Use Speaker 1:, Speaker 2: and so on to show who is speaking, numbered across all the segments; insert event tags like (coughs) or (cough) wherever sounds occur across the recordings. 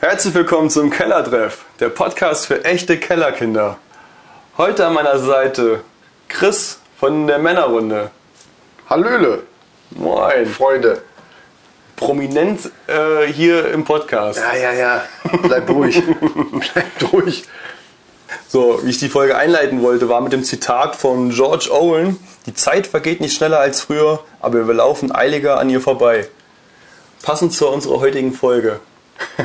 Speaker 1: Herzlich willkommen zum Kellertreff, der Podcast für echte Kellerkinder. Heute an meiner Seite Chris von der Männerrunde.
Speaker 2: Hallöle,
Speaker 1: Moin.
Speaker 2: Freunde.
Speaker 1: Prominent äh, hier im Podcast.
Speaker 2: Ja, ja, ja. Bleibt (laughs) ruhig. Bleibt ruhig.
Speaker 1: So, wie ich die Folge einleiten wollte, war mit dem Zitat von George Owen: Die Zeit vergeht nicht schneller als früher, aber wir laufen eiliger an ihr vorbei. Passend zu unserer heutigen Folge.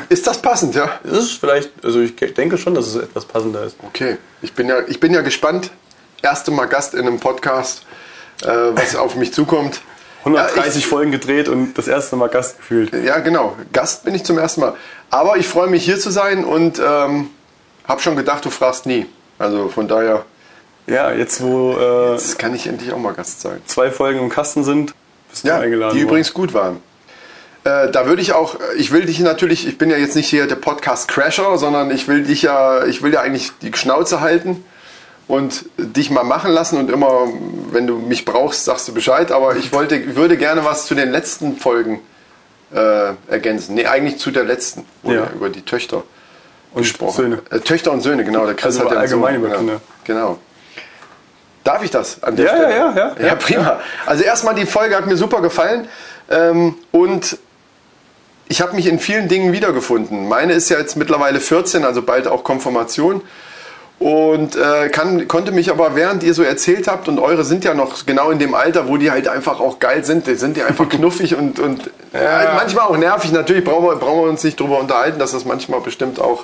Speaker 2: Ist das passend, ja?
Speaker 1: Ist es vielleicht, also ich denke schon, dass es etwas passender ist.
Speaker 2: Okay. Ich bin ja, ich bin ja gespannt. Erste Mal Gast in einem Podcast, äh, was auf mich zukommt.
Speaker 1: 130 Folgen gedreht und das erste Mal Gast gefühlt.
Speaker 2: Ja, ich, ja, genau. Gast bin ich zum ersten Mal. Aber ich freue mich hier zu sein und ähm, habe schon gedacht, du fragst nie. Also von daher,
Speaker 1: Ja, jetzt wo äh,
Speaker 2: jetzt kann ich endlich auch mal Gast sein.
Speaker 1: zwei Folgen im Kasten sind, bist
Speaker 2: Ja,
Speaker 1: du eingeladen.
Speaker 2: die
Speaker 1: worden.
Speaker 2: übrigens gut waren. Äh, da würde ich auch, ich will dich natürlich, ich bin ja jetzt nicht hier der Podcast-Crasher, sondern ich will dich ja, ich will ja eigentlich die Schnauze halten und dich mal machen lassen und immer, wenn du mich brauchst, sagst du Bescheid. Aber ich wollte, ich würde gerne was zu den letzten Folgen äh, ergänzen. Nee, eigentlich zu der letzten, wo
Speaker 1: Ja.
Speaker 2: wir über die Töchter
Speaker 1: und
Speaker 2: gesprochen
Speaker 1: Söhne.
Speaker 2: Äh, Töchter und Söhne, genau. Der Chris
Speaker 1: Also
Speaker 2: hat ja einen
Speaker 1: allgemein
Speaker 2: Sohn,
Speaker 1: über
Speaker 2: genau.
Speaker 1: Kinder.
Speaker 2: genau. Darf ich das an der
Speaker 1: Ja,
Speaker 2: Stelle?
Speaker 1: ja, ja, ja.
Speaker 2: ja. prima. Also erstmal, die Folge hat mir super gefallen ähm, und ich habe mich in vielen Dingen wiedergefunden. Meine ist ja jetzt mittlerweile 14, also bald auch Konfirmation. Und äh, kann, konnte mich aber, während ihr so erzählt habt, und eure sind ja noch genau in dem Alter, wo die halt einfach auch geil sind, die sind die einfach knuffig und, und äh, manchmal auch nervig. Natürlich brauchen wir, brauchen wir uns nicht drüber unterhalten, dass das manchmal bestimmt auch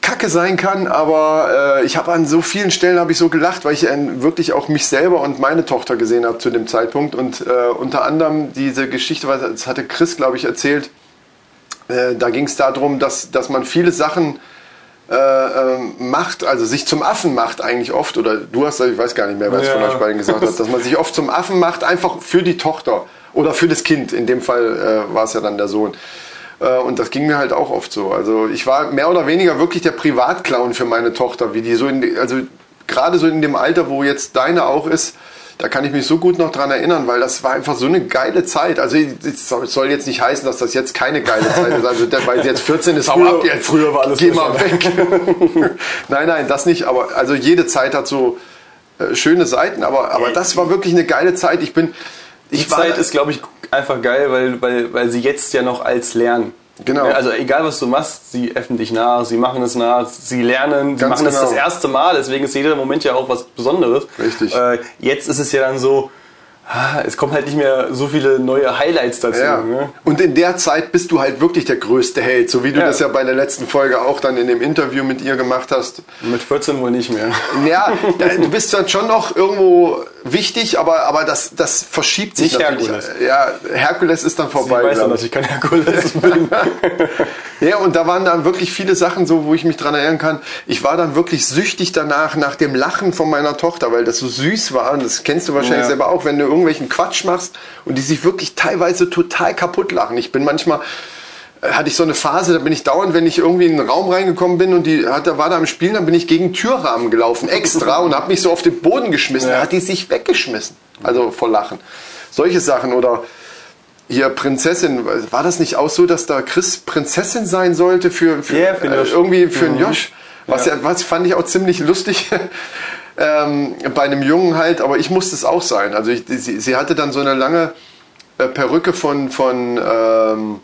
Speaker 2: Kacke sein kann, aber äh, ich habe an so vielen Stellen habe ich so gelacht, weil ich äh, wirklich auch mich selber und meine Tochter gesehen habe zu dem Zeitpunkt und äh, unter anderem diese Geschichte, was- das hatte Chris glaube ich erzählt, äh, da ging es darum, dass, dass man viele Sachen äh, ähm, macht, also sich zum Affen macht eigentlich oft, oder du hast, ich weiß gar nicht mehr, wer es
Speaker 1: Ja.
Speaker 2: von euch beiden gesagt hat, dass man sich oft zum Affen macht, einfach für die Tochter oder für das Kind. In dem Fall äh, war es ja dann der Sohn. Äh, Und das ging mir halt auch oft so. Also ich war mehr oder weniger wirklich der Privatclown für meine Tochter, wie die so in, also gerade so in dem Alter, wo jetzt deine auch ist, da kann ich mich so gut noch dran erinnern, weil das war einfach so eine geile Zeit. Also es soll- es soll jetzt nicht heißen, dass das jetzt keine geile Zeit ist. Also der- weil sie jetzt 14 ist, hau
Speaker 1: Früher-
Speaker 2: ab jetzt.
Speaker 1: früher war alles
Speaker 2: Geh mal
Speaker 1: besser.
Speaker 2: weg. (laughs) nein, nein, das nicht. Aber also jede Zeit hat so äh, schöne Seiten. Aber, aber das war wirklich eine geile Zeit. Ich bin, ich
Speaker 1: Die Zeit ist, glaube ich, einfach geil, weil, weil, weil sie jetzt ja noch als lernen.
Speaker 2: Genau.
Speaker 1: Also egal, was du machst, sie öffnen dich nach, sie machen es nach, sie lernen, sie
Speaker 2: Ganz
Speaker 1: machen es das
Speaker 2: genau.
Speaker 1: erste Mal, deswegen ist jeder Moment ja auch was Besonderes.
Speaker 2: Richtig.
Speaker 1: Äh, jetzt ist es ja dann so, ah, es kommen halt nicht mehr so viele neue Highlights dazu.
Speaker 2: Ja.
Speaker 1: Ne?
Speaker 2: Und in der Zeit bist du halt wirklich der größte Held, so wie du
Speaker 1: Ja.
Speaker 2: das ja bei der letzten Folge auch dann in dem Interview mit ihr gemacht hast.
Speaker 1: Mit 14 wohl nicht mehr. (laughs)
Speaker 2: Ja, du bist dann schon noch irgendwo wichtig, aber, aber das, das verschiebt sich
Speaker 1: Nicht
Speaker 2: natürlich.
Speaker 1: Herkules.
Speaker 2: Ja, Herkules ist dann
Speaker 1: Ich
Speaker 2: vorbei.
Speaker 1: weiß dann,
Speaker 2: glaub
Speaker 1: dass ich kein Herkules
Speaker 2: (laughs)
Speaker 1: bin.
Speaker 2: Ja, und da waren dann wirklich viele Sachen so, wo ich mich dran erinnern kann. Ich war dann wirklich süchtig danach, nach dem Lachen von meiner Tochter, weil das so süß war. Und das kennst du wahrscheinlich
Speaker 1: Ja.
Speaker 2: selber auch, wenn du irgendwelchen Quatsch machst und die sich wirklich teilweise total kaputt lachen. Ich bin manchmal, äh, hatte ich so eine Phase, da bin ich dauernd, wenn ich irgendwie in einen Raum reingekommen bin und die hat, da war da am Spielen, dann bin ich gegen den Türrahmen gelaufen, extra, und habe mich so auf den Boden geschmissen.
Speaker 1: Ja.
Speaker 2: Da hat die sich weggeschmissen. Also vor Lachen. Solche Sachen oder hier Prinzessin, war das nicht auch so, dass da Chris Prinzessin sein sollte für, für,
Speaker 1: Ja, für den
Speaker 2: äh,
Speaker 1: Josh. Mhm.
Speaker 2: irgendwie für einen Josh? Was, ja. was fand ich auch ziemlich lustig (laughs) ähm, bei einem Jungen halt, aber ich musste es auch sein. Also ich, sie, sie hatte dann so eine lange äh, Perücke von, von ähm,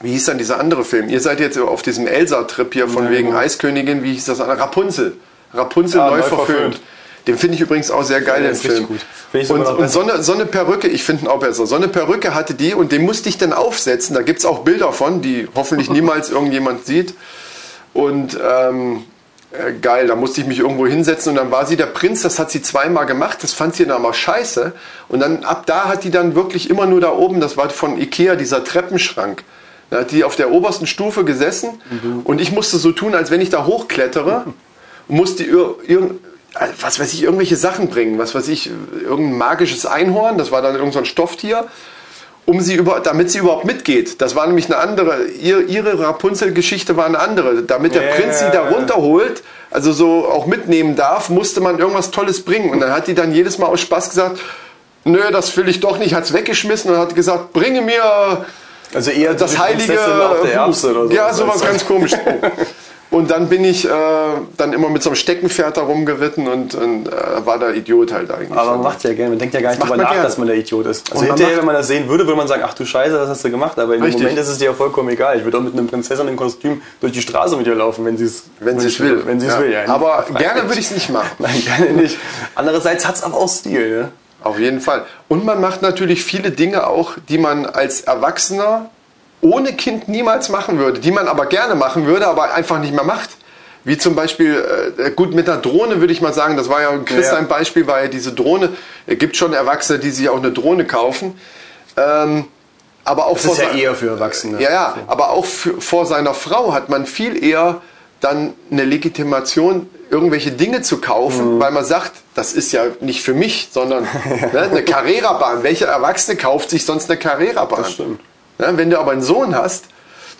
Speaker 2: wie hieß dann dieser andere Film? Ihr seid jetzt auf diesem Elsa-Trip hier von wegen Eiskönigin, wie hieß das? andere? Rapunzel. Rapunzel
Speaker 1: genau. Ah,
Speaker 2: neu,
Speaker 1: neu
Speaker 2: verfilmt.
Speaker 1: verfilmt.
Speaker 2: Den finde ich übrigens auch sehr geil,
Speaker 1: Ja, der (laughs)
Speaker 2: den
Speaker 1: ist richtig
Speaker 2: Film.
Speaker 1: gut. Finde ich sogar
Speaker 2: und
Speaker 1: noch
Speaker 2: und
Speaker 1: besser.
Speaker 2: so, eine, so eine Perücke, ich finde ihn auch besser, so eine Perücke hatte die und den musste ich dann aufsetzen. Da gibt es auch Bilder von, die hoffentlich niemals irgendjemand sieht. Und ähm, äh, geil, da musste ich mich irgendwo hinsetzen und dann war sie der Prinz, das hat sie zweimal gemacht, das fand sie dann aber scheiße. Und dann ab da hat die dann wirklich immer nur da oben, das war von Ikea, dieser Treppenschrank. Da hat die auf der obersten Stufe gesessen und ich musste so tun, als wenn ich da hochklettere und musste ir ir also, was weiß ich, irgendwelche Sachen bringen, was weiß ich, irgendein magisches Einhorn, das war dann irgendein so ein Stofftier um sie über, damit sie überhaupt mitgeht. Das war nämlich eine andere, ihr, ihre Rapunzel-Geschichte war eine andere. Damit der
Speaker 1: Ja.
Speaker 2: Prinz sie da runterholt, also so auch mitnehmen darf, musste man irgendwas Tolles bringen. Und dann hat die dann jedes Mal aus Spaß gesagt, nö, das will ich doch nicht, hat's weggeschmissen und hat gesagt, bringe mir
Speaker 1: Also eher
Speaker 2: das
Speaker 1: die
Speaker 2: heilige äh,
Speaker 1: Prinzessin auf der Erbse oder so.
Speaker 2: Ja, sowas ganz
Speaker 1: (laughs)
Speaker 2: komisch. Und dann bin ich äh, dann immer mit so einem Steckenpferd da rumgeritten und, und äh, war der Idiot halt eigentlich.
Speaker 1: Aber man macht ja gerne, man denkt ja gar nicht
Speaker 2: Macht
Speaker 1: drüber
Speaker 2: man
Speaker 1: nach,
Speaker 2: gerne.
Speaker 1: dass man der Idiot ist. Also
Speaker 2: Und man
Speaker 1: hinterher,
Speaker 2: macht-
Speaker 1: wenn man das sehen würde, würde man sagen, ach du Scheiße, was hast du gemacht? Aber im
Speaker 2: Richtig.
Speaker 1: Moment ist es dir ja vollkommen egal. Ich würde auch mit einem Prinzessin im Kostüm durch die Straße mit ihr laufen, wenn sie es
Speaker 2: wenn sie es will.
Speaker 1: Wenn sie es
Speaker 2: ja.
Speaker 1: will, ja.
Speaker 2: Aber
Speaker 1: (laughs)
Speaker 2: gerne würde ich es nicht machen.
Speaker 1: Nein, gerne nicht. Andererseits hat es aber auch Stil, ne?
Speaker 2: Auf jeden Fall. Und man macht natürlich viele Dinge auch, die man als Erwachsener ohne Kind niemals machen würde, die man aber gerne machen würde, aber einfach nicht mehr macht. Wie zum Beispiel, äh, gut, mit einer Drohne würde ich mal sagen, das war ja Chris
Speaker 1: Ja.
Speaker 2: ein Beispiel, war ja diese Drohne. Es gibt schon Erwachsene, die sich auch eine Drohne kaufen. Ähm, aber auch
Speaker 1: Das ist
Speaker 2: vor
Speaker 1: ja eh
Speaker 2: se-
Speaker 1: eher für Erwachsene.
Speaker 2: ja, ja, aber auch für, vor seiner Frau hat man viel eher dann eine Legitimation, irgendwelche Dinge zu
Speaker 1: Mhm.
Speaker 2: kaufen, weil man sagt, das ist ja nicht für mich, sondern
Speaker 1: (laughs)
Speaker 2: ne, eine Carrera-Bahn. Welcher Erwachsene kauft sich sonst eine Carrera-Bahn?
Speaker 1: Das stimmt.
Speaker 2: Ne, wenn du aber einen Sohn hast,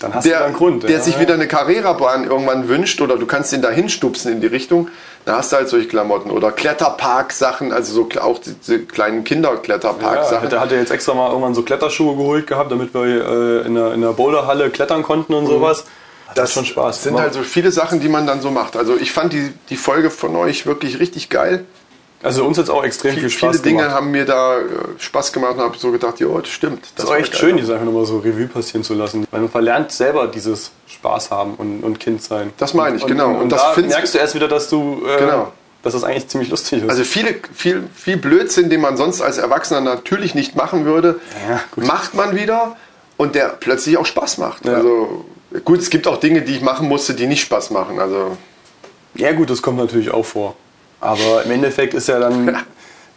Speaker 1: Dann hast du
Speaker 2: der,
Speaker 1: da einen Grund.
Speaker 2: der
Speaker 1: ja.
Speaker 2: sich wieder eine Carrera-Bahn irgendwann wünscht oder du kannst ihn da hinstupsen in die Richtung, dann hast du halt solche Klamotten oder Kletterpark-Sachen, also so kle- auch diese kleinen
Speaker 1: ja,
Speaker 2: Kinder-Kletterpark-Sachen.
Speaker 1: da hat er jetzt extra mal irgendwann so Kletterschuhe geholt gehabt, damit wir äh, in der, in der Boulderhalle klettern konnten und sowas. Hat
Speaker 2: Mhm. Das
Speaker 1: schon Spaß.
Speaker 2: sind
Speaker 1: gemacht.
Speaker 2: halt so viele Sachen, die man dann so macht. Also ich fand die, die Folge von euch wirklich richtig geil.
Speaker 1: also uns jetzt auch extrem viel,
Speaker 2: Viele
Speaker 1: Spaß
Speaker 2: Dinge
Speaker 1: gemacht.
Speaker 2: haben mir da äh, Spaß gemacht und habe so gedacht, ja, das stimmt.
Speaker 1: Das
Speaker 2: Das
Speaker 1: ist auch
Speaker 2: war
Speaker 1: echt
Speaker 2: geil.
Speaker 1: schön, die Sache nochmal so Revue passieren zu lassen. Weil man verlernt selber dieses Spaß haben und, und Kind sein.
Speaker 2: Das meine ich,
Speaker 1: Und-
Speaker 2: genau.
Speaker 1: Und, und,
Speaker 2: Und das
Speaker 1: da
Speaker 2: findest-
Speaker 1: merkst du erst wieder, dass du, äh,
Speaker 2: Genau.
Speaker 1: dass das eigentlich ziemlich lustig ist.
Speaker 2: Also viele, viel, viel Blödsinn, den man sonst als Erwachsener natürlich nicht machen würde,
Speaker 1: Ja, gut.
Speaker 2: macht man wieder und der plötzlich auch Spaß macht.
Speaker 1: Ja.
Speaker 2: Also gut, es gibt auch Dinge, die ich machen musste, die nicht Spaß machen. Also
Speaker 1: ja gut, das kommt natürlich auch vor. Aber im Endeffekt ist ja
Speaker 2: (laughs)
Speaker 1: dann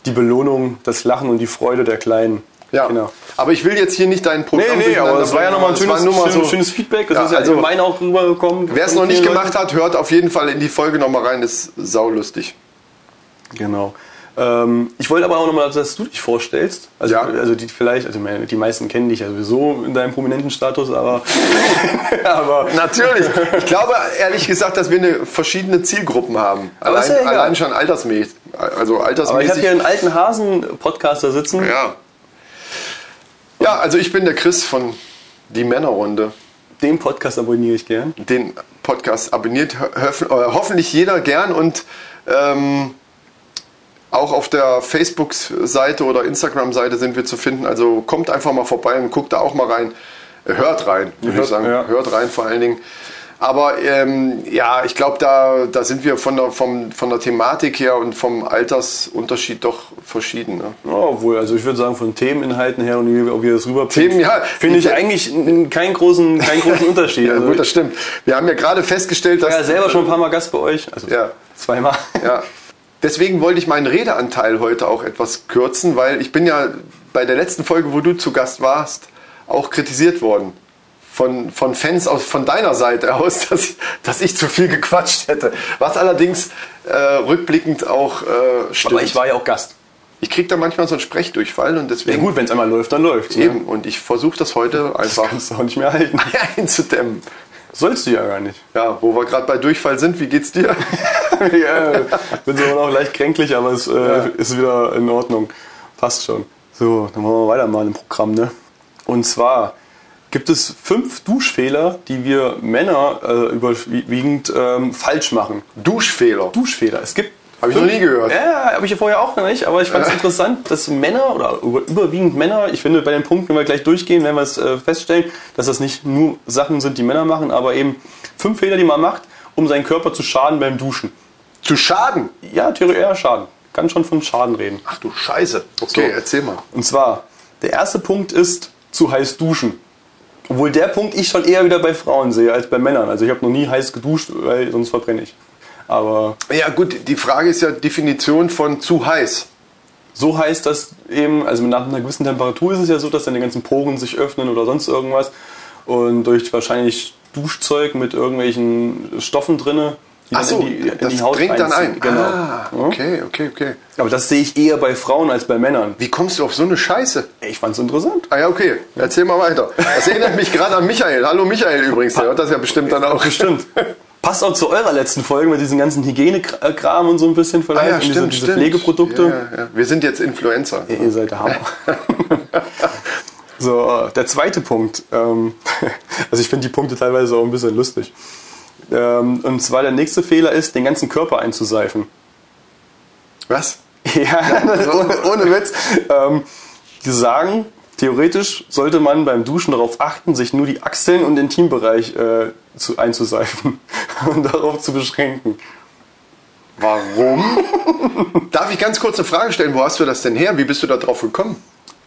Speaker 1: die Belohnung, das Lachen und die Freude der Kleinen.
Speaker 2: ja.
Speaker 1: Genau.
Speaker 2: Aber ich will jetzt hier nicht deinen
Speaker 1: Nee,
Speaker 2: Programm.
Speaker 1: nee, aber das war ja nochmal ein
Speaker 2: durcheinander
Speaker 1: schönes,
Speaker 2: bringen. Es war nur mal
Speaker 1: schönes,
Speaker 2: so-
Speaker 1: schönes Feedback. Das
Speaker 2: Ja,
Speaker 1: ist ja
Speaker 2: also-
Speaker 1: allgemein auch rübergekommen.
Speaker 2: Wer es
Speaker 1: von
Speaker 2: noch nicht
Speaker 1: vielen Leuten.
Speaker 2: gemacht hat, hört auf jeden Fall in die Folge nochmal rein, ist saulustig.
Speaker 1: Genau. Ähm, ich wollte aber auch nochmal, dass du dich vorstellst. Also,
Speaker 2: Ja.
Speaker 1: also die vielleicht, also meine, die meisten kennen dich ja sowieso in deinem prominenten Status,
Speaker 2: (laughs)
Speaker 1: aber, (laughs) aber
Speaker 2: Natürlich. Ich glaube ehrlich gesagt, dass wir eine verschiedene Zielgruppen haben.
Speaker 1: Aber
Speaker 2: Allein,
Speaker 1: ist ja egal.
Speaker 2: allein schon altersmäßig. Also
Speaker 1: Aber ich habe
Speaker 2: altersmäßig.
Speaker 1: hier einen alten Hasen-Podcaster sitzen.
Speaker 2: ja. ja, also ich bin der Chris von Die Männerrunde.
Speaker 1: Den Podcast abonniere ich gern.
Speaker 2: Den Podcast abonniert hof- äh, hoffentlich jeder gern und ähm, auch auf der Facebook-Seite oder Instagram-Seite sind wir zu finden. Also kommt einfach mal vorbei und guckt da auch mal rein. Hört rein, würde
Speaker 1: Hört,
Speaker 2: ich sagen.
Speaker 1: ja.
Speaker 2: Hört rein vor allen Dingen. Aber ähm, ja, ich glaube, da, da sind wir von der, vom, von der Thematik her und vom Altersunterschied doch verschieden. Ne?
Speaker 1: Ja, Obwohl, also ich würde sagen, von Themeninhalten her und wie, wir- ob wir das rüberbringen,
Speaker 2: Themen, ja.
Speaker 1: finde ich eigentlich n- keinen großen,
Speaker 2: (laughs)
Speaker 1: keinen großen Unterschied.
Speaker 2: Ja,
Speaker 1: Also
Speaker 2: gut, das
Speaker 1: ich
Speaker 2: stimmt. Wir haben ja gerade festgestellt, dass.
Speaker 1: war ja selber schon ein paar Mal Gast bei euch. Also
Speaker 2: Ja.
Speaker 1: zweimal. (laughs)
Speaker 2: Ja. Deswegen wollte ich meinen Redeanteil heute auch etwas kürzen, weil ich bin ja bei der letzten Folge, wo du zu Gast warst, auch kritisiert worden. Von, von Fans aus, von deiner Seite (laughs) aus, dass ich, dass ich zu viel gequatscht hätte. Was allerdings äh, rückblickend auch äh, stimmt.
Speaker 1: Aber ich war ja auch Gast.
Speaker 2: ich krieg da manchmal so einen Sprechdurchfall und
Speaker 1: Ja
Speaker 2: deswegen
Speaker 1: gut, wenn es einmal läuft, dann läuft
Speaker 2: eben. Und ich versuche das heute
Speaker 1: Das
Speaker 2: einfach
Speaker 1: kannst du auch nicht mehr
Speaker 2: (laughs)
Speaker 1: halten.
Speaker 2: einzudämmen.
Speaker 1: Sollst du ja gar nicht.
Speaker 2: Ja, wo wir gerade bei Durchfall sind, wie geht's dir?
Speaker 1: ja, bin sogar noch leicht kränklich, aber es äh, ist wieder in Ordnung. Passt schon. So, dann wollen wir weitermachen im Programm, ne? Und zwar gibt es fünf Duschfehler, die wir Männer äh, überwiegend ähm, falsch machen.
Speaker 2: Duschfehler.
Speaker 1: (laughs) Duschfehler. Es gibt.
Speaker 2: Hab ich noch
Speaker 1: fünf-
Speaker 2: nie gehört.
Speaker 1: Ja, habe ich ja vorher auch noch nicht, aber ich fand es interessant, dass Männer oder über- überwiegend Männer, ich finde bei den Punkten, wenn wir gleich durchgehen, werden wir es äh, feststellen, dass das nicht nur Sachen sind, die Männer machen, aber eben fünf Fehler, die man macht, um seinen Körper zu schaden beim Duschen.
Speaker 2: Zu Schaden.
Speaker 1: Ja, theoretisch eher Schaden. Kann schon von Schaden reden.
Speaker 2: Ach du Scheiße. Okay,
Speaker 1: So.
Speaker 2: erzähl mal.
Speaker 1: Und zwar, der erste Punkt ist zu heiß duschen. Obwohl der Punkt ich schon eher wieder bei Frauen sehe als bei Männern. Also ich habe noch nie heiß geduscht, weil sonst verbrenne ich. Aber
Speaker 2: Ja gut, die Frage ist ja Definition von zu heiß.
Speaker 1: so heiß, dass eben, also nach einer gewissen Temperatur ist es ja so, dass deine ganzen Poren sich öffnen oder sonst irgendwas. Und durch wahrscheinlich Duschzeug mit irgendwelchen Stoffen drinne, die
Speaker 2: Ach so, Also das dringt dann
Speaker 1: einziehen.
Speaker 2: ein.
Speaker 1: Genau.
Speaker 2: Ah, okay, okay, okay.
Speaker 1: Aber das sehe ich eher bei Frauen als bei Männern.
Speaker 2: Wie kommst du auf so eine Scheiße?
Speaker 1: Ich fand's interessant.
Speaker 2: Ah ja, okay, erzähl mal weiter. Das erinnert mich gerade an Michael. Hallo Michael übrigens, der hört das ja bestimmt dann auch.
Speaker 1: (laughs) Stimmt. Passt auch zu eurer letzten Folge mit diesem ganzen Hygienekram und so ein bisschen
Speaker 2: Ah
Speaker 1: vielleicht.
Speaker 2: ja,
Speaker 1: und diese,
Speaker 2: stimmt,
Speaker 1: diese
Speaker 2: stimmt.
Speaker 1: Pflegeprodukte.
Speaker 2: Ja, ja, ja. Wir sind jetzt Influencer.
Speaker 1: Ihr seid der Hammer. So, äh, der zweite Punkt. Ähm, (laughs) also ich finde die Punkte teilweise auch ein bisschen lustig. Ähm, und zwar der nächste Fehler ist, den ganzen Körper einzuseifen. (laughs)
Speaker 2: Was?
Speaker 1: Ja, ohne, ohne Witz. Ähm, die sagen, theoretisch sollte man beim Duschen darauf achten, sich nur die Achseln und den Teambereich äh, zu, einzuseifen (laughs) und darauf zu beschränken.
Speaker 2: Warum?
Speaker 1: (laughs)
Speaker 2: Darf ich ganz kurz eine Frage stellen? Wo hast du das denn her? Wie bist du da drauf gekommen?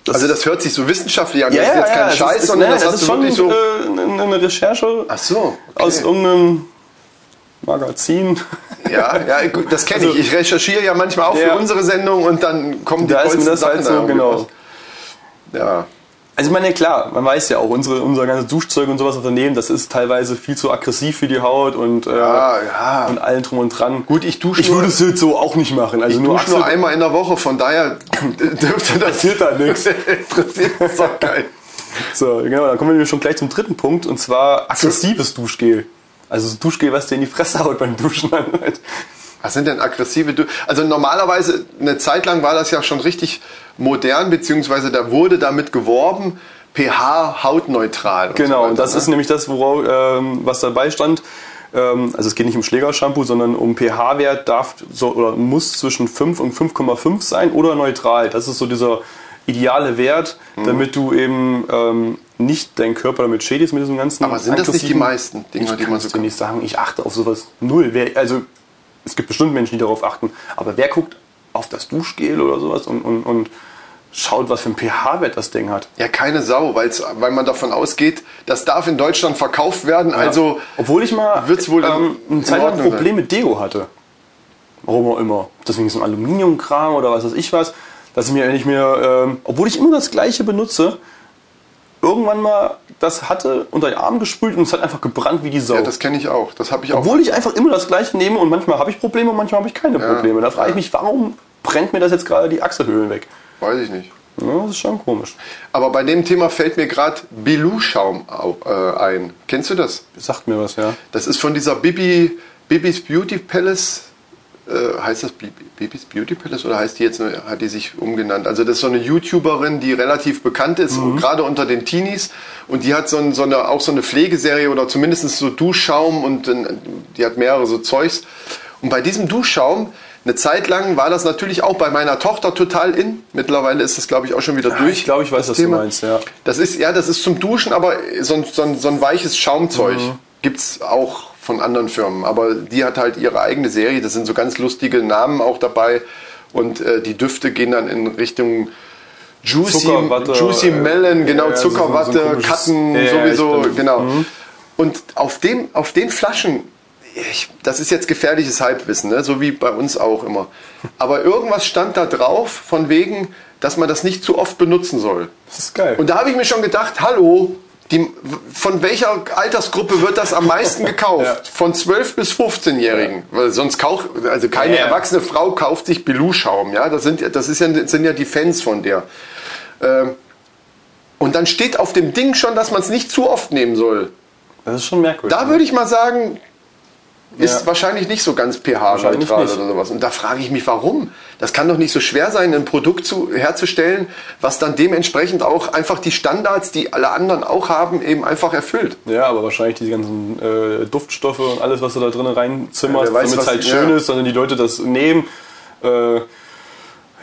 Speaker 2: also das hört sich so wissenschaftlich an. das ist jetzt kein
Speaker 1: es
Speaker 2: Scheiß,
Speaker 1: ist,
Speaker 2: sondern
Speaker 1: nein,
Speaker 2: das
Speaker 1: es
Speaker 2: hast
Speaker 1: ist
Speaker 2: du
Speaker 1: schon
Speaker 2: wirklich so...
Speaker 1: äh, eine eine Recherche
Speaker 2: Ach so. Okay.
Speaker 1: aus irgendeinem
Speaker 2: (laughs)
Speaker 1: Magazin.
Speaker 2: Ja, ja, gut, das kenne ich. Ich recherchiere ja manchmal auch
Speaker 1: Also Ja.
Speaker 2: für unsere Sendung und dann kommen die
Speaker 1: Da ist mir
Speaker 2: tollsten
Speaker 1: das halt
Speaker 2: Sachen
Speaker 1: so,
Speaker 2: da
Speaker 1: genau.
Speaker 2: Ja.
Speaker 1: Also ich meine, ja klar, man weiß ja auch, unsere, unser ganzes Duschzeug und sowas daneben, das ist teilweise viel zu aggressiv für die Haut und, äh,
Speaker 2: Ah, ja.
Speaker 1: und allen drum und dran.
Speaker 2: Gut, ich dusche
Speaker 1: ich
Speaker 2: nur-
Speaker 1: würde es jetzt so auch nicht machen. Also
Speaker 2: Ich
Speaker 1: nur
Speaker 2: dusche nur
Speaker 1: Achsel-
Speaker 2: einmal in der Woche,
Speaker 1: (laughs)
Speaker 2: von daher dürfte das...
Speaker 1: Passiert da nix.
Speaker 2: (laughs) Interessiert das doch geil.
Speaker 1: So, genau, dann kommen wir nämlich schon gleich zum dritten Punkt und zwar aggressives Duschgel. Also so Duschgel, was dir in die Fresse haut beim Duschen. (laughs) Halt.
Speaker 2: Was sind denn aggressive Du Also normalerweise, eine Zeit lang war das ja schon richtig modern, beziehungsweise da wurde damit geworben, pH hautneutral. und so
Speaker 1: Genau,
Speaker 2: weiter,
Speaker 1: und das
Speaker 2: ne?
Speaker 1: ist nämlich das, worauf, ähm, was dabei stand. Ähm, also es geht nicht um Schlägershampoo, sondern um pH-Wert darf so, oder muss zwischen 5 und 5,5 sein oder neutral. Das ist so dieser ideale Wert,
Speaker 2: Mhm.
Speaker 1: damit du eben ähm, nicht deinen Körper damit schädigst mit diesem ganzen
Speaker 2: Aber sind das nicht die
Speaker 1: aggressiven-
Speaker 2: meisten Dinger, die man
Speaker 1: kannst
Speaker 2: so
Speaker 1: du nicht sagen, ich achte auf sowas null. Wer, also es gibt bestimmt Menschen, die darauf achten, aber wer guckt auf das Duschgel oder sowas und, und, und schaut, was für ein pH-Wert das Ding hat?
Speaker 2: Ja, keine Sau, weil's, weil man davon ausgeht, das darf in Deutschland verkauft werden. Also,
Speaker 1: obwohl ich mal
Speaker 2: wird's wohl
Speaker 1: ähm,
Speaker 2: in-
Speaker 1: eine Zeit lang
Speaker 2: in
Speaker 1: ein
Speaker 2: Ordnung
Speaker 1: Problem mit Deo hatte. Warum auch immer. Deswegen so ein Aluminiumkram oder was weiß ich was, dass ich mir nicht mehr, ähm, obwohl ich immer das gleiche benutze, irgendwann mal das hatte unter den Arm gespült und es hat einfach gebrannt wie die Sau.
Speaker 2: ja, das kenne ich auch. Das habe ich auch.
Speaker 1: Oh. obwohl ich einfach immer das gleiche nehme und manchmal habe ich Probleme und manchmal habe ich keine Probleme. Da frage ich mich, warum brennt mir das jetzt gerade die Achselhöhlen weg?
Speaker 2: Weiß ich nicht.
Speaker 1: Ja, das ist schon komisch.
Speaker 2: Aber bei dem Thema fällt mir gerade Bilou-Schaum au- äh, ein. Kennst du das?
Speaker 1: Das sagt mir was, ja.
Speaker 2: Das ist von dieser Bibi, Bibis Beauty Palace. Äh, heißt das Bibi- Bibis Beauty Palace oder heißt die jetzt, nur- hat die sich umgenannt? Also das ist so eine YouTuberin, die relativ bekannt ist, und gerade unter den Teenies. Und die hat so, ein, so eine, auch so eine Pflegeserie oder zumindest so Duschschaum und dann- die hat mehrere so Zeugs. Und bei diesem Duschschaum, eine Zeit lang war das natürlich auch bei meiner Tochter total in. Mittlerweile ist das, glaube ich, auch schon wieder durch.
Speaker 1: Ich glaube, ich weiß, was
Speaker 2: Ah, Thema.
Speaker 1: du meinst, ja.
Speaker 2: Das ist, ja, das ist zum Duschen, aber so ein, so ein, so ein weiches Schaumzeug
Speaker 1: Mhm.
Speaker 2: gibt's auch von anderen Firmen. Aber die hat halt ihre eigene Serie, das sind so ganz lustige Namen auch dabei. Und äh, die Düfte gehen dann in Richtung Juicy,
Speaker 1: Zuckerwatte,
Speaker 2: Juicy
Speaker 1: äh,
Speaker 2: Melon, genau,
Speaker 1: ja, ja, so- so ein
Speaker 2: Zuckerwatte,
Speaker 1: komisches-
Speaker 2: Katten,
Speaker 1: Ja, ja, Mhm.
Speaker 2: sowieso,
Speaker 1: stimmt.
Speaker 2: genau. Und auf, dem, auf den Flaschen, ich, das ist jetzt gefährliches Halbwissen, ne? so wie bei uns auch immer. Aber irgendwas stand da drauf, von wegen, dass man das nicht zu oft benutzen soll.
Speaker 1: Das ist geil.
Speaker 2: Und da habe ich mir schon gedacht, hallo, die, von welcher Altersgruppe wird das
Speaker 1: (laughs)
Speaker 2: am meisten gekauft?
Speaker 1: Ja.
Speaker 2: Von 12 bis 15-Jährigen. Weil sonst kauft, also keine
Speaker 1: Ja, ja.
Speaker 2: erwachsene Frau kauft sich Bilou-Schaum, ja. Das sind, das ist ja, das sind ja die Fans von der. Ähm, und dann steht auf dem Ding schon, dass man es nicht zu oft nehmen soll.
Speaker 1: das ist schon merkwürdig.
Speaker 2: Da würde ich mal sagen, ist
Speaker 1: Ja.
Speaker 2: wahrscheinlich nicht so ganz
Speaker 1: Wahrscheinlich
Speaker 2: pH-neutral
Speaker 1: nicht.
Speaker 2: oder sowas. Und da frage ich mich, warum? Das kann doch nicht so schwer sein, ein Produkt zu, herzustellen, was dann dementsprechend auch einfach die Standards, die alle anderen auch haben, eben einfach erfüllt.
Speaker 1: Ja, aber wahrscheinlich diese ganzen äh, Duftstoffe und alles, was du da drinnen reinzimmerst,
Speaker 2: Ja, wer weiß,
Speaker 1: damit es
Speaker 2: was-
Speaker 1: halt schön
Speaker 2: ja.
Speaker 1: ist, dann die Leute das nehmen. Äh, ja,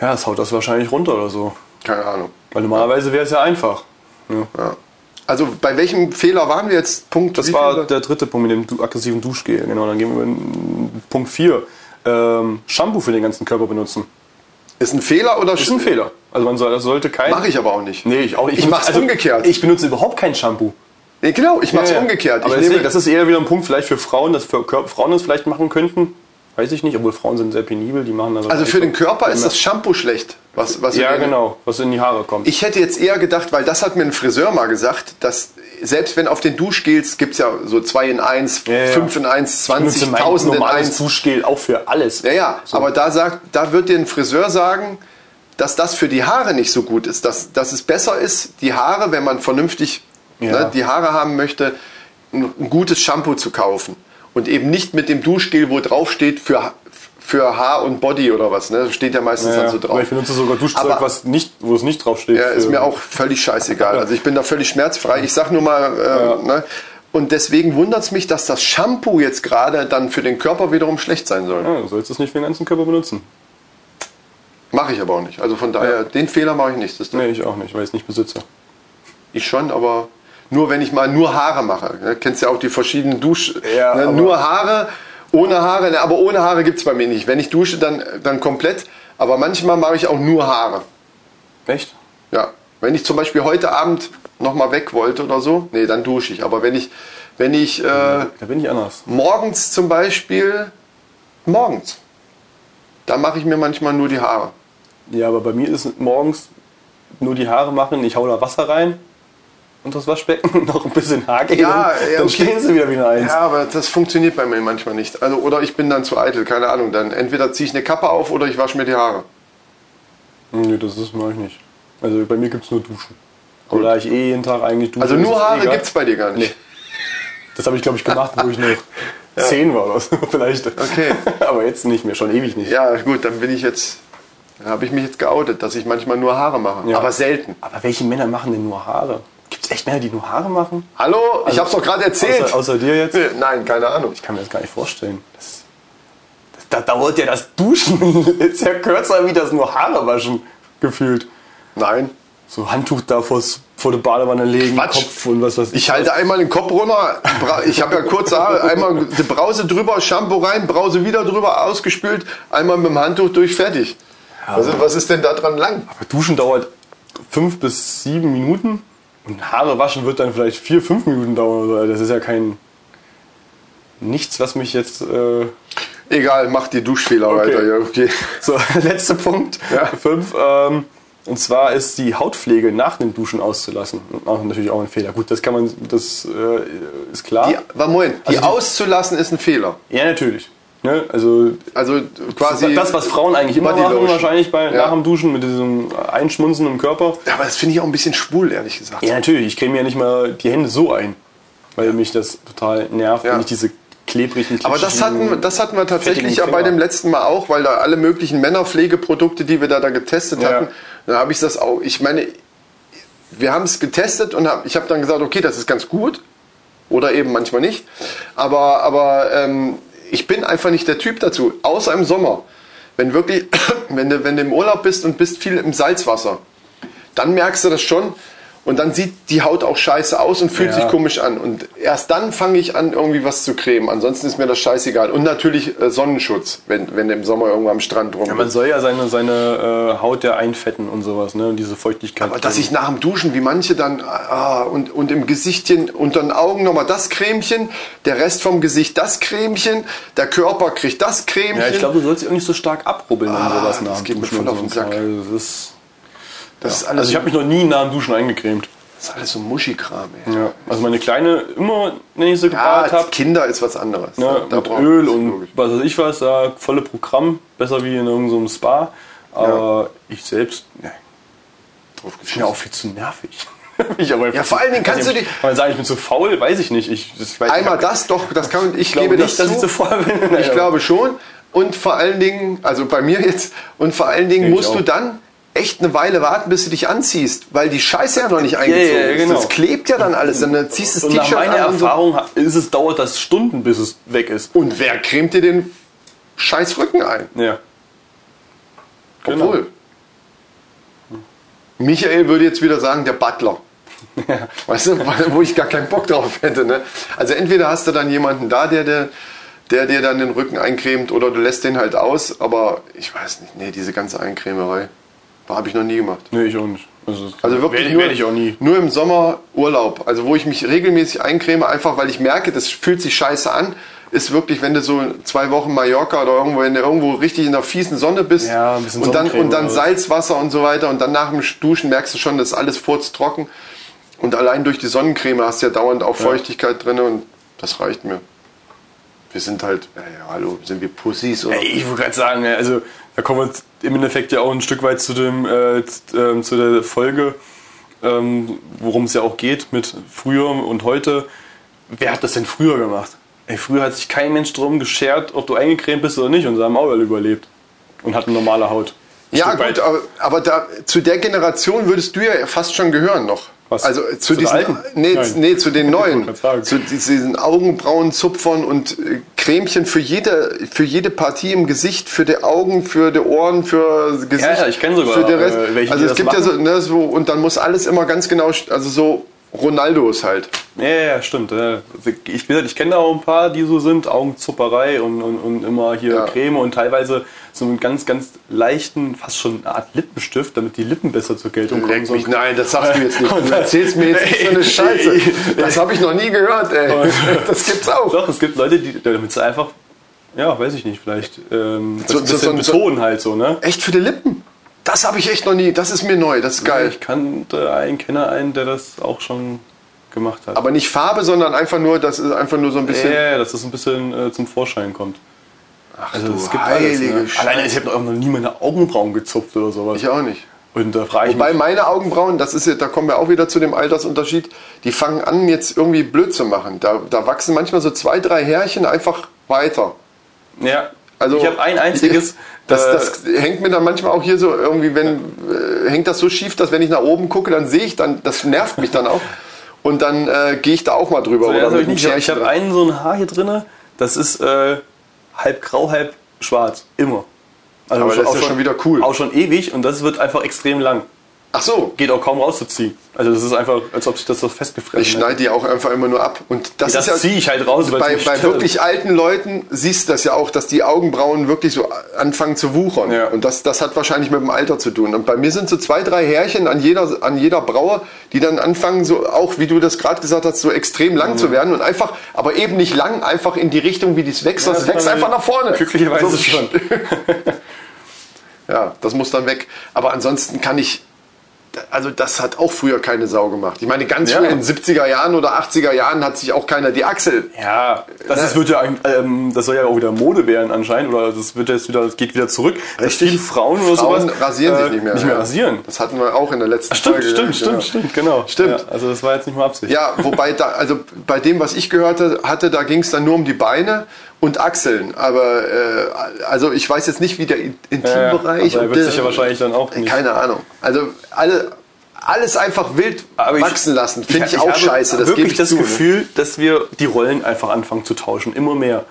Speaker 1: das haut das wahrscheinlich runter oder so.
Speaker 2: Keine Ahnung.
Speaker 1: Weil normalerweise wäre es ja einfach.
Speaker 2: Ja. Also bei welchem Fehler waren wir jetzt? Punkt.
Speaker 1: Das
Speaker 2: wie
Speaker 1: war
Speaker 2: viele?
Speaker 1: der dritte Punkt mit dem du aggressiven Duschgel. Genau, dann gehen wir in Punkt 4. Ähm, Shampoo für den ganzen Körper benutzen.
Speaker 2: ist ein Fehler oder
Speaker 1: Ist ein Fehler. Also man soll, das sollte kein...
Speaker 2: Mache ich aber auch nicht.
Speaker 1: Nee, ich auch nicht.
Speaker 2: Ich
Speaker 1: benutze-
Speaker 2: mach's umgekehrt.
Speaker 1: Ich benutze überhaupt kein Shampoo.
Speaker 2: Nee, genau, ich mache es
Speaker 1: Ja, ja.
Speaker 2: umgekehrt.
Speaker 1: Aber
Speaker 2: ich
Speaker 1: deswegen, das ist eher wieder ein Punkt vielleicht für Frauen, dass für Kör- Frauen das vielleicht machen könnten. Weiß ich nicht, obwohl Frauen sind sehr penibel, die machen das.
Speaker 2: also für den Körper ist das Shampoo schlecht. Was, was
Speaker 1: Ja,
Speaker 2: wir-
Speaker 1: genau, was in die Haare kommt.
Speaker 2: Ich hätte jetzt eher gedacht, weil das hat mir ein Friseur mal gesagt, dass selbst wenn auf den Duschgels gibt es ja so 2 in 1,
Speaker 1: Ja, ja.
Speaker 2: 5 in 1,
Speaker 1: benutze
Speaker 2: 20,
Speaker 1: mein
Speaker 2: 1000 in
Speaker 1: normales
Speaker 2: 1.
Speaker 1: Duschgel auch für alles.
Speaker 2: Ja, ja,
Speaker 1: So.
Speaker 2: aber da, sagt, da wird dir ein Friseur sagen, dass das für die Haare nicht so gut ist, dass, dass es besser ist, die Haare, wenn man vernünftig
Speaker 1: Ja.
Speaker 2: ne, die Haare haben möchte, ein, ein gutes Shampoo zu kaufen und eben nicht mit dem Duschgel, wo drauf steht, für, Ha- für Haar und Body oder was, ne? Steht ja meistens dann so
Speaker 1: aber
Speaker 2: drauf.
Speaker 1: Ich benutze sogar Duschzeug,
Speaker 2: Aber-
Speaker 1: was nicht, wo es nicht draufsteht.
Speaker 2: Ja, ist
Speaker 1: Für-
Speaker 2: mir auch völlig scheißegal. Also ich bin da völlig schmerzfrei. Ich sag nur mal, äh, ne? und deswegen wundert es mich, dass das Shampoo jetzt gerade dann für den Körper wiederum schlecht sein soll.
Speaker 1: Ja, du sollst es nicht für den ganzen Körper benutzen.
Speaker 2: Mache ich aber auch nicht. Also von daher, den Fehler mache ich nicht. Das
Speaker 1: Nee, ich auch nicht, weil ich es nicht besitze.
Speaker 2: Ich schon, aber nur wenn ich mal nur Haare mache. Ne? Kennst ja auch die verschiedenen Dusch.
Speaker 1: Ja,
Speaker 2: ne?
Speaker 1: aber-
Speaker 2: Nur Haare, ohne Haare. Ne? Aber ohne Haare gibt es bei mir nicht. Wenn ich dusche, dann, dann komplett. Aber manchmal mache ich auch nur Haare.
Speaker 1: Echt?
Speaker 2: Ja. Wenn ich zum Beispiel heute Abend nochmal weg wollte oder so, nee, dann dusche ich. Aber wenn ich, wenn ich äh,
Speaker 1: Da bin ich anders.
Speaker 2: morgens zum Beispiel, morgens, da mache ich mir manchmal nur die Haare.
Speaker 1: Ja, aber bei mir ist morgens nur die Haare machen, ich hau da Wasser rein und das Waschbecken (laughs) noch ein bisschen Haargel.
Speaker 2: Ja,
Speaker 1: und
Speaker 2: ja,
Speaker 1: dann
Speaker 2: okay.
Speaker 1: stehen sie wieder wie eine Eins.
Speaker 2: Ja, aber das funktioniert bei mir manchmal nicht. Also, oder ich bin dann zu eitel, keine Ahnung. Dann entweder ziehe ich eine Kappe auf oder ich wasche mir die Haare.
Speaker 1: Nee, das ist mache ich nicht. Also bei mir gibt es nur Duschen. Aber da ich eh jeden Tag eigentlich dusche.
Speaker 2: Also
Speaker 1: ist
Speaker 2: nur
Speaker 1: es
Speaker 2: Haare
Speaker 1: egal.
Speaker 2: gibt's bei dir gar nicht.
Speaker 1: Das habe ich, glaube ich, gemacht, wo ich
Speaker 2: (laughs)
Speaker 1: noch zehn war oder so. (laughs) Vielleicht.
Speaker 2: Okay.
Speaker 1: aber jetzt nicht mehr, schon ewig nicht.
Speaker 2: Ja, gut, dann bin ich jetzt. Dann habe ich mich jetzt geoutet, dass ich manchmal nur Haare mache.
Speaker 1: Ja.
Speaker 2: Aber selten.
Speaker 1: Aber welche Männer machen denn nur Haare? Gibt es echt Männer, die nur Haare machen?
Speaker 2: Hallo? ich
Speaker 1: Also-
Speaker 2: hab's doch gerade erzählt.
Speaker 1: Außer, außer dir jetzt? Ich
Speaker 2: Nein, keine Ahnung.
Speaker 1: kann mir das gar nicht vorstellen. Das, das, da dauert ja das Duschen. (laughs) Ist ja kürzer wie das nur Haare waschen gefühlt.
Speaker 2: Nein.
Speaker 1: So Handtuch da vors, vor der Badewanne legen,
Speaker 2: Quatsch.
Speaker 1: Kopf und was weiß ich.
Speaker 2: Ich halte einmal den Kopf runter. Bra- Ich habe ja kurze Haare. Einmal die Brause drüber, Shampoo rein, Brause wieder drüber, ausgespült. Einmal mit dem Handtuch durch, fertig. Was,
Speaker 1: Also,
Speaker 2: ist- was ist denn da dran lang?
Speaker 1: Aber Duschen dauert fünf bis sieben Minuten und Haare waschen wird dann vielleicht vier, fünf Minuten dauern. Oder so. Also Das ist ja kein. Nichts, was mich jetzt. Äh, (laughs)
Speaker 2: Egal, mach die Duschfehler weiter. Ja, okay.
Speaker 1: so, (laughs) letzter Punkt.
Speaker 2: Ja.
Speaker 1: Fünf. Ähm, und zwar ist die Hautpflege nach dem Duschen auszulassen. Und auch natürlich auch ein Fehler. Gut, das kann man. Das äh, ist klar.
Speaker 2: Die, warte, Moment, die
Speaker 1: Also die-
Speaker 2: auszulassen ist ein Fehler.
Speaker 1: Ja, natürlich. Ne? Also
Speaker 2: Also quasi.
Speaker 1: das, was Frauen eigentlich immer machen,
Speaker 2: Bodylotion.
Speaker 1: wahrscheinlich bei,
Speaker 2: Ja.
Speaker 1: nach dem Duschen mit diesem Einschmunzen im Körper.
Speaker 2: Ja, aber das finde ich auch ein bisschen schwul, ehrlich gesagt.
Speaker 1: Ja, natürlich. Ich creme ja nicht mal die Hände so ein, weil mich das total nervt,
Speaker 2: Ja.
Speaker 1: wenn ich diese klebrigen
Speaker 2: Aber das hatten, das hatten wir tatsächlich
Speaker 1: fettigen
Speaker 2: ja bei
Speaker 1: Finger.
Speaker 2: dem letzten Mal auch, weil da alle möglichen Männerpflegeprodukte, die wir da, da getestet
Speaker 1: Ja.
Speaker 2: hatten, da habe ich das auch. Ich meine, wir haben es getestet und hab, ich habe dann gesagt, okay, das ist ganz gut. Oder eben manchmal nicht. Aber, aber ähm, ich bin einfach nicht der Typ dazu. Außer im Sommer. Wenn wirklich, (coughs) wenn du, wenn du im Urlaub bist und bist viel im Salzwasser, dann merkst du das schon. Und dann sieht die Haut auch scheiße aus und fühlt
Speaker 1: Ja.
Speaker 2: sich komisch an. Und erst dann fange ich an, irgendwie was zu cremen. Ansonsten ist mir das scheißegal. Und natürlich äh, Sonnenschutz, wenn, wenn du im Sommer irgendwo am Strand rum
Speaker 1: ja, man
Speaker 2: bist.
Speaker 1: soll ja seine, seine äh, Haut ja einfetten und sowas, ne? Und diese Feuchtigkeit.
Speaker 2: Aber dass ich nach dem Duschen, wie manche dann, ah, und, und im Gesichtchen, unter den Augen nochmal das Cremchen, der Rest vom Gesicht das Cremchen, der Körper kriegt das Cremchen.
Speaker 1: ja, ich glaube, du sollst dich auch nicht so stark abrubbeln und sowas nach
Speaker 2: Ah, das
Speaker 1: dem
Speaker 2: geht mir
Speaker 1: Duschen
Speaker 2: voll
Speaker 1: und
Speaker 2: auf den
Speaker 1: so.
Speaker 2: Sack.
Speaker 1: Also, das ist,
Speaker 2: das, ist alles,
Speaker 1: also ich habe mich noch nie nach dem Duschen eingecremt.
Speaker 2: das ist alles so Muschikram. Ey.
Speaker 1: Ja. Also meine Kleine immer, wenn ich sie
Speaker 2: Ja,
Speaker 1: gebadet habe,
Speaker 2: Kinder ist was anderes.
Speaker 1: ne?
Speaker 2: Da
Speaker 1: mit
Speaker 2: braucht
Speaker 1: Öl
Speaker 2: man's,
Speaker 1: und
Speaker 2: logisch.
Speaker 1: was weiß ich was, da volle Programm, besser wie in irgendeinem Spa. Aber ich selbst, ne, Ich bin ja auch viel zu (laughs) nervig. ich aber
Speaker 2: Ja, vor allen Dingen kannst du dich-
Speaker 1: Kann man sagen, ich bin zu faul, weiß ich nicht. Ich, das, ich
Speaker 2: Einmal das doch, das kann ich,
Speaker 1: glaube
Speaker 2: gebe
Speaker 1: nicht,
Speaker 2: das
Speaker 1: dass
Speaker 2: zu.
Speaker 1: ich zu faul bin.
Speaker 2: Ich glaube schon. Und vor allen Dingen, also bei mir jetzt, und vor allen Dingen
Speaker 1: ich
Speaker 2: musst du
Speaker 1: auch.
Speaker 2: dann echt eine Weile warten, bis du dich anziehst, weil die Scheiße ja noch nicht
Speaker 1: ja,
Speaker 2: eingezogen
Speaker 1: ja,
Speaker 2: ist.
Speaker 1: genau.
Speaker 2: Das klebt ja dann alles. Dann ziehst du das
Speaker 1: und nach
Speaker 2: T-Shirt
Speaker 1: meiner
Speaker 2: an. Und, so. Oh.
Speaker 1: Erfahrung ha- ist es, dauert das Stunden, bis es weg ist.
Speaker 2: und wer cremt dir den scheiß Rücken ein?
Speaker 1: Ja. Genau.
Speaker 2: Obwohl. Michael würde jetzt wieder sagen, der Butler. (laughs) Weißt du, weil- wo ich gar keinen Bock drauf hätte. Ne? Also entweder hast du dann jemanden da, der, der, der dir dann den Rücken eincremt oder du lässt den halt aus. Aber ich weiß nicht, nee, diese ganze Eincremerei habe ich noch nie gemacht.
Speaker 1: Nee, ich auch nicht. Also,
Speaker 2: Also wirklich
Speaker 1: werde,
Speaker 2: nur,
Speaker 1: werde ich auch nie.
Speaker 2: nur im Sommer Urlaub, also wo ich mich regelmäßig eincreme, einfach weil ich merke, das fühlt sich scheiße an, ist wirklich, wenn du so zwei Wochen Mallorca oder irgendwo, wenn du irgendwo richtig in der fiesen Sonne bist
Speaker 1: Ja, ein bisschen
Speaker 2: und dann,
Speaker 1: Sonnencreme
Speaker 2: und dann
Speaker 1: oder-
Speaker 2: Salzwasser und so weiter und dann nach dem Duschen merkst du schon, das ist alles furztrocken und allein durch die Sonnencreme hast du ja dauernd auch Feuchtigkeit drinne und das reicht mir. Wir sind halt, ja, ja, hallo, sind wir Pussys oder?
Speaker 1: Ey, ich wollte gerade sagen, ey, also da kommen wir jetzt im Endeffekt ja auch ein Stück weit zu dem äh, z- ähm, zu der Folge, ähm, worum es ja auch geht mit früher und heute. Wer hat das denn früher gemacht? Ey, früher hat sich kein Mensch drum geschert, ob du eingecremt bist oder nicht und sah im Auge überlebt. Und hat eine normale Haut.
Speaker 2: Ja,
Speaker 1: Stück weit.
Speaker 2: gut, aber, aber da, zu der Generation würdest du ja fast schon gehören noch.
Speaker 1: Was?
Speaker 2: Also äh,
Speaker 1: Zu
Speaker 2: zu,
Speaker 1: der
Speaker 2: diesen
Speaker 1: alten?
Speaker 2: Nee,
Speaker 1: Nein.
Speaker 2: z- nee, zu den neuen.
Speaker 1: grad sagen.
Speaker 2: Zu diesen Augenbrauenzupfern und äh, Cremchen für jede, für jede Partie im Gesicht, für die Augen, für die Ohren, für das Gesicht.
Speaker 1: ja, ich kenn sogar,
Speaker 2: Für den Rest.
Speaker 1: äh, welche,
Speaker 2: also
Speaker 1: die das
Speaker 2: es gibt ja so, ne, so, und dann muss alles immer ganz genau, st- also so Ronaldos halt.
Speaker 1: Ja, ja, ja, stimmt. ja. Ich, wie gesagt, ich kenne da auch ein paar, die so sind. Augenzupperei und, und, und immer hier
Speaker 2: Ja.
Speaker 1: Creme und teilweise so einen ganz, ganz leichten, fast schon eine Art Lippenstift, damit die Lippen besser zur Geltung kommen.
Speaker 2: Leck
Speaker 1: So ein
Speaker 2: mich, nein, das sagst
Speaker 1: (laughs)
Speaker 2: du jetzt nicht.
Speaker 1: Und
Speaker 2: Du
Speaker 1: dann-
Speaker 2: erzählst mir jetzt nicht so eine Scheiße. Das habe ich noch nie
Speaker 1: (laughs)
Speaker 2: gehört, ey. Das gibt's auch.
Speaker 1: Doch, es gibt Leute, die damit sie einfach, ja, weiß ich nicht, vielleicht ähm, das
Speaker 2: So-
Speaker 1: ein
Speaker 2: so-
Speaker 1: bisschen
Speaker 2: so-
Speaker 1: betonen halt so, ne?
Speaker 2: Echt für die Lippen? Das habe ich echt noch nie. Das ist mir neu. Das ist geil.
Speaker 1: Ich kannte einen, kenne einen, der das auch schon gemacht hat.
Speaker 2: Aber nicht Farbe, sondern einfach nur, das ist einfach nur so ein
Speaker 1: ja,
Speaker 2: bisschen.
Speaker 1: ja, dass das ein bisschen äh, zum Vorschein kommt.
Speaker 2: Ach
Speaker 1: Also es
Speaker 2: du
Speaker 1: gibt alles,
Speaker 2: heilige
Speaker 1: ne?
Speaker 2: Sch-
Speaker 1: Alleine, ich habe noch nie meine Augenbrauen gezupft oder sowas.
Speaker 2: Ich auch nicht.
Speaker 1: Und da frage ich
Speaker 2: Wobei
Speaker 1: mich,
Speaker 2: meine Augenbrauen, das ist ja, da kommen wir auch wieder zu dem Altersunterschied, die fangen an, jetzt irgendwie blöd zu machen. Da, da wachsen manchmal so zwei, drei Härchen einfach weiter.
Speaker 1: ja,
Speaker 2: Also,
Speaker 1: ich habe ein einziges,
Speaker 2: Das,
Speaker 1: äh,
Speaker 2: das hängt mir dann manchmal auch hier so irgendwie, wenn äh, hängt das so schief, dass wenn ich nach oben gucke, dann sehe ich dann, das nervt mich dann auch. Und dann äh, gehe ich da auch mal drüber.
Speaker 1: so, ja, das hab ich
Speaker 2: mit
Speaker 1: nicht.
Speaker 2: einem
Speaker 1: Ich habe
Speaker 2: Scherchen
Speaker 1: einen so ein Haar hier drinne, das ist äh, halb grau, halb schwarz, immer. Also
Speaker 2: Aber das ist
Speaker 1: auch
Speaker 2: ja schon wieder cool.
Speaker 1: Auch schon ewig und das wird einfach extrem lang.
Speaker 2: dran. Ach so,
Speaker 1: Geht auch kaum rauszuziehen. Also das ist einfach, als ob sich das so festgefressen
Speaker 2: Ich schneide die auch einfach immer nur ab. Und das,
Speaker 1: Das
Speaker 2: ist ja
Speaker 1: ziehe ich halt raus, weil's
Speaker 2: bei,
Speaker 1: mich
Speaker 2: bei
Speaker 1: stört.
Speaker 2: wirklich alten Leuten siehst du das ja auch, dass die Augenbrauen wirklich so anfangen zu wuchern.
Speaker 1: Ja.
Speaker 2: Und das, das hat wahrscheinlich mit dem Alter zu tun. Und bei mir sind so zwei, drei Härchen an jeder, an jeder Braue, die dann anfangen, so auch, wie du das gerade gesagt hast, so extrem lang
Speaker 1: Mhm.
Speaker 2: zu werden und einfach, aber eben nicht lang, einfach in die Richtung, wie dies wächst. das
Speaker 1: das
Speaker 2: wächst
Speaker 1: war-
Speaker 2: einfach nach vorne.
Speaker 1: Glücklicherweise
Speaker 2: So-
Speaker 1: schon.
Speaker 2: ja, das muss dann weg. Aber ansonsten kann ich. Also, das hat auch früher keine Sau gemacht. Ich meine, ganz
Speaker 1: Ja.
Speaker 2: früher in den 70er Jahren oder 80er Jahren hat sich auch keiner die Achsel.
Speaker 1: Ja, das
Speaker 2: Ne?
Speaker 1: ist, wird ja, ein- ähm, das soll ja auch wieder Mode werden anscheinend oder das wird jetzt wieder, das geht wieder zurück. Dass
Speaker 2: Richtig.
Speaker 1: viele Frauen oder
Speaker 2: Frauen
Speaker 1: sowas
Speaker 2: rasieren
Speaker 1: äh,
Speaker 2: sich nicht mehr.
Speaker 1: Nicht mehr
Speaker 2: ja.
Speaker 1: rasieren.
Speaker 2: Das hatten wir auch in der letzten
Speaker 1: Stimmt,
Speaker 2: Folge.
Speaker 1: stimmt,
Speaker 2: ja, genau.
Speaker 1: stimmt, stimmt, genau.
Speaker 2: Stimmt.
Speaker 1: Ja, also das war jetzt nicht mal Absicht.
Speaker 2: Ja, wobei da, also bei dem, was ich gehört hatte, da ging es dann nur um die Beine und Achseln. Aber äh, also ich weiß jetzt nicht, wie der
Speaker 1: Ja,
Speaker 2: Intimbereich.
Speaker 1: aber er
Speaker 2: und
Speaker 1: wird
Speaker 2: der-
Speaker 1: sich ja wahrscheinlich dann auch nicht.
Speaker 2: Keine Ahnung. Also alle, alles einfach wild
Speaker 1: Aber ich-
Speaker 2: wachsen lassen, finde ich, auch
Speaker 1: habe
Speaker 2: scheiße. Das
Speaker 1: wirklich
Speaker 2: gebe ich
Speaker 1: das
Speaker 2: zu. ne?
Speaker 1: Gefühl, dass wir die Rollen einfach anfangen zu tauschen, immer mehr.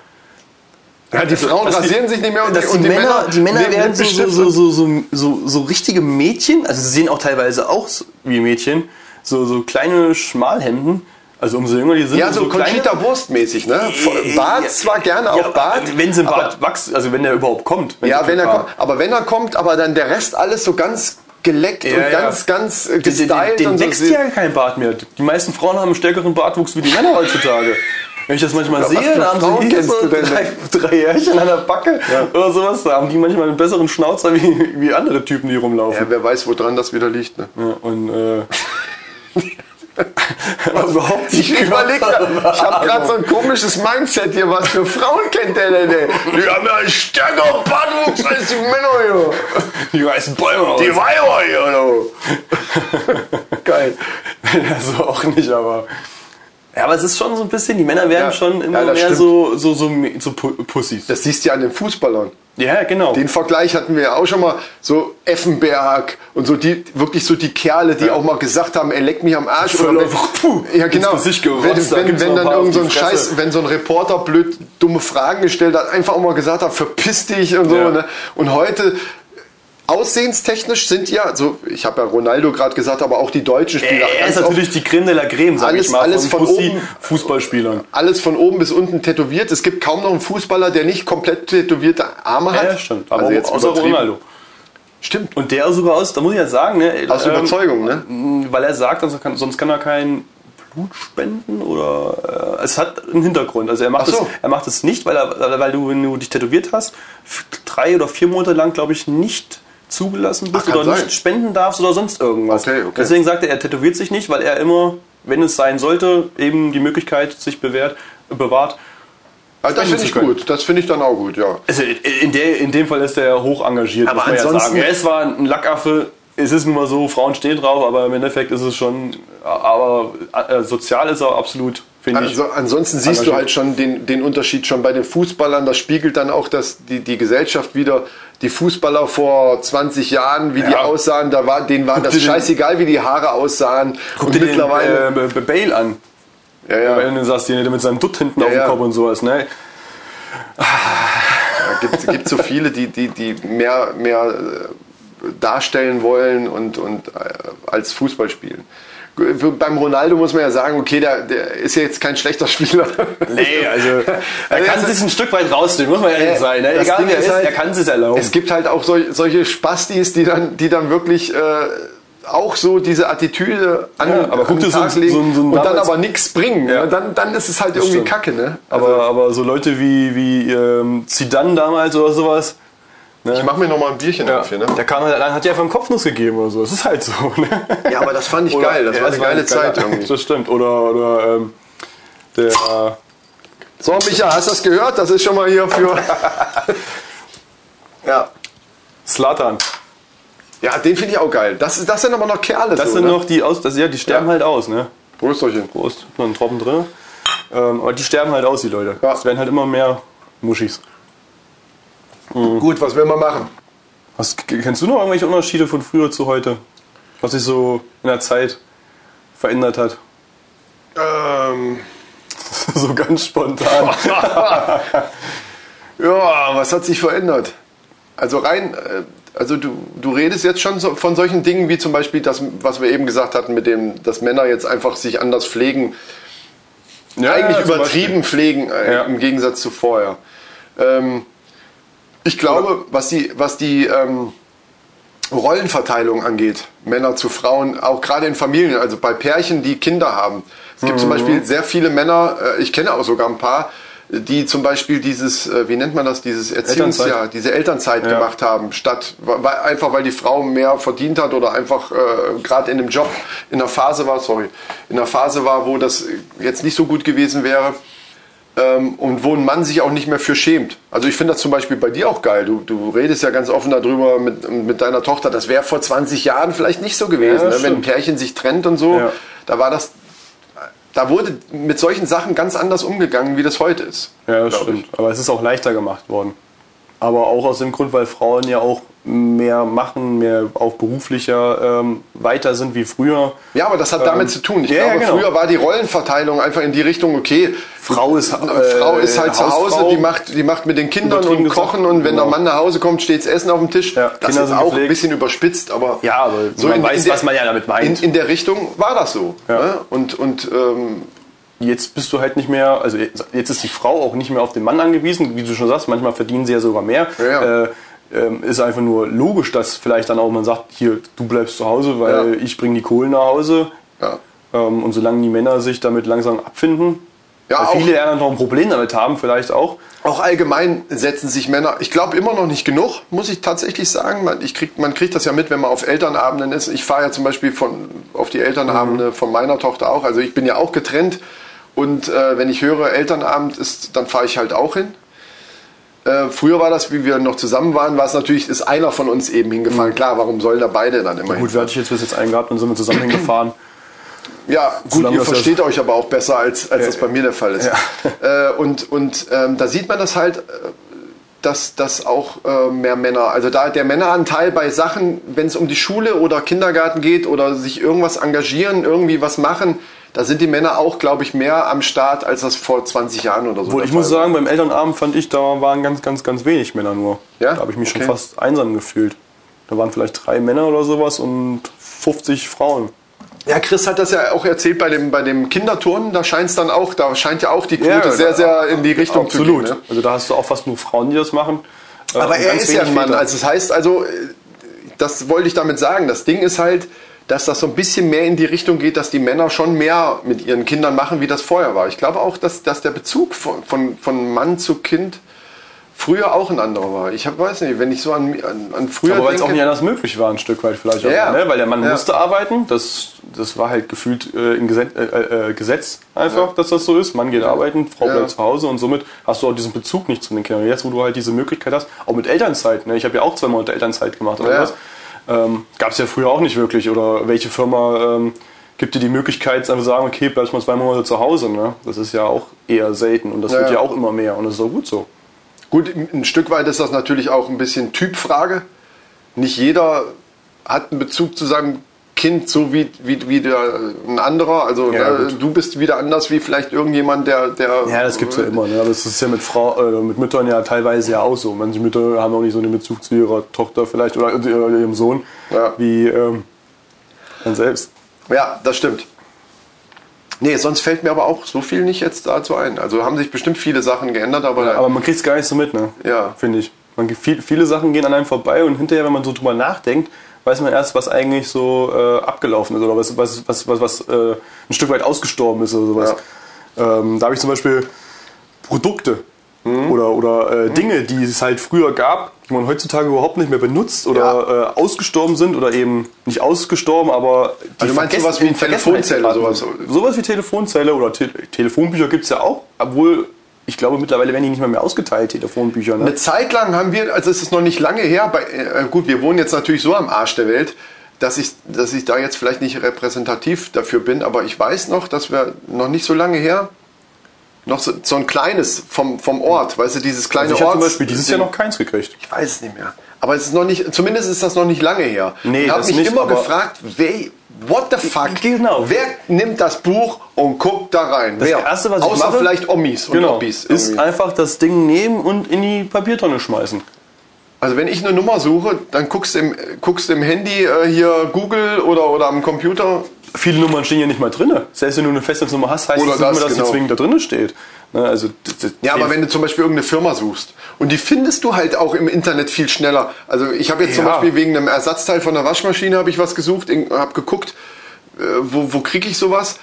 Speaker 2: Ja, die Frauen
Speaker 1: dass die-
Speaker 2: rasieren sich nicht mehr und,
Speaker 1: dass
Speaker 2: und
Speaker 1: die, Männer, die Männer
Speaker 2: leben
Speaker 1: werden
Speaker 2: mit
Speaker 1: so, so,
Speaker 2: Stift.
Speaker 1: so, so, so, so, so richtige Mädchen, also sie sehen auch teilweise auch so wie Mädchen, so, so kleine Schmalhemden, also umso jünger die sind,
Speaker 2: Ja, so,
Speaker 1: kleine-
Speaker 2: Conchita Wurst mäßig, ne?
Speaker 1: Äh,
Speaker 2: Bart
Speaker 1: ja.
Speaker 2: zwar gerne
Speaker 1: Ja,
Speaker 2: auch Bart.
Speaker 1: Wenn sie im
Speaker 2: aber-
Speaker 1: Bart wachsen, also wenn Ah. der überhaupt kommt.
Speaker 2: Ja, wenn er
Speaker 1: kommt.
Speaker 2: kommt. Aber wenn er kommt, aber dann der Rest alles so ganz geleckt
Speaker 1: Ja,
Speaker 2: und
Speaker 1: ja.
Speaker 2: ganz, ganz äh,
Speaker 1: Den, den,
Speaker 2: gestylt
Speaker 1: den
Speaker 2: und
Speaker 1: wächst
Speaker 2: so.
Speaker 1: ja kein Bart mehr. Die meisten Frauen haben einen stärkeren Bartwuchs wie die Männer heutzutage. Wenn ich das manchmal
Speaker 2: was
Speaker 1: sehe,
Speaker 2: für
Speaker 1: da haben
Speaker 2: Frauen
Speaker 1: sie hier
Speaker 2: kennst
Speaker 1: so
Speaker 2: du denn?
Speaker 1: drei, drei Jährchen an der Backe
Speaker 2: Ja.
Speaker 1: oder sowas. Da haben die manchmal einen besseren Schnauzer wie, wie andere Typen, die rumlaufen.
Speaker 2: Ja, wer weiß, woran das wieder
Speaker 1: (laughs)
Speaker 2: liegt. Ne?
Speaker 1: Ja, und
Speaker 2: (laughs)
Speaker 1: äh, was überhaupt nicht
Speaker 2: Ich überleg grad, ich habe gerade so
Speaker 1: Ahnung.
Speaker 2: ein komisches Mindset hier, was für Frauen kennt der denn? ey? Die haben ja einen stärkeren Bartwuchs als die Männer hier.
Speaker 1: die weißen Bäume aus.
Speaker 2: Die Weiber hier, oder? (laughs) Geil.
Speaker 1: (laughs) also auch nicht, aber. Ja, aber es ist schon so ein bisschen, die Männer werden
Speaker 2: Ja.
Speaker 1: schon immer
Speaker 2: Ja, das
Speaker 1: mehr
Speaker 2: stimmt.
Speaker 1: so, so, so, so Pu- Pussys.
Speaker 2: Das siehst du ja an den Fußballern.
Speaker 1: ja, genau.
Speaker 2: Den Vergleich hatten wir ja auch schon mal, so Effenberg und so die, wirklich so die Kerle, die auch mal gesagt haben, er leckt mich am Arsch.
Speaker 1: Voll
Speaker 2: Oder
Speaker 1: einfach, (laughs) puh,
Speaker 2: ja,
Speaker 1: ins
Speaker 2: genau.
Speaker 1: Gesicht gerotzt, da
Speaker 2: wenn wenn,
Speaker 1: gibt's noch
Speaker 2: wenn
Speaker 1: ein
Speaker 2: dann
Speaker 1: paar auf
Speaker 2: irgend so ein
Speaker 1: die Fresse.
Speaker 2: Scheiß, wenn so ein Reporter blöd dumme Fragen gestellt hat, einfach auch mal gesagt hat, verpiss dich und so.
Speaker 1: Ja.
Speaker 2: Ne? Und heute, aussehenstechnisch sind ja, so, ich habe ja Ronaldo gerade gesagt, aber auch die deutschen Spieler.
Speaker 1: Er
Speaker 2: ganz
Speaker 1: ist
Speaker 2: oft-
Speaker 1: natürlich die Creme de la Creme, sag
Speaker 2: Alles-
Speaker 1: ich mal,
Speaker 2: alles von
Speaker 1: Pussy-
Speaker 2: oben.
Speaker 1: Fußballspielern.
Speaker 2: alles von oben bis unten tätowiert. Es gibt kaum noch einen Fußballer, der nicht komplett tätowierte Arme hat.
Speaker 1: Ja, stimmt. Aber
Speaker 2: also jetzt
Speaker 1: außer
Speaker 2: übertrieben.
Speaker 1: Ronaldo.
Speaker 2: Stimmt.
Speaker 1: Und der sogar aus, da muss ich ja sagen, ne,
Speaker 2: Aus
Speaker 1: ähm,
Speaker 2: Überzeugung, ne?
Speaker 1: äh, Weil er sagt, sonst kann, sonst kann er kein Blut spenden oder äh, es hat einen Hintergrund. Also er macht
Speaker 2: Ach so.
Speaker 1: es, er macht es nicht, weil er, weil du, wenn du dich tätowiert hast, f- drei oder vier Monate lang, glaube ich, nicht zugelassen bist
Speaker 2: Ach, kann
Speaker 1: oder
Speaker 2: sein.
Speaker 1: nicht spenden darfst oder sonst irgendwas.
Speaker 2: Okay, okay.
Speaker 1: Deswegen sagt er, er tätowiert sich nicht, weil er immer, wenn es sein sollte, eben die Möglichkeit sich bewährt, bewahrt,
Speaker 2: Also das
Speaker 1: spenden
Speaker 2: finde ich
Speaker 1: zu können.
Speaker 2: gut. Das finde ich dann auch gut, ja.
Speaker 1: Also in, der, in dem Fall ist er hoch engagiert,
Speaker 2: Aber
Speaker 1: muss man ja
Speaker 2: ansonsten-
Speaker 1: sagen. Er ist zwar ein Lackaffe, es ist nun mal so, Frauen stehen drauf, aber im Endeffekt ist es schon, aber äh, sozial ist er absolut, finde ich.
Speaker 2: Also, ansonsten siehst du halt schon den, den Unterschied schon bei den Fußballern. Das spiegelt dann auch das, die, die Gesellschaft wieder. Die Fußballer vor 20 Jahren, wie die
Speaker 1: Ja.
Speaker 2: aussahen, da war, denen war
Speaker 1: Guck
Speaker 2: das
Speaker 1: dir den-
Speaker 2: scheißegal, wie die Haare aussahen.
Speaker 1: Guck
Speaker 2: und
Speaker 1: dir
Speaker 2: mittlerweile.
Speaker 1: den äh, B- Bale an.
Speaker 2: ja, ja,
Speaker 1: Bale saß hier mit seinem Dutt hinten auf dem
Speaker 2: ja.
Speaker 1: Kopf und sowas. Ne?
Speaker 2: gibt, gibt so viele, die, die, die mehr, mehr äh, darstellen wollen und, und äh, als Fußball spielen. Beim Ronaldo muss man ja sagen, okay, der, der ist ja jetzt kein schlechter Spieler.
Speaker 1: Nee,
Speaker 2: (laughs)
Speaker 1: also er
Speaker 2: Also
Speaker 1: kann
Speaker 2: das-
Speaker 1: sich ein Stück weit rausnehmen, muss man ehrlich
Speaker 2: Äh,
Speaker 1: sein. Ne?
Speaker 2: das
Speaker 1: Egal
Speaker 2: Ding
Speaker 1: wer
Speaker 2: ist
Speaker 1: ist,
Speaker 2: halt,
Speaker 1: er kann es erlauben.
Speaker 2: Es gibt halt auch sol- solche Spastis, die dann, die dann wirklich äh, auch so diese Attitüde an,
Speaker 1: Ja, aber
Speaker 2: an
Speaker 1: guck
Speaker 2: den
Speaker 1: dir so
Speaker 2: Tag
Speaker 1: ein-
Speaker 2: legen
Speaker 1: so ein- so ein
Speaker 2: und dann
Speaker 1: damals-
Speaker 2: aber nichts bringen.
Speaker 1: Ja.
Speaker 2: ne? Dann, dann ist es halt irgendwie
Speaker 1: stimmt.
Speaker 2: Kacke. Ne?
Speaker 1: aber, aber so Leute wie, wie ähm, Zidane damals oder sowas,
Speaker 2: ich mache mir nochmal ein Bierchen
Speaker 1: ja,
Speaker 2: auf hier. Ne?
Speaker 1: der kam halt an, hat ja einfach einen Kopfnuss gegeben oder so. Das ist halt so. (laughs) Ne?
Speaker 2: Ja, aber das fand ich geil. Das
Speaker 1: ja,
Speaker 2: war eine geile Zeit irgendwie.
Speaker 1: Das stimmt. Oder, oder ähm, der.
Speaker 2: So, Micha, hast du das gehört? Das ist schon mal hier für... (laughs) ja.
Speaker 1: Slatan.
Speaker 2: ja, den finde ich auch geil. Das, ist- das sind aber noch Kerle.
Speaker 1: Das
Speaker 2: so,
Speaker 1: sind
Speaker 2: ne?
Speaker 1: noch die aus, das, ja, die sterben
Speaker 2: Ja.
Speaker 1: halt aus, ne?
Speaker 2: Brüsterchen.
Speaker 1: Prost, noch ein Tropfen drin. Ähm, aber die sterben halt aus, die Leute.
Speaker 2: Ja.
Speaker 1: Es werden halt immer mehr Muschis.
Speaker 2: Gut, was will man machen?
Speaker 1: Was, kennst du noch irgendwelche Unterschiede von früher zu heute? Was sich so in der Zeit verändert hat? (laughs)
Speaker 2: Ähm,
Speaker 1: so ganz spontan.
Speaker 2: (laughs) Ja, was hat sich verändert? Also rein, äh, also du, du redest jetzt schon so, von solchen Dingen wie zum Beispiel das, was wir eben gesagt hatten, mit dem, dass Männer jetzt einfach sich anders pflegen,
Speaker 1: Ja,
Speaker 2: eigentlich
Speaker 1: ja, zum
Speaker 2: übertrieben pflegen äh,
Speaker 1: Ja.
Speaker 2: im Gegensatz zu vorher. Ähm, ich glaube, was die, was die ähm, Rollenverteilung angeht, Männer zu Frauen, auch gerade in Familien, also bei Pärchen, die Kinder haben. Es gibt
Speaker 1: Mhm.
Speaker 2: zum Beispiel sehr viele Männer, äh, ich kenne auch sogar ein paar, die zum Beispiel dieses, äh, wie nennt man das, dieses Erziehungsjahr,
Speaker 1: Elternzeit.
Speaker 2: diese Elternzeit
Speaker 1: Ja.
Speaker 2: gemacht haben, statt weil, weil- einfach weil die Frau mehr verdient hat oder einfach äh, gerade in dem Job in der Phase war, sorry, in der Phase war, wo das jetzt nicht so gut gewesen wäre ähm, und wo ein Mann sich auch nicht mehr für schämt. Also ich finde das zum Beispiel bei dir auch geil. Du, du redest ja ganz offen darüber mit, mit deiner Tochter. Das wäre vor 20 Jahren vielleicht nicht so gewesen,
Speaker 1: Ja, das
Speaker 2: ne? wenn ein
Speaker 1: stimmt.
Speaker 2: Pärchen sich trennt und so.
Speaker 1: Ja.
Speaker 2: Da war das, da wurde mit solchen Sachen ganz anders umgegangen, wie das heute ist.
Speaker 1: Ja, das
Speaker 2: glaub ich.
Speaker 1: stimmt. Aber es ist auch leichter gemacht worden. Aber auch aus dem Grund, weil Frauen ja auch mehr machen, mehr auch beruflicher ähm, weiter sind wie früher.
Speaker 2: Ja, aber das hat damit zu tun. Ich
Speaker 1: ja, ja,
Speaker 2: glaube,
Speaker 1: genau.
Speaker 2: früher war die Rollenverteilung einfach in die Richtung, okay,
Speaker 1: Frau ist,
Speaker 2: eine Frau ist halt zu Hause,
Speaker 1: Hausfrau.
Speaker 2: die macht, die macht mit den Kindern
Speaker 1: Übertrieben
Speaker 2: und
Speaker 1: gesagt.
Speaker 2: kochen und wenn der
Speaker 1: Genau.
Speaker 2: Mann nach Hause kommt, steht's Essen auf dem Tisch.
Speaker 1: Ja,
Speaker 2: das
Speaker 1: Kinder
Speaker 2: ist
Speaker 1: sind
Speaker 2: auch ein
Speaker 1: gepflegt.
Speaker 2: bisschen überspitzt, aber
Speaker 1: Ja, aber man weiß, was man ja damit meint.
Speaker 2: In, in der Richtung war das so.
Speaker 1: Ja.
Speaker 2: Ne? Und, und ähm,
Speaker 1: jetzt bist du halt nicht mehr, also jetzt ist die Frau auch nicht mehr auf den Mann angewiesen, wie du schon sagst, manchmal verdienen sie ja sogar mehr.
Speaker 2: Ja, ja.
Speaker 1: Äh, ähm, ist einfach nur logisch, dass vielleicht dann auch man sagt, hier, du bleibst zu Hause, weil
Speaker 2: Ja.
Speaker 1: ich bringe die Kohlen nach Hause.
Speaker 2: ja.
Speaker 1: Ähm, und solange die Männer sich damit langsam abfinden,
Speaker 2: Ja, auch-
Speaker 1: weil viele ja noch ein Problem damit haben, vielleicht auch.
Speaker 2: Auch allgemein setzen sich Männer, ich glaube immer noch nicht genug, muss ich tatsächlich sagen. Man, ich krieg, man kriegt das ja mit, wenn man auf Elternabenden ist. Ich fahre ja zum Beispiel von, auf die Elternabende von meiner Tochter auch. Also ich bin ja auch getrennt. Und äh, wenn ich höre, Elternabend ist, dann fahre ich halt auch hin. Äh, früher war das, wie wir noch zusammen waren, war es natürlich, ist einer von uns eben hingefahren. Klar, warum sollen da beide dann immer
Speaker 1: Gut,
Speaker 2: hin?
Speaker 1: wer hat dich jetzt bis jetzt eingehabt und sind wir zusammen hingefahren.
Speaker 2: Ja, gut,
Speaker 1: Solange
Speaker 2: ihr
Speaker 1: das
Speaker 2: versteht euch aber auch besser, als, als das bei mir der Fall ist. Äh, und und ähm, da sieht man das halt, äh, dass, dass auch äh, mehr Männer, also da der Männeranteil bei Sachen, wenn es um die Schule oder Kindergarten geht oder sich irgendwas engagieren, irgendwie was machen, da sind die Männer auch, glaube ich, mehr am Start, als das vor 20 Jahren oder so.
Speaker 1: Obwohl,
Speaker 2: der
Speaker 1: ich muss
Speaker 2: Fall war.
Speaker 1: sagen, beim Elternabend fand ich, da waren ganz, ganz, ganz wenig Männer nur.
Speaker 2: Ja?
Speaker 1: Da habe ich mich schon
Speaker 2: Okay.
Speaker 1: fast einsam gefühlt. Da waren vielleicht drei Männer oder sowas und 50 Frauen.
Speaker 2: Ja, Chris hat das ja auch erzählt bei dem, bei dem Kinderturnen, da scheint es dann auch, da scheint ja auch die Quote
Speaker 1: da-
Speaker 2: sehr, sehr in die Richtung zu gehen. ne?
Speaker 1: Also da hast du auch fast nur Frauen, die das machen. Äh,
Speaker 2: Aber
Speaker 1: und
Speaker 2: er
Speaker 1: ganz
Speaker 2: ist ja
Speaker 1: wenig
Speaker 2: ein Mann.
Speaker 1: Väter.
Speaker 2: Also das heißt also, äh, das wollte ich damit sagen. Das Ding ist halt, dass das so ein bisschen mehr in die Richtung geht, dass die Männer schon mehr mit ihren Kindern machen, wie das vorher war. Ich glaube auch, dass, dass der Bezug von, von, von Mann zu Kind früher auch ein anderer war. Ich hab, weiß nicht, wenn ich so an, an, an früher
Speaker 1: aber weil es auch nicht
Speaker 2: denke...
Speaker 1: anders möglich war, ein Stück weit vielleicht. auch,
Speaker 2: Ja.
Speaker 1: ne? Weil der Mann
Speaker 2: Ja.
Speaker 1: musste arbeiten. Das, das war halt gefühlt äh, im Gesetz, äh, äh, Gesetz einfach, dass das so ist. Mann geht arbeiten, Frau
Speaker 2: Ja.
Speaker 1: bleibt zu Hause und somit hast du auch diesen Bezug nicht zu den Kindern. Jetzt, wo du halt diese Möglichkeit hast, auch mit Elternzeit. Ne? Ich habe ja auch zwei Monate Elternzeit gemacht. Oder
Speaker 2: Ja.
Speaker 1: was. Ähm, Gab es ja früher auch nicht wirklich. Oder welche Firma ähm, gibt dir die Möglichkeit, zu einfach sagen, okay, bleibst mal zwei Monate zu Hause. Ne? Das ist ja auch eher selten und das
Speaker 2: Ja,
Speaker 1: wird ja
Speaker 2: ja.
Speaker 1: auch immer mehr und das ist auch gut so.
Speaker 2: Gut, ein Stück weit ist das natürlich auch ein bisschen Typfrage. Nicht jeder hat einen Bezug zu seinem Kind so wie, wie, wie der, ein anderer. Also
Speaker 1: Ja,
Speaker 2: ne,
Speaker 1: gut.
Speaker 2: du bist wieder anders wie vielleicht irgendjemand, der... der
Speaker 1: Ja, das gibt's ja immer. Ne? Aber es ist ja mit, Frau, äh, mit Müttern ja teilweise ja auch so. Manche Mütter haben auch nicht so einen Bezug zu ihrer Tochter vielleicht oder äh, ihrem Sohn
Speaker 2: Ja.
Speaker 1: wie ähm, man selbst.
Speaker 2: Ja, das stimmt. Nee, sonst fällt mir aber auch so viel nicht jetzt dazu ein. Also haben sich bestimmt viele Sachen geändert, aber...
Speaker 1: Aber man kriegt's gar nicht so mit, ne?
Speaker 2: Ja.
Speaker 1: Finde ich. Man, viel, viele Sachen gehen an einem vorbei und hinterher, wenn man so drüber nachdenkt, weiß man erst, was eigentlich so äh, abgelaufen ist oder was, was, was, was, was äh, ein Stück weit ausgestorben ist oder sowas. Ähm, da habe ich zum Beispiel Produkte
Speaker 2: Mhm.
Speaker 1: oder, oder äh, Dinge, die es halt früher gab, die man heutzutage überhaupt nicht mehr benutzt oder
Speaker 2: Ja.
Speaker 1: äh, ausgestorben sind oder eben nicht ausgestorben, aber die
Speaker 2: Also du meinst
Speaker 1: vergessen-
Speaker 2: sowas wie
Speaker 1: in
Speaker 2: Telefonzelle,
Speaker 1: Vergessenheit
Speaker 2: sowas?
Speaker 1: geraten sind. Sowas wie Telefonzelle oder Te Telefonbücher gibt es ja auch, obwohl ich glaube mittlerweile werden die nicht mal mehr ausgeteilt, Telefonbücher. Ne?
Speaker 2: Eine Zeit lang haben wir, also es ist noch nicht lange her, bei, äh, gut, wir wohnen jetzt natürlich so am Arsch der Welt, dass ich, dass ich da jetzt vielleicht nicht repräsentativ dafür bin, aber ich weiß noch, dass wir noch nicht so lange her noch so, so ein kleines vom, vom Ort, weißt du, dieses kleine
Speaker 1: Also ich
Speaker 2: Ort.
Speaker 1: habe zum Beispiel dieses Jahr noch keins gekriegt.
Speaker 2: Ich weiß es nicht mehr. Aber es ist noch nicht, zumindest ist das noch nicht lange her.
Speaker 1: Nee,
Speaker 2: ich habe
Speaker 1: das
Speaker 2: mich
Speaker 1: nicht,
Speaker 2: immer
Speaker 1: aber-
Speaker 2: gefragt, wer, what the fuck?
Speaker 1: Genau.
Speaker 2: Wer nimmt das Buch und guckt da rein?
Speaker 1: Das
Speaker 2: wer?
Speaker 1: erste, was
Speaker 2: Außer
Speaker 1: ich mache,
Speaker 2: vielleicht Omis und
Speaker 1: genau,
Speaker 2: Oppis
Speaker 1: ist
Speaker 2: irgendwie.
Speaker 1: einfach das Ding nehmen und in die Papiertonne schmeißen.
Speaker 2: Also wenn ich eine Nummer suche, dann guckst du im, äh, guckst im Handy äh, hier Google oder, oder am Computer.
Speaker 1: Viele Nummern stehen ja nicht mal drin. Selbst wenn du eine Festnetznummer hast, heißt
Speaker 2: Oder
Speaker 1: das nicht
Speaker 2: das,
Speaker 1: immer, dass
Speaker 2: genau.
Speaker 1: die zwingend da drin steht. Ne, also, d- d-
Speaker 2: Ja, aber wenn du zum Beispiel irgendeine Firma suchst und die findest du halt auch im Internet viel schneller. Also ich habe jetzt zum
Speaker 1: Ja.
Speaker 2: Beispiel wegen einem Ersatzteil von der Waschmaschine habe ich was gesucht, habe geguckt, äh, wo, wo kriege ich sowas.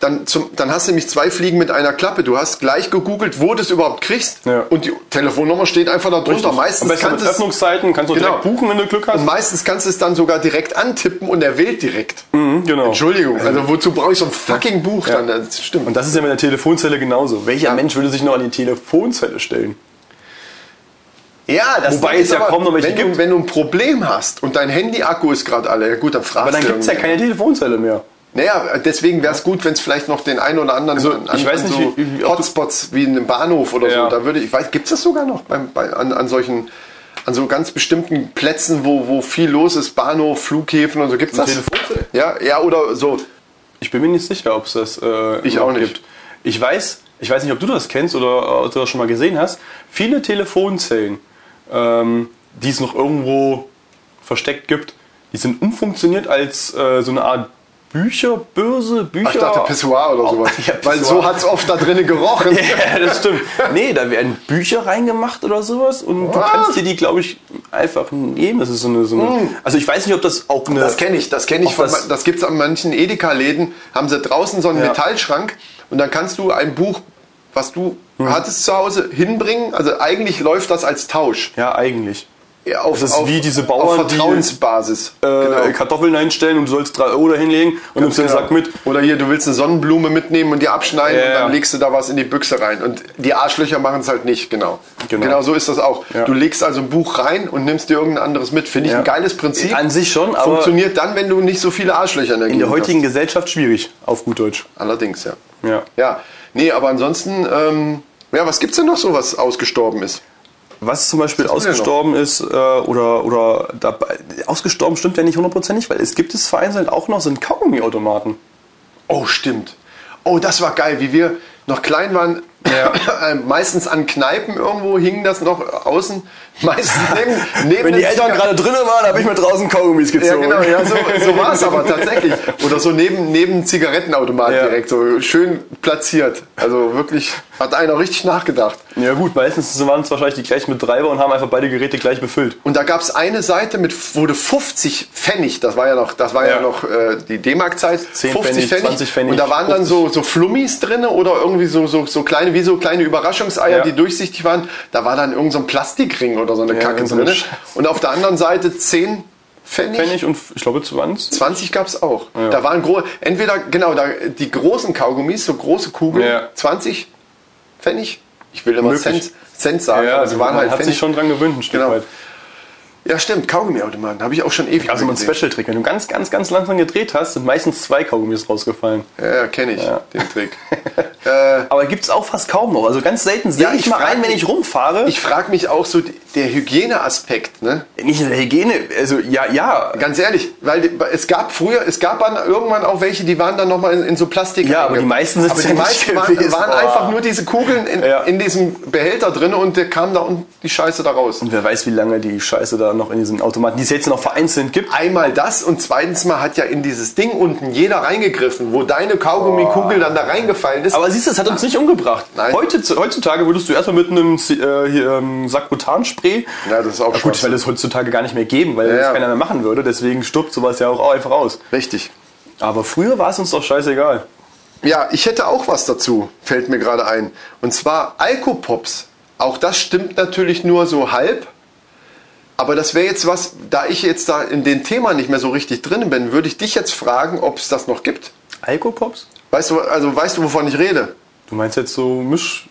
Speaker 2: Dann, zum, dann hast du nämlich zwei Fliegen mit einer Klappe. Du hast gleich gegoogelt, wo du es überhaupt kriegst
Speaker 1: Ja.
Speaker 2: und die Telefonnummer steht einfach da drunter.
Speaker 1: Richtig. Am
Speaker 2: Meistens
Speaker 1: besten mit
Speaker 2: kannst, es,
Speaker 1: Öffnungszeiten kannst du
Speaker 2: Genau.
Speaker 1: direkt buchen, wenn du Glück hast.
Speaker 2: meistens kannst du es dann sogar direkt antippen und er wählt direkt.
Speaker 1: Mhm, genau.
Speaker 2: Entschuldigung, also wozu brauche ich so ein fucking Buch
Speaker 1: Ja.
Speaker 2: dann? Das stimmt.
Speaker 1: Und das ist ja mit der Telefonzelle genauso. Welcher
Speaker 2: Ja.
Speaker 1: Mensch würde sich noch an die Telefonzelle stellen?
Speaker 2: ja, das
Speaker 1: Wobei
Speaker 2: Ding
Speaker 1: es ja kaum noch welche
Speaker 2: wenn du,
Speaker 1: gibt.
Speaker 2: wenn du ein Problem hast und dein Handy-Akku ist gerade alle, ja gut, dann fragst
Speaker 1: Aber dann
Speaker 2: du
Speaker 1: gibt es ja
Speaker 2: irgendwie.
Speaker 1: keine Telefonzelle mehr.
Speaker 2: Naja, deswegen wäre es gut, wenn es vielleicht noch den einen oder anderen
Speaker 1: Also,
Speaker 2: an,
Speaker 1: ich weiß nicht,
Speaker 2: so
Speaker 1: wie- wie- ob du-
Speaker 2: Hotspots wie in einem Bahnhof oder
Speaker 1: Ja.
Speaker 2: so. Da würde ich, weiß, gibt es das sogar noch beim, bei, an, an solchen, an so ganz bestimmten Plätzen, wo, wo viel los ist, Bahnhof, Flughäfen und so gibt es das?
Speaker 1: Telefonzelle?
Speaker 2: Ja, ja, oder so.
Speaker 1: Ich bin mir nicht sicher, ob es das äh,
Speaker 2: Ich
Speaker 1: noch
Speaker 2: auch nicht.
Speaker 1: Ich weiß, ich weiß nicht, ob du das kennst oder ob du das schon mal gesehen hast. Viele Telefonzellen, ähm, die es noch irgendwo versteckt gibt, die sind umfunktioniert als äh, so eine Art Bücherbörse, Bücher.
Speaker 2: Ach, ich dachte Pissoir oder sowas.
Speaker 1: Oh, Ja,
Speaker 2: Weil so
Speaker 1: Pissoir.
Speaker 2: hat es oft da drinnen
Speaker 1: (laughs)
Speaker 2: gerochen.
Speaker 1: Ja, das stimmt. Nee, da werden Bücher reingemacht oder sowas und du
Speaker 2: Was?
Speaker 1: kannst dir die, glaube ich, einfach nehmen. Das ist so eine, so eine. Also ich weiß nicht, ob das auch eine.
Speaker 2: Hm. Das kenne ich, das kenne ich.
Speaker 1: Auch
Speaker 2: Von,
Speaker 1: das-
Speaker 2: das das gibt es an manchen Edeka-Läden. Haben sie draußen so einen
Speaker 1: Ja.
Speaker 2: Metallschrank und dann kannst du ein Buch, was du hattest zu Hause, hinbringen. Also eigentlich läuft das als Tausch.
Speaker 1: Ja, eigentlich.
Speaker 2: Ja, auf,
Speaker 1: Das ist wie diese Bauern,
Speaker 2: auf
Speaker 1: die-
Speaker 2: Vertrauensbasis. Genau.
Speaker 1: Äh, Kartoffeln einstellen und du sollst 3 Euro hinlegen und nimmst den Sack mit.
Speaker 2: Oder hier, du willst eine Sonnenblume mitnehmen und die abschneiden
Speaker 1: Ja,
Speaker 2: und dann
Speaker 1: ja.
Speaker 2: legst du da was in die Büchse rein. Und die Arschlöcher machen es halt nicht, genau.
Speaker 1: Genau.
Speaker 2: genau. so ist das auch.
Speaker 1: Ja.
Speaker 2: Du legst also ein Buch rein und nimmst dir irgendein anderes mit. Finde ich
Speaker 1: Ja.
Speaker 2: ein geiles Prinzip.
Speaker 1: An sich schon, aber
Speaker 2: Funktioniert dann, wenn du nicht so viele Arschlöcher in der,
Speaker 1: in der
Speaker 2: Gegend
Speaker 1: heutigen Gesellschaft schwierig, auf gut Deutsch.
Speaker 2: hast. Allerdings, ja.
Speaker 1: Ja.
Speaker 2: Ja, nee, aber ansonsten, ähm, ja, was gibt's denn noch so, was ausgestorben ist?
Speaker 1: Was zum Beispiel
Speaker 2: Was ist denn
Speaker 1: ausgestorben ist, äh, oder, oder dabei, ausgestorben stimmt ja nicht hundertprozentig, weil es gibt es vereinzelt auch noch, sind Kaugummi-Automaten.
Speaker 2: Oh, stimmt. Oh, das war geil, wie wir noch klein waren. (coughs) äh, meistens an Kneipen irgendwo hing das noch außen. (laughs) Meistens neben, neben
Speaker 1: Wenn die
Speaker 2: den
Speaker 1: Eltern
Speaker 2: Ziga-
Speaker 1: gerade drinnen waren, habe ich mir draußen Kaugummis
Speaker 2: Ja,
Speaker 1: gezogen.
Speaker 2: genau, ja, so, so war es aber tatsächlich. Oder so neben, neben Zigarettenautomat
Speaker 1: Ja.
Speaker 2: direkt, so schön platziert. Also wirklich, hat einer richtig nachgedacht.
Speaker 1: Ja gut, meistens waren es wahrscheinlich die gleichen Betreiber und haben einfach beide Geräte gleich befüllt.
Speaker 2: Und da gab's eine Seite mit wurde 50 Pfennig, das war ja noch, das war ja,
Speaker 1: Ja.
Speaker 2: noch äh, die D-Mark-Zeit,
Speaker 1: 10 Pfennig, 20 Pfennig,
Speaker 2: und da waren dann so so Flummis drinne oder irgendwie so so so kleine wie so kleine Überraschungseier,
Speaker 1: Ja.
Speaker 2: die durchsichtig waren. Da war dann irgend so ein Plastikring oder so eine
Speaker 1: Ja,
Speaker 2: Kacke
Speaker 1: irgend so eine
Speaker 2: drinne.
Speaker 1: Scheiße.
Speaker 2: Und auf der anderen Seite 10 Pfennig.
Speaker 1: Pfennig und ich glaube 20.
Speaker 2: 20 gab's auch. Da waren gro entweder genau da die großen Kaugummis, so große Kugeln,
Speaker 1: Ja.
Speaker 2: 20 Pfennig. Ich will immer
Speaker 1: Möglich.
Speaker 2: Cent, Cent sagen, aber sie waren
Speaker 1: man
Speaker 2: halt
Speaker 1: hat sich schon dran gewöhnt ein Stück
Speaker 2: Genau.
Speaker 1: weit.
Speaker 2: Ja, stimmt, Kaugummiautomaten habe ich auch schon ewig
Speaker 1: Also
Speaker 2: nicht
Speaker 1: ein Special-Trick. Wenn du ganz, ganz, ganz langsam gedreht hast, sind meistens zwei Kaugummis rausgefallen.
Speaker 2: Ja, ja kenne ich
Speaker 1: Ja.
Speaker 2: den Trick. (laughs) äh,
Speaker 1: Aber gibt's auch fast kaum noch. Also ganz selten sehe
Speaker 2: Ja,
Speaker 1: ich,
Speaker 2: ich
Speaker 1: mal
Speaker 2: frag
Speaker 1: ein, wenn
Speaker 2: mich-
Speaker 1: ich rumfahre.
Speaker 2: ich frage mich auch so die- der Hygieneaspekt, ne?
Speaker 1: nicht in der Hygiene, also ja, ja.
Speaker 2: Ganz ehrlich, weil die- es gab früher, es gab dann irgendwann auch welche, die waren dann nochmal in, in so Plastik.
Speaker 1: Ja, aber
Speaker 2: einge-
Speaker 1: die meisten sind
Speaker 2: aber
Speaker 1: es
Speaker 2: die
Speaker 1: ja nicht
Speaker 2: meisten waren,
Speaker 1: gewesen.
Speaker 2: waren
Speaker 1: Boah.
Speaker 2: einfach nur diese Kugeln in,
Speaker 1: Ja.
Speaker 2: in diesem Behälter drin und der kam da unten die Scheiße da raus.
Speaker 1: Und wer weiß, wie lange die Scheiße da noch in diesen Automaten, die es jetzt noch vereinzelt gibt.
Speaker 2: Einmal das und zweitens mal hat ja in dieses Ding unten jeder reingegriffen, wo deine Kaugummikugel dann da reingefallen ist.
Speaker 1: Aber siehst du, es hat uns nicht umgebracht.
Speaker 2: Nein.
Speaker 1: Heute, heutzutage würdest du erstmal mit einem äh, hier, ähm, Sack Butanspray.
Speaker 2: Ja, das ist auch
Speaker 1: Ja, gut,
Speaker 2: Schwachsinn.
Speaker 1: weil es heutzutage gar nicht mehr geben, weil das
Speaker 2: ja.
Speaker 1: keiner mehr machen würde. Deswegen stirbt sowas ja auch einfach aus.
Speaker 2: richtig.
Speaker 1: Aber früher war es uns doch scheißegal.
Speaker 2: Ja, ich hätte auch was dazu, fällt mir gerade ein. Und zwar Alkopops. Auch das stimmt natürlich nur so halb. Aber das wäre jetzt was, da ich jetzt da in dem Thema nicht mehr so richtig drin bin, würde ich dich jetzt fragen, ob es das noch gibt.
Speaker 1: Alkopops?
Speaker 2: Weißt du, also weißt du, wovon ich rede?
Speaker 1: Du meinst jetzt so Misch.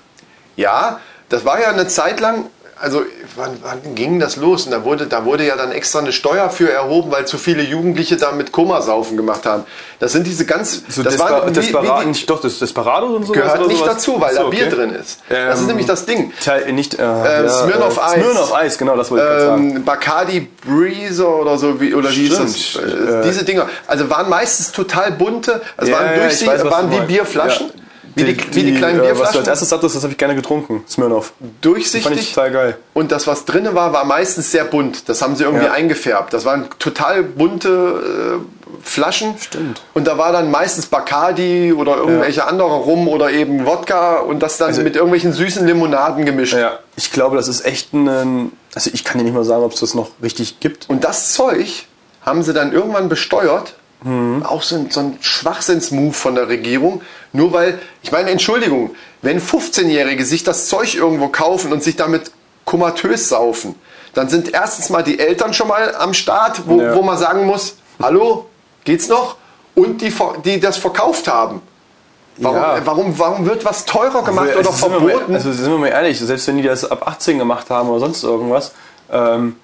Speaker 2: Ja, das war ja eine Zeit lang, also wann, wann ging das los? Und da wurde, da wurde ja dann extra eine Steuer für erhoben, weil zu viele Jugendliche da mit Komasaufen gemacht haben. Das sind diese ganz,
Speaker 1: So Also das war
Speaker 2: wie- wie die-
Speaker 1: Desperado, nicht, doch, das Desperado und sowas.
Speaker 2: gehört
Speaker 1: oder
Speaker 2: nicht
Speaker 1: sowas?
Speaker 2: dazu, weil
Speaker 1: Ach so,
Speaker 2: da Bier
Speaker 1: okay.
Speaker 2: drin ist. Das ist
Speaker 1: Ähm,
Speaker 2: nämlich das Ding.
Speaker 1: Teil, nicht, äh, ja,
Speaker 2: Smirnoff
Speaker 1: äh,
Speaker 2: Eis.
Speaker 1: Smirnoff Eis, genau, das wollte ich gerade sagen.
Speaker 2: Ähm, Bacardi Breezer oder so, wie, oder wie ist das?
Speaker 1: Stimmt,
Speaker 2: Äh,
Speaker 1: äh,
Speaker 2: diese Dinger. Also waren meistens total bunte, also
Speaker 1: Ja,
Speaker 2: waren
Speaker 1: ja, ich
Speaker 2: durchsichtig,
Speaker 1: weiß, was
Speaker 2: waren
Speaker 1: du
Speaker 2: wie
Speaker 1: meinst.
Speaker 2: Bierflaschen.
Speaker 1: Ja.
Speaker 2: Wie die, wie die
Speaker 1: äh, Was
Speaker 2: kleinen
Speaker 1: du
Speaker 2: Bierflaschen.
Speaker 1: als erstes sagtest, das habe ich gerne getrunken. Smirnoff.
Speaker 2: durchsichtig.
Speaker 1: Fand ich total geil.
Speaker 2: Und das, was drinne war, war meistens sehr bunt. Das haben sie irgendwie
Speaker 1: Ja.
Speaker 2: eingefärbt. Das waren total bunte äh, Flaschen.
Speaker 1: Stimmt.
Speaker 2: Und da war dann meistens Bacardi oder irgendwelche andere rum oder eben Wodka und das dann mit irgendwelchen süßen Limonaden gemischt.
Speaker 1: Also Ja. Ich glaube, das ist echt ein. Also ich kann dir nicht mal sagen, ob es das noch richtig gibt.
Speaker 2: Und das Zeug haben sie dann irgendwann besteuert. Auch so ein, so ein Schwachsinnsmove von der Regierung. Nur weil, ich meine, Entschuldigung, wenn 15-Jährige sich das Zeug irgendwo kaufen und sich damit komatös saufen, dann sind erstens mal die Eltern schon mal am Start, wo,
Speaker 1: Ja.
Speaker 2: wo man sagen muss, hallo, geht's noch? Und die, ver- die das verkauft haben. Warum,
Speaker 1: Ja.
Speaker 2: warum, warum wird was teurer gemacht
Speaker 1: Also,
Speaker 2: oder
Speaker 1: also sind wir mal-
Speaker 2: verboten?
Speaker 1: also sind wir mal ehrlich, selbst wenn die das ab 18 gemacht haben oder sonst irgendwas, ähm,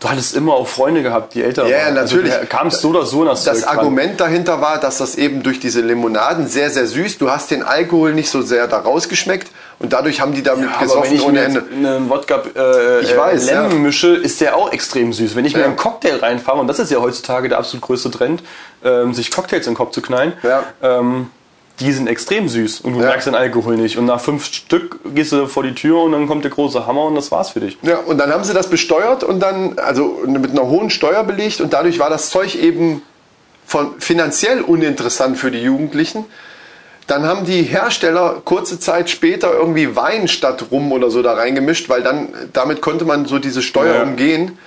Speaker 1: du hattest immer auch Freunde gehabt, die älter
Speaker 2: Ja,
Speaker 1: waren.
Speaker 2: natürlich.
Speaker 1: Also, kam es so oder so nach
Speaker 2: Das
Speaker 1: Zeug ran.
Speaker 2: Argument dahinter war, dass das eben durch diese Limonaden sehr, sehr süß, du hast den Alkohol nicht so sehr da rausgeschmeckt und dadurch haben die damit
Speaker 1: Ja, aber wenn
Speaker 2: gesoffen
Speaker 1: ich
Speaker 2: ohne
Speaker 1: mir jetzt
Speaker 2: Ende.
Speaker 1: einen Wodka äh,
Speaker 2: Ich weiß,
Speaker 1: äh, Lemon
Speaker 2: ja.
Speaker 1: mische, ist der auch extrem süß. Wenn ich mir
Speaker 2: Ja.
Speaker 1: einen Cocktail reinfahre, und das ist ja heutzutage der absolut größte Trend, ähm, sich Cocktails in den Kopf zu knallen,
Speaker 2: Ja.
Speaker 1: ähm, die sind extrem süß und du
Speaker 2: Ja.
Speaker 1: merkst den Alkohol nicht. Und nach fünf Stück gehst du vor die Tür und dann kommt der große Hammer und das war's für dich.
Speaker 2: Ja, und dann haben sie das besteuert und dann, also mit einer hohen Steuer belegt und dadurch war das Zeug eben von finanziell uninteressant für die Jugendlichen. Dann haben die Hersteller kurze Zeit später irgendwie Wein statt Rum oder so da reingemischt, weil dann damit konnte man so diese Steuer
Speaker 1: Ja.
Speaker 2: umgehen.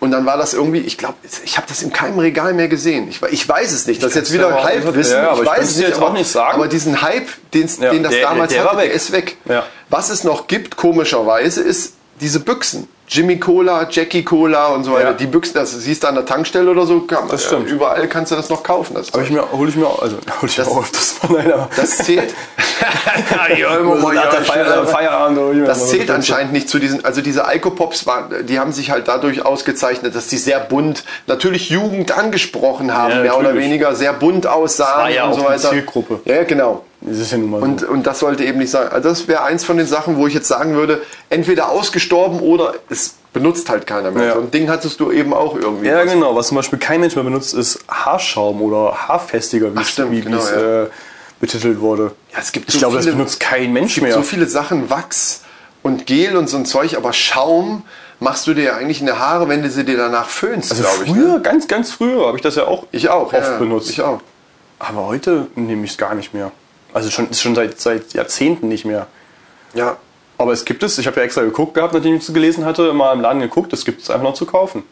Speaker 2: Und dann war das irgendwie, ich glaube, ich habe das in keinem Regal mehr gesehen. Ich, we- ich weiß es nicht. Das ist
Speaker 1: kann's
Speaker 2: jetzt
Speaker 1: dir aber
Speaker 2: wieder
Speaker 1: auch nicht-
Speaker 2: Halbwissen.
Speaker 1: Ja, aber ich kann's dir jetzt
Speaker 2: aber,
Speaker 1: auch nicht sagen.
Speaker 2: aber diesen Hype, den's,
Speaker 1: Ja,
Speaker 2: den das
Speaker 1: der-
Speaker 2: damals
Speaker 1: der war
Speaker 2: hatte, der
Speaker 1: weg.
Speaker 2: ist weg.
Speaker 1: Ja.
Speaker 2: Was es noch gibt, komischerweise, ist diese Büchsen. Jimmy Cola, Jackie Cola und so weiter.
Speaker 1: Ja.
Speaker 2: Die Büchsen, das siehst du an der Tankstelle oder so. Kann,
Speaker 1: Das stimmt.
Speaker 2: Überall kannst du das noch kaufen. Das,
Speaker 1: Aber ich mir, hol ich mir auch, also (laughs) hol ich das, auch, das war leider.
Speaker 2: das
Speaker 1: (laughs)
Speaker 2: zählt.
Speaker 1: Nach der Feier- Feierabend oder jemand-
Speaker 2: Das zählt anscheinend nicht zu diesen, also diese Alkopops waren, die haben sich halt dadurch ausgezeichnet, dass die sehr bunt, natürlich Jugend angesprochen haben,
Speaker 1: Ja,
Speaker 2: mehr oder
Speaker 1: natürlich.
Speaker 2: weniger, sehr bunt aussahen
Speaker 1: war ja
Speaker 2: und
Speaker 1: auch
Speaker 2: so
Speaker 1: die
Speaker 2: weiter.
Speaker 1: Zielgruppe.
Speaker 2: Ja, genau.
Speaker 1: Das ist ja nun mal so.
Speaker 2: Und, und das sollte eben nicht sein. Also das wäre eins von den Sachen, wo ich jetzt sagen würde, entweder ausgestorben oder es benutzt halt keiner mehr.
Speaker 1: Ja.
Speaker 2: So ein Ding hattest du eben auch irgendwie. Also
Speaker 1: Ja, genau. Was zum Beispiel kein Mensch mehr benutzt, ist Haarschaum oder Haarfestiger, wie es
Speaker 2: stimmt,
Speaker 1: wie- wie
Speaker 2: genau,
Speaker 1: es,
Speaker 2: ja.
Speaker 1: äh, betitelt wurde.
Speaker 2: Ja, es gibt
Speaker 1: ich
Speaker 2: so
Speaker 1: glaube, das
Speaker 2: viele-
Speaker 1: benutzt kein Mensch mehr. Also
Speaker 2: So viele Sachen, Wachs und Gel und so ein Zeug, aber Schaum machst du dir ja eigentlich in die Haare, wenn du sie dir danach föhnst,
Speaker 1: also
Speaker 2: glaube ich.
Speaker 1: früher,
Speaker 2: ne?
Speaker 1: ganz, ganz früher habe ich das ja auch,
Speaker 2: Ich auch.
Speaker 1: oft benutzt.
Speaker 2: Ich auch.
Speaker 1: Aber heute nehme ich es gar nicht mehr. Also schon, ist schon seit, seit Jahrzehnten nicht mehr.
Speaker 2: Ja.
Speaker 1: Aber es gibt es, ich habe ja extra geguckt gehabt, nachdem ich es gelesen hatte, mal im Laden geguckt, es gibt es einfach noch zu kaufen.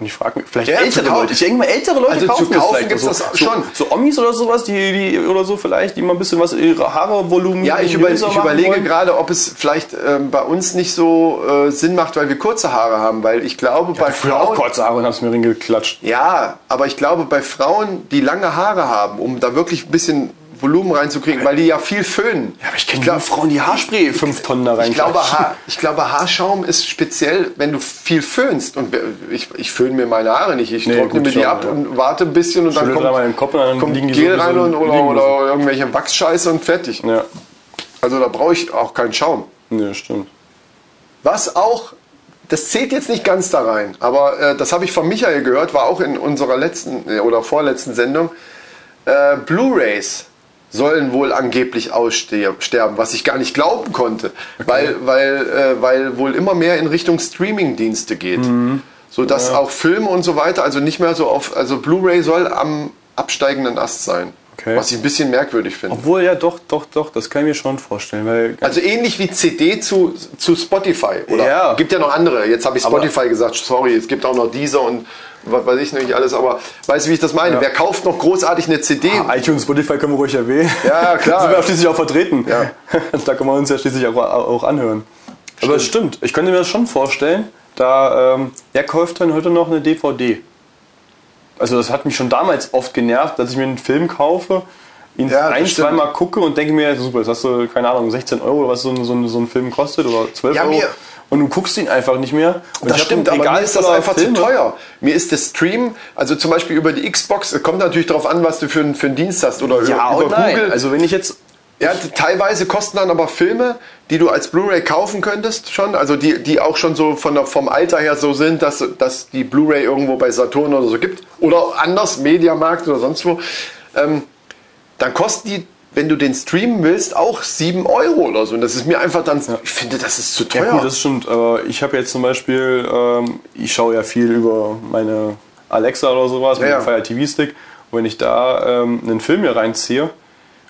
Speaker 1: Und ich frage mich, vielleicht
Speaker 2: Ja, zu
Speaker 1: ältere
Speaker 2: kaufen.
Speaker 1: Leute. Ich denke mal, ältere Leute
Speaker 2: Also zu
Speaker 1: kaufen,
Speaker 2: kaufen
Speaker 1: es
Speaker 2: gibt's
Speaker 1: vielleicht
Speaker 2: das
Speaker 1: noch.
Speaker 2: schon.
Speaker 1: So, so Omis oder sowas, die, die oder so vielleicht, die mal ein bisschen was ihre Haare volumen.
Speaker 2: Ja, ich, über, ich
Speaker 1: voluminöser machen
Speaker 2: überlege
Speaker 1: wollen.
Speaker 2: gerade, ob es vielleicht ähm, bei uns nicht so äh, Sinn macht, weil wir kurze Haare haben, weil ich glaube, bei
Speaker 1: Ich früher auch
Speaker 2: Frauen,
Speaker 1: kurze Haare und hab's mir reingeklatscht.
Speaker 2: Ja, aber ich glaube, bei Frauen, die lange Haare haben, um da wirklich ein bisschen Volumen reinzukriegen, weil die ja viel föhnen.
Speaker 1: Ja, aber ich kenn
Speaker 2: glaub-
Speaker 1: nur Frauen, die Haarspray
Speaker 2: Ich-
Speaker 1: fünf Tonnen da
Speaker 2: ich glaube,
Speaker 1: reinklatschen.
Speaker 2: Haar, ich glaube, Haarschaum ist speziell, wenn du viel föhnst. Und ich, ich föhne mir meine Haare nicht. Ich
Speaker 1: Nee,
Speaker 2: trockne
Speaker 1: gut,
Speaker 2: mir die
Speaker 1: schon,
Speaker 2: ab
Speaker 1: ja.
Speaker 2: und warte ein bisschen und dann
Speaker 1: Schüttel
Speaker 2: kommt,
Speaker 1: dreimal in den Kopf und dann
Speaker 2: kommt
Speaker 1: liegen die
Speaker 2: Gel
Speaker 1: sowieso
Speaker 2: rein und,
Speaker 1: im
Speaker 2: oder,
Speaker 1: Liegen.
Speaker 2: oder irgendwelche Wachsscheiße und fertig.
Speaker 1: Ja,
Speaker 2: Also da brauche ich auch keinen Schaum.
Speaker 1: ne, stimmt.
Speaker 2: Was auch, das zählt jetzt nicht ganz da rein, aber äh, das habe ich von Michael gehört, war auch in unserer letzten äh, oder vorletzten Sendung. Äh, Blu-rays sollen wohl angeblich aussterben, was ich gar nicht glauben konnte, weil, weil, äh, weil wohl immer mehr in Richtung Streaming-Dienste geht. So dass auch Filme und so weiter, also nicht mehr so auf, also Blu-ray soll am absteigenden Ast sein.
Speaker 1: Okay.
Speaker 2: Was ich ein bisschen merkwürdig finde.
Speaker 1: Obwohl, ja, doch, doch, doch, das kann ich mir schon vorstellen, weil
Speaker 2: Also ähnlich wie CD zu, zu Spotify, oder?
Speaker 1: Ja.
Speaker 2: Gibt ja noch andere. Jetzt habe ich Spotify gesagt, sorry, es gibt auch noch Deezer und was weiß ich noch nicht alles, aber weißt du, wie ich das meine?
Speaker 1: Ja. Ah,
Speaker 2: Wer kauft noch großartig eine CD?
Speaker 1: iTunes, Spotify können wir ruhig erwähnen.
Speaker 2: Ja,
Speaker 1: (laughs)
Speaker 2: klar.
Speaker 1: sind wir auch schließlich auch vertreten.
Speaker 2: Ja.
Speaker 1: (laughs) da können wir uns ja schließlich auch, auch anhören. Aber es stimmt, ich könnte mir das schon vorstellen, da, ähm, wer kauft denn heute noch eine DVD? Also das hat mich schon damals oft genervt, dass ich mir einen Film kaufe, ihn
Speaker 2: Ja, das
Speaker 1: ein,
Speaker 2: stimmt.
Speaker 1: zweimal gucke und denke mir, super, das hast du, keine Ahnung, 16 Euro oder was so ein, so ein, so ein Film kostet oder 12
Speaker 2: Ja,
Speaker 1: Euro.
Speaker 2: mir-
Speaker 1: Und du guckst ihn einfach nicht mehr. Und
Speaker 2: das
Speaker 1: ich hab
Speaker 2: stimmt,
Speaker 1: ein
Speaker 2: aber mir
Speaker 1: Regal
Speaker 2: ist das
Speaker 1: voller
Speaker 2: einfach
Speaker 1: Filme.
Speaker 2: zu teuer. Mir ist der Stream, also zum Beispiel über die Xbox, es kommt natürlich darauf an, was du für, einen- für einen Dienst hast oder
Speaker 1: Ja,
Speaker 2: über
Speaker 1: und nein.
Speaker 2: Google.
Speaker 1: Also wenn ich jetzt
Speaker 2: Ja, t- teilweise kosten dann aber Filme, die du als Blu-ray kaufen könntest schon, also die, die auch schon so von der, vom Alter her so sind, dass, dass die Blu-ray irgendwo bei Saturn oder so gibt oder anders, Mediamarkt oder sonst wo, ähm, dann kosten die, wenn du den streamen willst, auch 7 Euro oder so. Und das ist mir einfach dann, ich finde, das ist zu teuer.
Speaker 1: Ja, gut, das stimmt. Aber ich habe jetzt zum Beispiel, ähm, ich schaue ja viel über meine Alexa oder sowas, mit
Speaker 2: Ja,
Speaker 1: dem
Speaker 2: ja.
Speaker 1: Fire TV Stick. Und wenn ich da ähm, einen Film mir reinziehe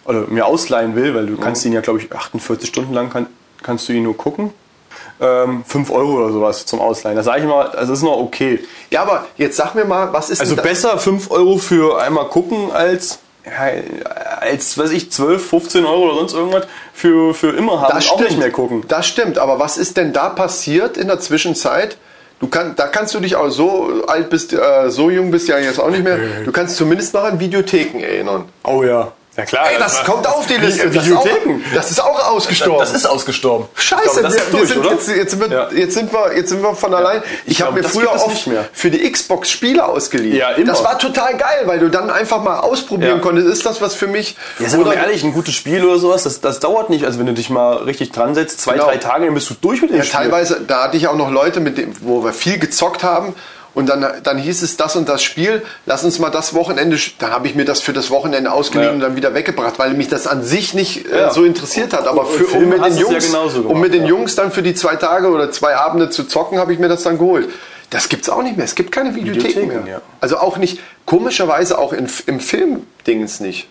Speaker 1: oder mir ausleihen will, weil du
Speaker 2: Mhm.
Speaker 1: kannst ihn ja, glaube ich, 48 Stunden lang kann, kannst du ihn nur gucken. Ähm, 5 Euro oder sowas zum Ausleihen. Das sage ich mal, das ist noch okay.
Speaker 2: ja, aber jetzt sag mir mal, was ist
Speaker 1: Also
Speaker 2: denn da-
Speaker 1: besser 5 Euro für einmal gucken als, ja, als weiß ich, 12, 15 Euro oder sonst irgendwas für, für immer haben und auch nicht mehr gucken.
Speaker 2: Das stimmt, aber was ist denn da passiert in der Zwischenzeit? Du kann, da kannst du dich auch so alt bist, äh, so jung bist ja jetzt auch
Speaker 1: (laughs)
Speaker 2: nicht mehr. Du kannst zumindest noch an Videotheken erinnern.
Speaker 1: Oh ja. Ja klar.
Speaker 2: Ey, das
Speaker 1: war-
Speaker 2: kommt auf die Liste. Das ist auch,
Speaker 1: Videotheken.
Speaker 2: das ist auch ausgestorben.
Speaker 1: Das ist ausgestorben. Ich
Speaker 2: Scheiße,
Speaker 1: glaube, das
Speaker 2: wir,
Speaker 1: ist
Speaker 2: wir
Speaker 1: durch,
Speaker 2: sind
Speaker 1: oder?
Speaker 2: jetzt, jetzt, wird,
Speaker 1: Ja.
Speaker 2: jetzt, sind wir, jetzt sind wir von allein. Ich,
Speaker 1: Ich
Speaker 2: habe
Speaker 1: glaube,
Speaker 2: mir
Speaker 1: das
Speaker 2: früher
Speaker 1: gibt es
Speaker 2: oft
Speaker 1: nicht mehr.
Speaker 2: für die Xbox Spiele ausgeliehen.
Speaker 1: Ja, immer.
Speaker 2: Das war total geil, weil du dann einfach mal ausprobieren
Speaker 1: Ja.
Speaker 2: konntest. Ist das was für mich?
Speaker 1: Ja, sind wir mal ehrlich, ein gutes Spiel oder sowas, das, das dauert nicht. Also wenn du dich mal richtig dran setzt, zwei,
Speaker 2: Genau.
Speaker 1: drei Tage, dann bist du durch mit dem
Speaker 2: Ja,
Speaker 1: Spiel.
Speaker 2: teilweise, da hatte ich auch noch Leute, mit dem, wo wir viel gezockt haben. Und dann, dann hieß es das und das Spiel, lass uns mal das Wochenende, sch- dann habe ich mir das für das Wochenende ausgeliehen
Speaker 1: Ja.
Speaker 2: und dann wieder weggebracht, weil mich das an sich nicht äh,
Speaker 1: Ja.
Speaker 2: so interessiert hat. Aber
Speaker 1: Und
Speaker 2: für, um,
Speaker 1: Filme
Speaker 2: mit den
Speaker 1: hast du es ja
Speaker 2: Jungs,
Speaker 1: genauso
Speaker 2: um mit
Speaker 1: gemacht,
Speaker 2: den
Speaker 1: ja.
Speaker 2: Jungs dann für die zwei Tage oder zwei Abende zu zocken, habe ich mir das dann geholt. Das gibt's auch nicht mehr. Es gibt keine Videotheken,
Speaker 1: Videotheken,
Speaker 2: mehr.
Speaker 1: ja.
Speaker 2: Also auch nicht, komischerweise auch in, im Film-Dingens nicht.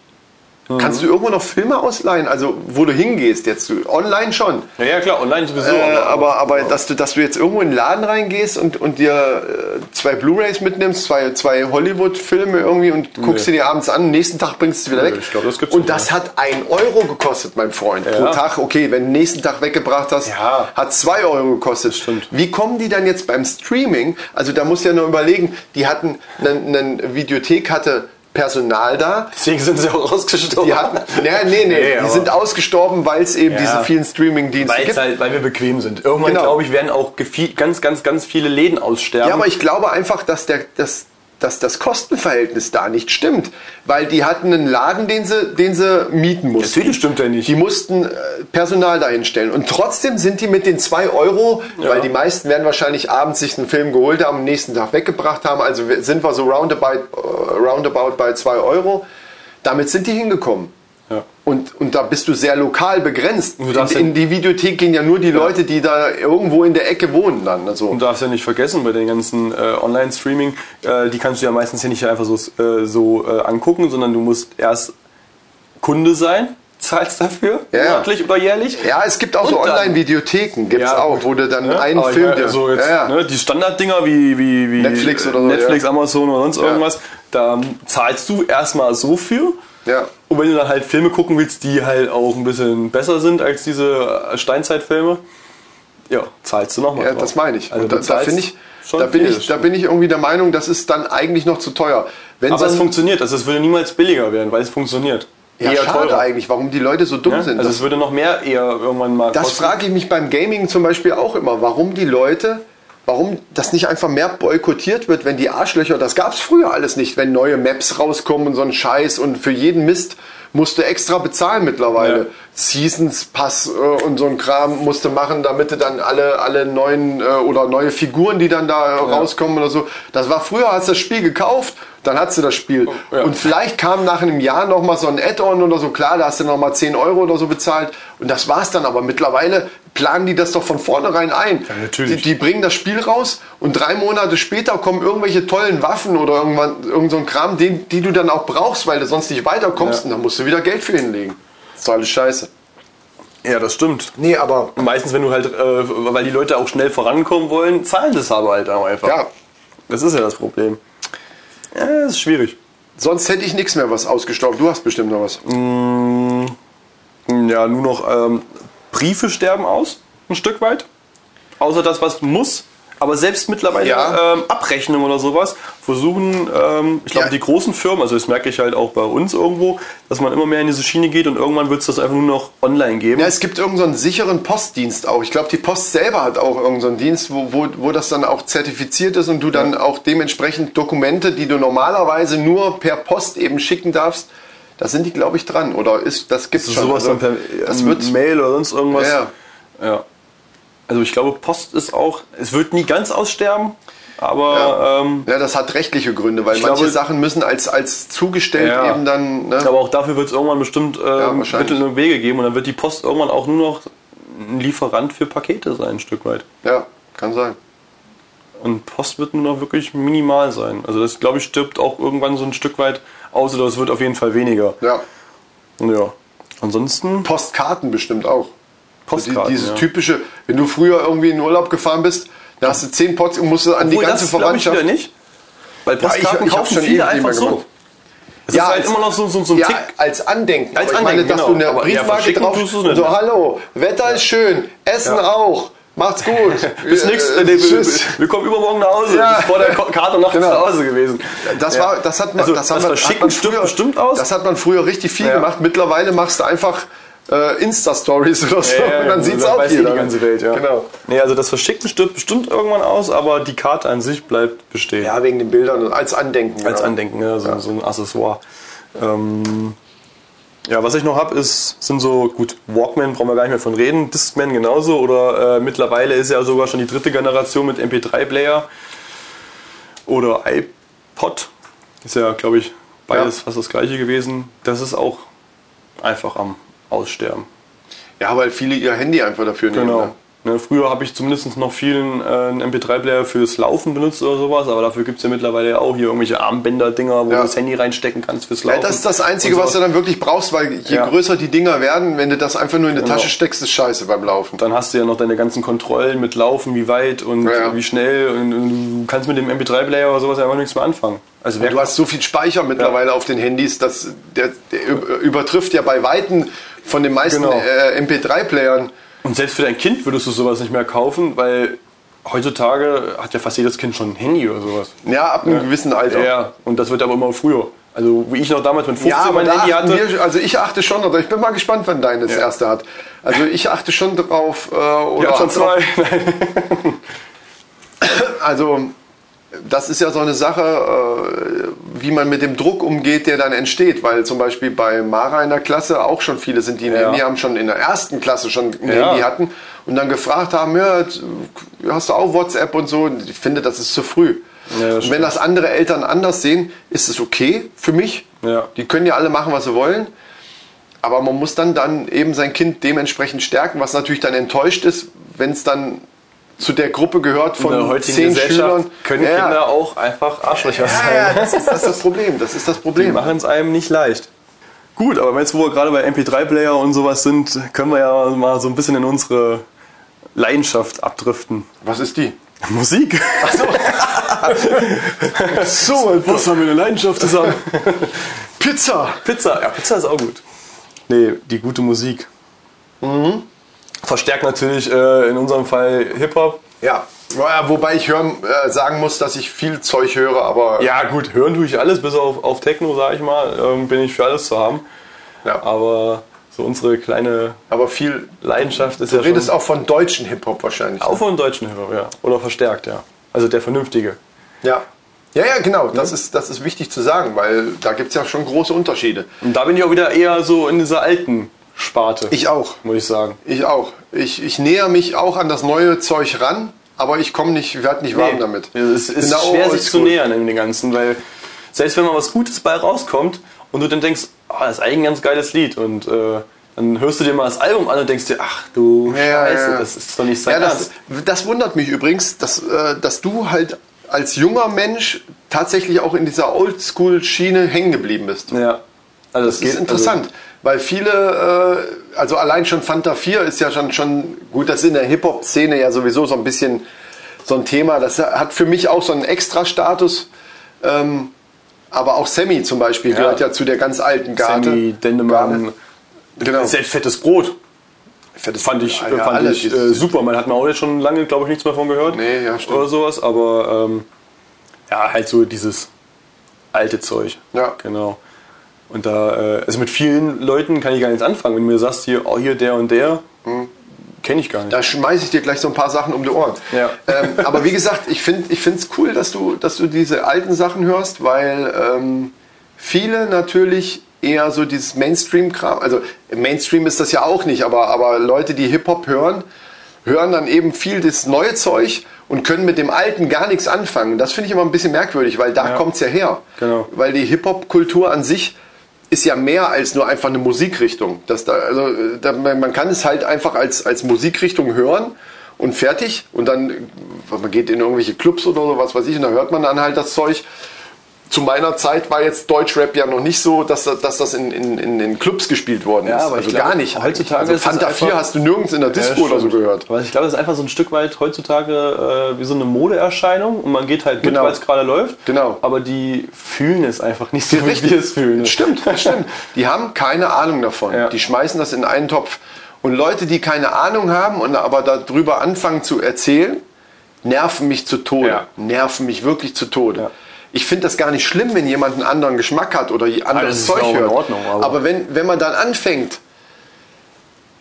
Speaker 1: Mhm.
Speaker 2: Kannst du irgendwo noch Filme ausleihen? Also wo du hingehst jetzt, du- online schon.
Speaker 1: Ja, ja, genau. klar, online sowieso.
Speaker 2: Äh, aber aber dass, du, dass du jetzt irgendwo in den Laden reingehst und, und dir äh, zwei Blu-Rays mitnimmst, zwei, zwei Hollywood-Filme irgendwie und guckst
Speaker 1: Nee.
Speaker 2: dir die abends an, nächsten Tag bringst du sie wieder
Speaker 1: Nee,
Speaker 2: weg.
Speaker 1: ich glaub, das gibt's
Speaker 2: und
Speaker 1: nicht
Speaker 2: das hat ein Euro gekostet, mein Freund, pro
Speaker 1: Ja.
Speaker 2: Tag. Okay, wenn du nächsten Tag weggebracht hast,
Speaker 1: Ja.
Speaker 2: hat zwei Euro gekostet.
Speaker 1: stimmt.
Speaker 2: Wie kommen die dann jetzt beim Streaming? Also da muss ja nur überlegen, die hatten, eine Videothek hatte Personal da,
Speaker 1: Deswegen sind sie auch rausgestorben.
Speaker 2: die
Speaker 1: (laughs)
Speaker 2: hatten, ne, nee, nee, nee, die
Speaker 1: aber-
Speaker 2: sind ausgestorben, weil es eben
Speaker 1: Ja.
Speaker 2: diese vielen Streaming-Dienste
Speaker 1: Weil, es
Speaker 2: gibt.
Speaker 1: halt, weil wir bequem sind. Irgendwann,
Speaker 2: Genau.
Speaker 1: glaube ich, werden auch gefi- ganz, ganz, ganz viele Läden aussterben.
Speaker 2: Ja, aber ich glaube einfach, dass, der, dass, dass das Kostenverhältnis da nicht stimmt. Weil die hatten einen Laden, den sie, den sie mieten mussten.
Speaker 1: Natürlich stimmt der nicht.
Speaker 2: Die mussten äh, Personal dahinstellen. Und trotzdem sind die mit den 2 Euro, weil die meisten werden wahrscheinlich abends sich einen Film geholt haben, am nächsten Tag weggebracht haben. Also wir- sind wir so roundabout, äh, roundabout bei 2 Euro. Damit sind die hingekommen.
Speaker 1: Ja.
Speaker 2: Und, und da bist du sehr lokal begrenzt.
Speaker 1: Und du darfst
Speaker 2: in,
Speaker 1: ja-
Speaker 2: in die Videothek gehen ja nur die Leute, die da irgendwo in der Ecke wohnen dann. Also.
Speaker 1: Und darfst ja nicht vergessen, bei den ganzen äh, Online-Streaming, äh, die kannst du ja meistens ja nicht einfach so, äh, so äh, angucken, sondern du musst erst Kunde sein, (laughs) zahlst dafür,
Speaker 2: Ja, ja.
Speaker 1: monatlich oder jährlich.
Speaker 2: Ja, es gibt auch so
Speaker 1: Und dann-
Speaker 2: Online-Videotheken, gibt es
Speaker 1: Ja,
Speaker 2: auch,
Speaker 1: gut.
Speaker 2: wo du dann
Speaker 1: Ne?
Speaker 2: einen
Speaker 1: Aber
Speaker 2: Film.
Speaker 1: ja,
Speaker 2: dir-
Speaker 1: also jetzt,
Speaker 2: ja, ja.
Speaker 1: Ne, die Standarddinger wie, wie, wie
Speaker 2: Netflix oder so,
Speaker 1: Netflix,
Speaker 2: ja.
Speaker 1: Amazon oder sonst irgendwas, da zahlst du erstmal so viel.
Speaker 2: Ja.
Speaker 1: Und wenn du dann halt Filme gucken willst, die halt auch ein bisschen besser sind als diese äh, Steinzeitfilme, ja, zahlst du nochmal.
Speaker 2: Ja, das meine ich.
Speaker 1: Also
Speaker 2: Und da,
Speaker 1: du
Speaker 2: da,
Speaker 1: zahlst
Speaker 2: find ich,
Speaker 1: schon
Speaker 2: da, bin
Speaker 1: viel,
Speaker 2: ich da bin ich irgendwie der Meinung, das ist dann eigentlich noch zu teuer. Wenn
Speaker 1: Aber
Speaker 2: so
Speaker 1: es
Speaker 2: ein,
Speaker 1: funktioniert, also es würde niemals billiger werden, weil es funktioniert.
Speaker 2: Ja,
Speaker 1: eher
Speaker 2: schade
Speaker 1: teurer.
Speaker 2: eigentlich, warum die Leute so dumm
Speaker 1: Ja?
Speaker 2: sind.
Speaker 1: Also es würde noch mehr eher irgendwann mal
Speaker 2: Das frage ich mich beim Gaming zum Beispiel auch immer, warum die Leute, warum das nicht einfach mehr boykottiert wird, wenn die Arschlöcher, das gab es früher alles nicht, wenn neue Maps rauskommen und so ein Scheiß und für jeden Mist musst du extra bezahlen mittlerweile.
Speaker 1: Ja.
Speaker 2: Seasons Pass äh, und so ein Kram musst du machen, damit du dann alle, alle neuen äh, oder neue Figuren, die dann da äh, rauskommen oder so. Das war früher, hast du das Spiel gekauft, dann hast du das Spiel.
Speaker 1: Ja.
Speaker 2: Und Vielleicht kam nach einem Jahr nochmal so ein Add-on oder so, klar, da hast du nochmal 10 Euro oder so bezahlt und das war's dann. Aber mittlerweile planen die das doch von vornherein ein.
Speaker 1: Ja, natürlich.
Speaker 2: Die, die bringen das Spiel raus und drei Monate später kommen irgendwelche tollen Waffen oder irgendwann irgend so ein Kram, den, die du dann auch brauchst, weil du sonst nicht weiterkommst
Speaker 1: Ja.
Speaker 2: und dann musst du wieder Geld für hinlegen. Das ist doch alles scheiße.
Speaker 1: Ja, das stimmt.
Speaker 2: Nee, aber
Speaker 1: Meistens, wenn du halt, äh, weil die Leute auch schnell vorankommen wollen, zahlen das aber halt auch einfach.
Speaker 2: ja,
Speaker 1: Das ist ja das Problem. Ja, das ist schwierig.
Speaker 2: sonst hätte ich nichts mehr was ausgestaubt. Du hast bestimmt noch was.
Speaker 1: Ja, nur noch ähm, Briefe sterben aus, ein Stück weit. Außer das, was muss. Aber selbst mittlerweile
Speaker 2: Ja.
Speaker 1: ähm, Abrechnung oder sowas versuchen, ähm, ich glaube,
Speaker 2: Ja.
Speaker 1: die großen Firmen, also das merke ich halt auch bei uns irgendwo, dass man immer mehr in diese Schiene geht und irgendwann wird es das einfach nur noch online geben.
Speaker 2: Ja, es gibt irgendeinen so einen sicheren Postdienst auch. Ich glaube, die Post selber hat auch irgendeinen so einen Dienst, wo, wo, wo das dann auch zertifiziert ist und du dann auch dementsprechend Dokumente, die du normalerweise nur per Post eben schicken darfst, da sind die, glaube ich, dran. Oder ist das gibt es schon?
Speaker 1: sowas
Speaker 2: also,
Speaker 1: dann per
Speaker 2: das
Speaker 1: ähm,
Speaker 2: wird,
Speaker 1: Mail oder sonst irgendwas.
Speaker 2: Ja,
Speaker 1: Ja. Also ich glaube, Post ist auch, es wird nie ganz aussterben, aber
Speaker 2: Ja.
Speaker 1: ähm,
Speaker 2: ja, das hat rechtliche Gründe, weil
Speaker 1: Ich
Speaker 2: manche
Speaker 1: glaube-
Speaker 2: Sachen müssen als, als zugestellt
Speaker 1: Ja.
Speaker 2: eben dann. Ne?
Speaker 1: Aber auch dafür wird es irgendwann bestimmt ähm,
Speaker 2: wahrscheinlich.
Speaker 1: Mittel und Wege geben und dann wird die Post irgendwann auch nur noch ein Lieferant für Pakete sein, ein Stück weit.
Speaker 2: Ja, kann sein.
Speaker 1: Und Post wird nur noch wirklich minimal sein. Also das, glaube ich, stirbt auch irgendwann so ein Stück weit aus oder es wird auf jeden Fall weniger.
Speaker 2: Ja.
Speaker 1: Ja. Ansonsten
Speaker 2: Postkarten bestimmt auch. Also
Speaker 1: Postkarten,
Speaker 2: Die, dieses
Speaker 1: ja.
Speaker 2: typische, wenn du früher irgendwie in Urlaub gefahren bist, da hast du zehn Pots und musst du an die
Speaker 1: Obwohl,
Speaker 2: ganze
Speaker 1: das glaub ich
Speaker 2: Verwandtschaft.
Speaker 1: wieder nicht. Weil
Speaker 2: Ja, ich-
Speaker 1: Postkarten
Speaker 2: ich hab's
Speaker 1: kaufen
Speaker 2: schon
Speaker 1: viele
Speaker 2: ewig nicht mehr
Speaker 1: einfach so.
Speaker 2: gemacht.
Speaker 1: Es
Speaker 2: Ja,
Speaker 1: ist halt
Speaker 2: als-
Speaker 1: immer noch so, so, so ein
Speaker 2: Ja,
Speaker 1: Tick.
Speaker 2: als Andenken.
Speaker 1: Als
Speaker 2: Aber ich
Speaker 1: Andenken,
Speaker 2: meine, dass
Speaker 1: genau.
Speaker 2: du eine
Speaker 1: Aber ja,
Speaker 2: Briefmarke
Speaker 1: verschicken
Speaker 2: drauf
Speaker 1: tust du's nicht.
Speaker 2: so, hallo, Wetter ist schön, Essen
Speaker 1: Ja.
Speaker 2: auch,
Speaker 1: (laughs)
Speaker 2: macht's gut.
Speaker 1: Bis nächstes, äh, nee, wir,
Speaker 2: tschüss.
Speaker 1: wir- wir kommen übermorgen nach Hause.
Speaker 2: Ja.
Speaker 1: Das ist vor der Ko- Karte noch
Speaker 2: Genau.
Speaker 1: zu Hause gewesen.
Speaker 2: Das
Speaker 1: Ja.
Speaker 2: war, das hat man,
Speaker 1: also,
Speaker 2: das
Speaker 1: das,
Speaker 2: hat man, hat
Speaker 1: Verschicken
Speaker 2: man
Speaker 1: stimmt bestimmt aus.
Speaker 2: Das hat man früher richtig viel
Speaker 1: Ja.
Speaker 2: gemacht. Mittlerweile machst du einfach äh, Insta-Stories oder so
Speaker 1: Ja, ja,
Speaker 2: und dann
Speaker 1: also
Speaker 2: sieht's
Speaker 1: da
Speaker 2: auch
Speaker 1: weiß eh
Speaker 2: jeder.
Speaker 1: die ganze Welt, ja.
Speaker 2: Genau.
Speaker 1: Nee, also das Verschicken stirbt bestimmt irgendwann aus, aber die Karte an sich bleibt bestehen.
Speaker 2: Ja, wegen den Bildern und als Andenken. genau.
Speaker 1: Als
Speaker 2: ja.
Speaker 1: Andenken, ja, so, so ein Accessoire. Ähm, ja, was ich noch habe, ist, sind so, gut, Walkman brauchen wir gar nicht mehr von reden, Discman genauso oder äh, mittlerweile ist ja sogar schon die dritte Generation mit MP3-Player oder iPod. Ist ja, glaube ich, beides
Speaker 2: Ja.
Speaker 1: fast das gleiche gewesen. Das ist auch einfach am Aussterben.
Speaker 2: Ja, weil viele ihr Handy einfach dafür nehmen.
Speaker 1: Genau.
Speaker 2: Ne?
Speaker 1: Ne, früher habe ich zumindest noch vielen äh, einen MP3-Player fürs Laufen benutzt oder sowas, aber dafür gibt es ja mittlerweile ja auch hier irgendwelche Armbänder-Dinger, wo
Speaker 2: Ja.
Speaker 1: du das Handy reinstecken kannst fürs Laufen.
Speaker 2: Ja, das ist das Einzige,
Speaker 1: und
Speaker 2: was du
Speaker 1: sowas.
Speaker 2: dann wirklich brauchst, weil je
Speaker 1: Ja.
Speaker 2: größer die Dinger werden, wenn du das einfach nur in die
Speaker 1: Genau.
Speaker 2: Tasche steckst, ist scheiße beim Laufen.
Speaker 1: Dann hast du ja noch deine ganzen Kontrollen mit Laufen, wie weit und
Speaker 2: Ja, ja.
Speaker 1: wie schnell und, und du kannst mit dem MP3-Player oder sowas einfach nichts mehr anfangen. Also wer
Speaker 2: Du hast so viel Speicher mittlerweile auf den Handys, dass der, der ü- übertrifft ja bei Weitem von den meisten
Speaker 1: Genau.
Speaker 2: äh, MP3-Playern.
Speaker 1: und selbst für dein Kind würdest du sowas nicht mehr kaufen, weil heutzutage hat ja fast jedes Kind schon ein Handy oder sowas.
Speaker 2: Ja, ab einem gewissen Alter.
Speaker 1: Ja, und das wird aber immer früher. Also wie ich noch damals mit 15
Speaker 2: Ja, aber
Speaker 1: mein
Speaker 2: da
Speaker 1: Handy
Speaker 2: achten
Speaker 1: hatte.
Speaker 2: wir, also ich achte schon, oder ich bin mal gespannt, wann dein das erste hat. Also ich achte schon drauf, äh,
Speaker 1: Ich
Speaker 2: oder
Speaker 1: hab schon zwei. (laughs)
Speaker 2: also das ist ja so eine Sache, äh, wie man mit dem Druck umgeht, der dann entsteht, weil zum Beispiel bei Mara in der Klasse auch schon viele sind, die ein
Speaker 1: Ja.
Speaker 2: Handy haben, schon in der ersten Klasse schon ein
Speaker 1: Ja.
Speaker 2: Handy hatten und dann gefragt haben, ja, jetzt, äh, hast du auch WhatsApp und so. Und Ich finde, das ist zu früh.
Speaker 1: Ja, das
Speaker 2: und wenn das andere Eltern anders sehen, ist es okay für mich.
Speaker 1: Ja.
Speaker 2: Die können ja alle machen, was sie wollen. Aber man muss dann, dann eben sein Kind dementsprechend stärken, was natürlich dann enttäuscht ist, wenn es dann zu der Gruppe gehört
Speaker 1: In der
Speaker 2: von
Speaker 1: heutigen
Speaker 2: zehn
Speaker 1: Gesellschaft
Speaker 2: Schülern.
Speaker 1: können
Speaker 2: Ja, ja.
Speaker 1: Kinder auch einfach Arschlöcher
Speaker 2: Ja,
Speaker 1: sein.
Speaker 2: ja, das ist das, ist das Problem. Das ist das
Speaker 1: Die
Speaker 2: Problem.
Speaker 1: machen es einem nicht leicht. Gut, aber jetzt, wo wir gerade bei MP3-Player und sowas sind, können wir ja mal so ein bisschen in unsere Leidenschaft abdriften. (laughs)
Speaker 2: Was ist die?
Speaker 1: Musik. (laughs)
Speaker 2: So,
Speaker 1: Was haben wir eine Leidenschaft zusammen?
Speaker 2: (laughs) Pizza.
Speaker 1: (laughs) Pizza. Ja, Pizza ist auch gut. Nee, die gute Musik.
Speaker 2: Mhm.
Speaker 1: Verstärkt natürlich äh, in unserem Fall Hip-Hop.
Speaker 2: Ja. Naja, Wobei ich hören, äh, sagen muss, dass ich viel Zeug höre, aber
Speaker 1: Ja, gut, hören tue ich alles, bis auf, auf Techno, sag ich mal, ähm, bin ich für alles zu haben.
Speaker 2: Ja.
Speaker 1: Aber so unsere kleine
Speaker 2: Aber viel.
Speaker 1: Leidenschaft ist
Speaker 2: Du
Speaker 1: ja
Speaker 2: redest
Speaker 1: schon
Speaker 2: auch von deutschen Hip-Hop wahrscheinlich.
Speaker 1: auf von deutschen Hörer, ja. Oder verstärkt, ja. Also der vernünftige.
Speaker 2: Ja. Ja, ja, genau. Das, ist, das ist wichtig zu sagen, weil da gibt es ja schon große Unterschiede.
Speaker 1: Und da bin ich auch wieder eher so in dieser alten Sparte,
Speaker 2: Ich auch.
Speaker 1: muss ich sagen.
Speaker 2: Ich auch. Ich, ich näher mich auch an das neue Zeug ran, aber ich komme nicht, werde nicht warm damit. Genau,
Speaker 1: Es ist
Speaker 2: Bin da oh,
Speaker 1: schwer, sich zu
Speaker 2: oldschool.
Speaker 1: nähern in dem Ganzen, weil selbst wenn mal was Gutes bei rauskommt und du dann denkst, ah, das ist eigentlich ein ganz geiles Lied und äh, dann hörst du dir mal das Album an und denkst dir, ach du
Speaker 2: Ja,
Speaker 1: Scheiße,
Speaker 2: ja, ja.
Speaker 1: das ist doch nicht
Speaker 2: Ja,
Speaker 1: sein
Speaker 2: das,
Speaker 1: Ernst.
Speaker 2: das wundert mich übrigens, dass, äh, dass du halt als junger Mensch tatsächlich auch in dieser Oldschool-Schiene hängen geblieben bist.
Speaker 1: Ja, also das,
Speaker 2: Das ist
Speaker 1: geht,
Speaker 2: interessant, weil viele, äh, also allein schon Fanta 4 ist ja schon, schon gut, das ist in der Hip-Hop-Szene ja sowieso so ein bisschen so ein Thema. Das hat für mich auch so einen Extra-Status. Ähm, aber auch Sammy zum Beispiel
Speaker 1: Ja.
Speaker 2: gehört ja zu der ganz alten
Speaker 1: Also,
Speaker 2: Garde.
Speaker 1: Sammy, Dendemann,
Speaker 2: Garde. Genau.
Speaker 1: Sehr fettes Brot.
Speaker 2: Fettes
Speaker 1: Fand ich,
Speaker 2: Ja, ja,
Speaker 1: fand
Speaker 2: alles
Speaker 1: ich
Speaker 2: ist-
Speaker 1: äh, super. Man hat man auch jetzt schon lange, glaube ich, nichts mehr von gehört.
Speaker 2: Nee, ja, stimmt.
Speaker 1: Oder sowas, aber ähm, ja, halt so dieses alte Zeug.
Speaker 2: Ja.
Speaker 1: Genau. Und da, äh, also mit vielen Leuten kann ich gar nichts anfangen. Wenn du mir sagst, hier, oh, hier der und der,
Speaker 2: Mhm.
Speaker 1: kenne ich gar nicht.
Speaker 2: Da schmeiße ich dir gleich so ein paar Sachen um die Ohren.
Speaker 1: Ja.
Speaker 2: Ähm, aber wie gesagt, ich finde es cool, dass du, dass du diese alten Sachen hörst, weil ähm, viele natürlich eher so dieses Mainstream-Kram, also im Mainstream ist das ja auch nicht, aber, aber Leute, die Hip-Hop hören, hören dann eben viel das neue Zeug und können mit dem Alten gar nichts anfangen. Das finde ich immer ein bisschen merkwürdig, weil da
Speaker 1: Ja.
Speaker 2: kommt es ja her.
Speaker 1: Genau.
Speaker 2: Weil die Hip-Hop-Kultur an sich ist ja mehr als nur einfach eine Musikrichtung. Das da, also, äh, da, man man kann es halt einfach als, als Musikrichtung hören und fertig. Und dann, äh, man geht in irgendwelche Clubs oder so, was weiß ich, und da hört man dann halt das Zeug. Zu meiner Zeit war jetzt Deutschrap ja noch nicht so, dass, das- dass das in, in, in, in Clubs gespielt worden ist.
Speaker 1: Ja, aber ich
Speaker 2: also
Speaker 1: glaube,
Speaker 2: gar nicht.
Speaker 1: heutzutage
Speaker 2: also
Speaker 1: ist das
Speaker 2: Fanta 4
Speaker 1: einfach-
Speaker 2: hast du nirgends in der Disco oder so
Speaker 1: stimmt.
Speaker 2: gehört.
Speaker 1: Aber ich glaube, das ist einfach so ein Stück weit heutzutage äh, wie so eine Modeerscheinung und man geht halt mit,
Speaker 2: Genau.
Speaker 1: weil es gerade läuft.
Speaker 2: Genau.
Speaker 1: Aber die fühlen es einfach nicht so, wie
Speaker 2: Richtig.
Speaker 1: wir es fühlen.
Speaker 2: Stimmt,
Speaker 1: (laughs)
Speaker 2: stimmt. Die haben keine Ahnung davon.
Speaker 1: Ja.
Speaker 2: Die schmeißen das in einen Topf. Und Leute, die keine Ahnung haben und aber darüber anfangen zu erzählen, nerven mich zu Tode.
Speaker 1: Ja.
Speaker 2: Nerven mich wirklich zu Tode.
Speaker 1: Ja.
Speaker 2: Ich finde das gar nicht schlimm, wenn jemand einen anderen Geschmack hat oder je-
Speaker 1: das
Speaker 2: anderes
Speaker 1: ist
Speaker 2: Zeug
Speaker 1: auch in
Speaker 2: hört.
Speaker 1: Ordnung,
Speaker 2: aber
Speaker 1: aber-
Speaker 2: wenn, wenn man dann anfängt,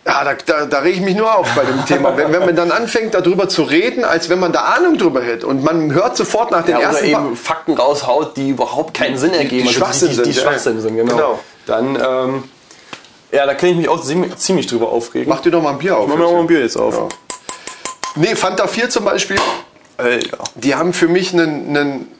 Speaker 2: ja, da, da, da reg ich mich nur auf bei dem Thema. Wenn, wenn man dann anfängt, darüber zu reden, als wenn man da Ahnung drüber hätte und man hört sofort nach den
Speaker 1: ja, oder
Speaker 2: ersten paar-
Speaker 1: eben Fakten raushaut, die überhaupt keinen Sinn ergeben. also
Speaker 2: die Schwachsinn
Speaker 1: die, die, die
Speaker 2: sind, ja.
Speaker 1: Schwachsinn sind, genau.
Speaker 2: Genau.
Speaker 1: Dann, ähm, ja, da kann ich mich auch ziemlich, ziemlich drüber aufregen.
Speaker 2: Mach dir doch mal ein Bier auf.
Speaker 1: Machen wir
Speaker 2: jetzt.
Speaker 1: mal ein Bier jetzt auf.
Speaker 2: Ja. Nee, Fanta 4 zum Beispiel, äh,
Speaker 1: Alter.
Speaker 2: die haben für mich einen, einen,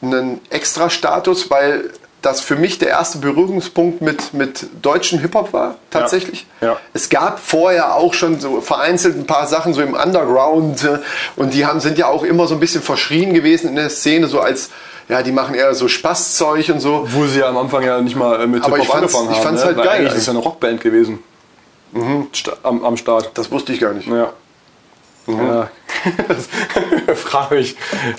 Speaker 2: einen extra Status, weil das für mich der erste Berührungspunkt mit, mit deutschen Hip-Hop war, tatsächlich.
Speaker 1: Ja.
Speaker 2: Es gab vorher auch schon so vereinzelt ein paar Sachen so im Underground äh, und die haben, sind ja auch immer so ein bisschen verschrien gewesen in der Szene, so als, ja, die machen eher so Spaßzeug und so.
Speaker 1: Wo sie ja am Anfang ja nicht mal äh, mit
Speaker 2: Aber
Speaker 1: Hip-Hop
Speaker 2: ich fand's-
Speaker 1: angefangen
Speaker 2: ich
Speaker 1: haben.
Speaker 2: fand's
Speaker 1: ne?
Speaker 2: halt
Speaker 1: Weil
Speaker 2: geil Mhm.
Speaker 1: Eigentlich ist es ja eine Rockband gewesen. Sta- Am, am Start.
Speaker 2: Das Mhm. wusste ich gar nicht. (laughs)
Speaker 1: Ja. ja. (laughs) Frage ich.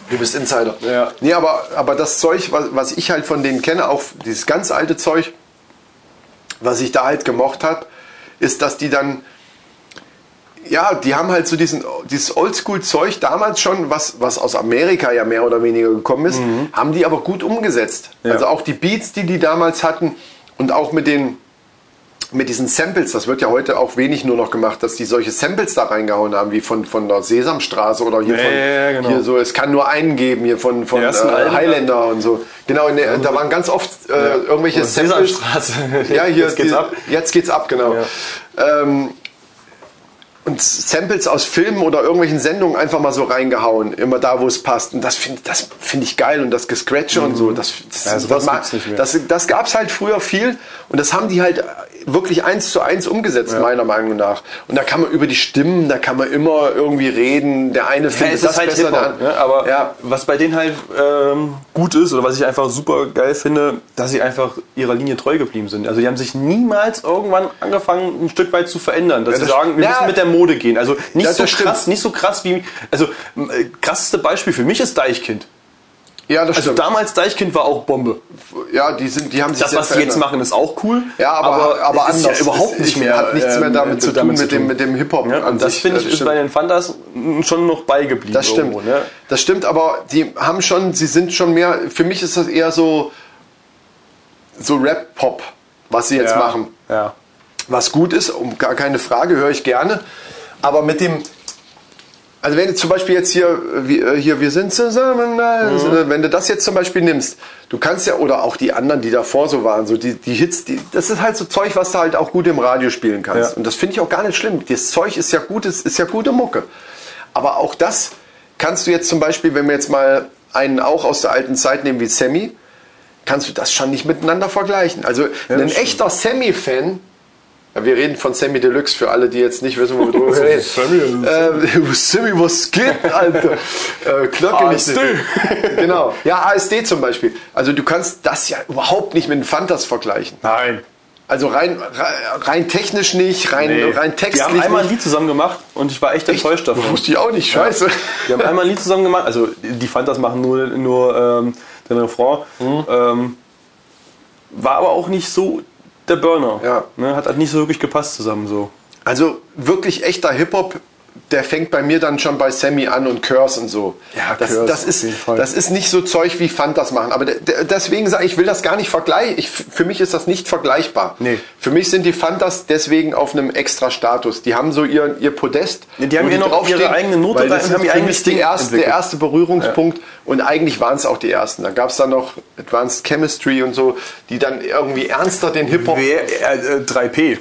Speaker 2: Du bist Insider.
Speaker 1: Ja.
Speaker 2: Nee, aber, aber das Zeug, was, was ich halt von denen kenne, auch dieses ganz alte Zeug, was ich da halt gemocht habe, ist, dass die dann, ja, die haben halt so diesen, dieses Oldschool-Zeug damals schon, was, was aus Amerika ja mehr oder weniger gekommen ist, haben die aber gut umgesetzt.
Speaker 1: Mhm. Ja.
Speaker 2: Also auch die Beats, die die damals hatten und auch mit den, mit diesen Samples, das wird ja heute auch wenig nur noch gemacht, dass die solche Samples da reingehauen haben, wie von, von der Sesamstraße oder hier
Speaker 1: Ja,
Speaker 2: von,
Speaker 1: ja, ja, genau.
Speaker 2: hier so, es kann nur einen geben, hier von, von
Speaker 1: Die
Speaker 2: äh,
Speaker 1: ersten Alben,
Speaker 2: Highlander und so. Genau, in der, da waren ganz oft äh, irgendwelche
Speaker 1: Oder
Speaker 2: Samples.
Speaker 1: Sesamstraße.
Speaker 2: Ja, hier,
Speaker 1: Jetzt geht's
Speaker 2: die,
Speaker 1: ab.
Speaker 2: Jetzt geht's ab, genau. Ähm, und Samples aus Filmen oder irgendwelchen Sendungen einfach mal so reingehauen, immer da, wo es passt. Und das finde das find ich geil und das Gescratche und so, das, das,
Speaker 1: Also
Speaker 2: das,
Speaker 1: das
Speaker 2: mag-
Speaker 1: gibt's nicht mehr.
Speaker 2: das, das gab es halt früher viel und das haben die halt wirklich eins zu eins umgesetzt, meiner Meinung nach. Und da kann man über die Stimmen, da kann man immer irgendwie reden, der
Speaker 1: Ja,
Speaker 2: eine findet
Speaker 1: es
Speaker 2: das
Speaker 1: ist halt
Speaker 2: besser, der
Speaker 1: Hip-Hop,
Speaker 2: andere.
Speaker 1: ne? aber
Speaker 2: ja,
Speaker 1: was bei denen halt ähm, gut ist oder was ich einfach super geil finde, dass sie einfach ihrer Linie treu geblieben sind. Also die haben sich niemals irgendwann angefangen, ein Stück weit zu verändern, dass
Speaker 2: Ja,
Speaker 1: sie
Speaker 2: das-
Speaker 1: sagen, wir
Speaker 2: Ja.
Speaker 1: müssen mit der Mode gehen. Also nicht
Speaker 2: Ja, das
Speaker 1: so
Speaker 2: stimmt.
Speaker 1: krass, nicht so krass wie, also äh, krasseste Beispiel für mich ist Deichkind.
Speaker 2: ja, das
Speaker 1: Also
Speaker 2: stimmt.
Speaker 1: damals Deichkind war auch Bombe.
Speaker 2: ja, die, sind, die haben sich
Speaker 1: Das,
Speaker 2: sehr
Speaker 1: was sie jetzt
Speaker 2: verändert.
Speaker 1: machen, ist auch cool.
Speaker 2: Ja, aber, aber,
Speaker 1: es
Speaker 2: anders.
Speaker 1: ist ja überhaupt
Speaker 2: Es-
Speaker 1: nicht
Speaker 2: es
Speaker 1: mehr.
Speaker 2: Hat nichts mehr
Speaker 1: ähm,
Speaker 2: damit zu tun, mit, dem, mit dem Hip-Hop.
Speaker 1: Ja,
Speaker 2: an
Speaker 1: und das
Speaker 2: sich.
Speaker 1: finde ich ist
Speaker 2: stimmt.
Speaker 1: bei den Fantas m, schon noch beigeblieben.
Speaker 2: Das stimmt.
Speaker 1: Irgendwo, ne?
Speaker 2: Das stimmt, aber die haben schon, sie sind schon mehr, für mich ist das eher so, so Rap-Pop. was sie jetzt
Speaker 1: ja.
Speaker 2: machen.
Speaker 1: Ja.
Speaker 2: Was gut ist, um gar keine Frage, höre ich gerne. Aber mit dem, also wenn du zum Beispiel jetzt hier, äh, wir, äh, hier wir sind zusammen, äh, wenn du das jetzt zum Beispiel nimmst, du kannst ja, oder auch die anderen, die davor so waren, so die, die Hits, die, das ist halt so Zeug, was du halt auch gut im Radio spielen kannst.
Speaker 1: Ja.
Speaker 2: Und das finde ich auch gar nicht schlimm. Das Zeug ist ja gut, ist, ist ja gute Mucke. Aber auch das kannst du jetzt zum Beispiel, wenn wir jetzt mal einen auch aus der alten Zeit nehmen wie Sammy, kannst du das schon nicht miteinander vergleichen. Also ein
Speaker 1: stimmt.
Speaker 2: echter Sammy-Fan, ja, wir reden von Sammy Deluxe für alle, die jetzt nicht wissen, worüber
Speaker 1: (laughs)
Speaker 2: wir reden.
Speaker 1: Sammy
Speaker 2: (laughs) Ähm, Sammy, was
Speaker 1: (laughs)
Speaker 2: geht, Alter? äh, Glocke nicht.
Speaker 1: ASD.
Speaker 2: (laughs) genau. Ja, ASD zum Beispiel. Also du kannst das ja überhaupt nicht mit den Fantas vergleichen.
Speaker 1: Nein.
Speaker 2: Also rein, rein, rein technisch nicht, rein,
Speaker 1: Nee.
Speaker 2: rein
Speaker 1: Die
Speaker 2: textlich
Speaker 1: haben einmal ne? ein
Speaker 2: nicht.
Speaker 1: Lied zusammen gemacht und ich war echt enttäuscht davon.
Speaker 2: Wusste ich auch nicht, scheiße. (laughs)
Speaker 1: Die haben einmal ein Lied zusammen gemacht, also die Fantas machen nur, nur ähm, den Refrain.
Speaker 2: Mhm.
Speaker 1: Ähm, war aber auch nicht so der Burner.
Speaker 2: Ja.
Speaker 1: Ne, hat halt nicht so wirklich gepasst zusammen so.
Speaker 2: Also wirklich echter Hip-Hop, der fängt bei mir dann schon bei Sammy an und Curse und so.
Speaker 1: Ja,
Speaker 2: das,
Speaker 1: Curse
Speaker 2: das
Speaker 1: auf
Speaker 2: ist
Speaker 1: jeden Fall.
Speaker 2: Das ist nicht so Zeug wie Fantas machen. Aber de- de- deswegen sage ich, ich will das gar nicht vergleichen. Ich, für mich ist das nicht vergleichbar.
Speaker 1: Nee.
Speaker 2: Für mich sind die Fantas deswegen auf einem extra Status. Die haben so ihr, ihr Podest.
Speaker 1: Nee, die haben
Speaker 2: wo
Speaker 1: ja noch ihre
Speaker 2: draufstehen,
Speaker 1: eigene Note
Speaker 2: weil
Speaker 1: da
Speaker 2: das
Speaker 1: und haben
Speaker 2: ist
Speaker 1: ihr
Speaker 2: für
Speaker 1: eigenes
Speaker 2: mich die
Speaker 1: Ding
Speaker 2: erste, der
Speaker 1: entwickelt.
Speaker 2: erste Berührungspunkt. Und eigentlich waren es auch die ersten. Da gab es dann noch Advanced Chemistry und so, die dann irgendwie ernster den Hip-Hop...
Speaker 1: äh, 3P.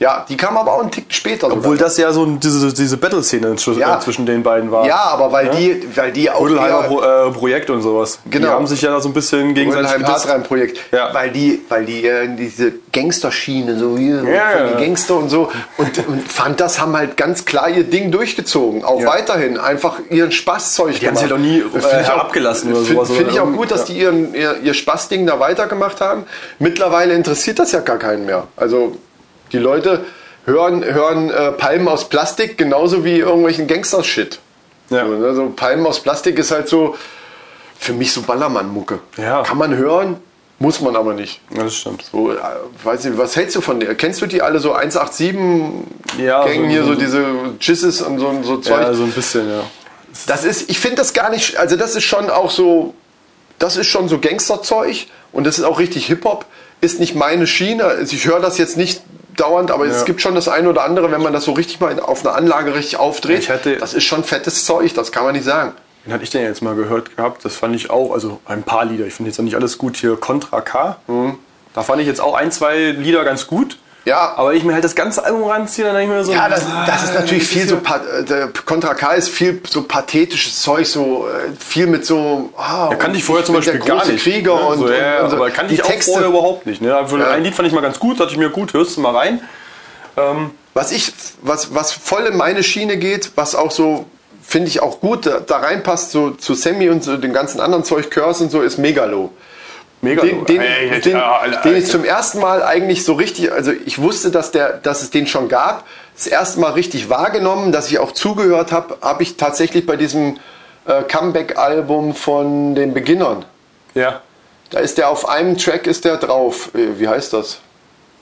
Speaker 2: Ja, die kamen aber auch einen Tick später. sogar.
Speaker 1: Obwohl das ja so ein- diese, diese Battle-Szene inzw-
Speaker 2: Ja.
Speaker 1: zwischen den beiden war.
Speaker 2: Ja, aber weil die, weil die auch
Speaker 1: Hudelheimer
Speaker 2: eher-
Speaker 1: Pro, äh, Projekt und sowas.
Speaker 2: Genau.
Speaker 1: Die haben sich ja da so ein bisschen gegenseitig
Speaker 2: Hudelheim
Speaker 1: gedisst.
Speaker 2: Hartrein Projekt,
Speaker 1: Ja.
Speaker 2: weil die, weil die äh, diese Gangsterschiene so hier
Speaker 1: Ja,
Speaker 2: von
Speaker 1: ja.
Speaker 2: den Gangster und so und, und Fantas haben halt ganz klar ihr Ding durchgezogen, auch
Speaker 1: Ja.
Speaker 2: weiterhin einfach ihren Spaßzeug.
Speaker 1: Die haben sich halt auch nie,
Speaker 2: Finde
Speaker 1: äh,
Speaker 2: ich auch-
Speaker 1: abgelassen oder
Speaker 2: Finde
Speaker 1: sowas,
Speaker 2: find
Speaker 1: oder
Speaker 2: ich auch
Speaker 1: irgend-
Speaker 2: gut, dass
Speaker 1: ja.
Speaker 2: die die ihren, ihr, ihr Spaßding da weitergemacht haben. Mittlerweile interessiert das ja gar keinen mehr. Also die Leute hören, hören äh, Palmen aus Plastik genauso wie irgendwelchen Gangster-Shit.
Speaker 1: Ja.
Speaker 2: So, ne? so Palmen aus Plastik ist halt so für mich so Ballermann-Mucke.
Speaker 1: Ja.
Speaker 2: Kann man hören, muss man aber nicht.
Speaker 1: Ja, das stimmt.
Speaker 2: So, äh, weiß nicht, was hältst du von der? Kennst du die alle so 187
Speaker 1: Ja,
Speaker 2: Gängen
Speaker 1: so-
Speaker 2: hier, so,
Speaker 1: so-
Speaker 2: diese Jizzes und so, so Zeug?
Speaker 1: Also, Ja, also so ein bisschen, ja.
Speaker 2: Das ist, ich finde das gar nicht, also das ist schon auch so, das ist schon so Gangsterzeug und das ist auch richtig Hip-Hop, ist nicht meine Schiene. Also ich höre das jetzt nicht dauernd, aber es gibt schon das eine oder andere, wenn man das so richtig mal in- auf einer Anlage richtig aufdreht.
Speaker 1: Ich hatte-
Speaker 2: das ist schon fettes Zeug, das kann man nicht sagen.
Speaker 1: Den hatte ich denn jetzt mal gehört gehabt, das fand ich auch, also ein paar Lieder, ich finde jetzt auch nicht alles gut hier, Contra K, hm. da fand ich jetzt auch ein, zwei Lieder ganz gut,
Speaker 2: Ja,
Speaker 1: aber wenn ich mir halt das ganze Album ranziehe, dann denke ich mir so,
Speaker 2: ja das, das ist natürlich viel so, pa- äh, der Contra K ist viel so pathetisches Zeug, so äh, viel mit so, ah,
Speaker 1: ja, kannte ich vorher zum
Speaker 2: bin der
Speaker 1: Beispiel gar
Speaker 2: große
Speaker 1: nicht.
Speaker 2: Krieger
Speaker 1: ne?
Speaker 2: und,
Speaker 1: so, ja,
Speaker 2: und, und so.
Speaker 1: aber kannte
Speaker 2: die
Speaker 1: ich auch
Speaker 2: Texte,
Speaker 1: vorher überhaupt nicht. Ne? Für
Speaker 2: Ja.
Speaker 1: Ein Lied fand ich mal ganz gut, dachte ich mir, gut, hörst du mal rein. Ähm,
Speaker 2: Was ich, was, was voll in meine Schiene geht, was auch so, finde ich auch gut, da, da reinpasst, so zu Sammy und so dem ganzen anderen Zeug, Curse und so, ist Megalo.
Speaker 1: mega.
Speaker 2: Den, den,
Speaker 1: Ey,
Speaker 2: den,
Speaker 1: ja, Alter,
Speaker 2: den ich zum ersten Mal eigentlich so richtig, also ich wusste, dass, der, dass es den schon gab, das erste Mal richtig wahrgenommen, dass ich auch zugehört habe, habe ich tatsächlich bei diesem äh, Comeback-Album von den Beginnern.
Speaker 1: ja.
Speaker 2: Da ist der auf einem Track ist der drauf. Äh, Wie heißt das?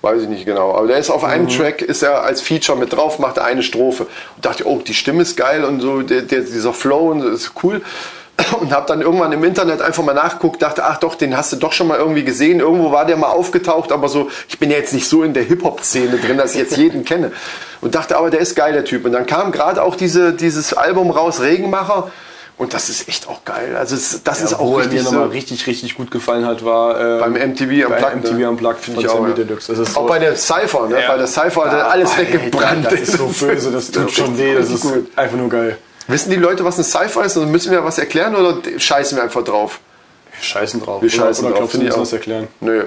Speaker 2: Weiß ich nicht genau. Aber der ist auf
Speaker 1: Mhm.
Speaker 2: einem Track, ist er als Feature mit drauf, macht eine Strophe. Und dachte, oh, die Stimme ist geil und so, der, der, dieser Flow und so, ist cool. (clears throat) Und habe dann irgendwann im Internet einfach mal nachgeguckt, dachte, ach doch, den hast du doch schon mal irgendwie gesehen. Irgendwo war der mal aufgetaucht, aber so, ich bin ja jetzt nicht so in der Hip-Hop-Szene drin, dass ich jetzt jeden kenne. Und dachte, aber der ist geil, der Typ. Und dann kam gerade auch diese, dieses Album raus, Regenmacher. Und das ist echt auch geil. Also, es, das ist auch
Speaker 1: Wo er mir
Speaker 2: richtig
Speaker 1: nochmal
Speaker 2: so.
Speaker 1: richtig, richtig gut gefallen hat, war äh,
Speaker 2: Beim MTV am Plug,
Speaker 1: beim MTV
Speaker 2: ne?
Speaker 1: am Plug
Speaker 2: Find
Speaker 1: von
Speaker 2: ich auch,
Speaker 1: Sammy
Speaker 2: ja.
Speaker 1: Deluxe. Das ist
Speaker 2: Auch
Speaker 1: so-
Speaker 2: bei der Cypher, ne?
Speaker 1: Ja. Ah,
Speaker 2: Bei der Cypher hat er alles
Speaker 1: Alter,
Speaker 2: weggebrannt.
Speaker 1: Das ist so böse,
Speaker 2: (laughs)
Speaker 1: das tut schon weh, das ist
Speaker 2: Gut.
Speaker 1: einfach nur geil.
Speaker 2: Wissen die Leute, was eine Cypher ist? Und müssen wir was erklären oder d- scheißen wir einfach drauf?
Speaker 1: Wir scheißen drauf.
Speaker 2: Wir scheißen
Speaker 1: oder, oder glaubst
Speaker 2: drauf,
Speaker 1: du,
Speaker 2: finde
Speaker 1: wir
Speaker 2: ich
Speaker 1: müssen
Speaker 2: auch.
Speaker 1: das erklären?
Speaker 2: Nö.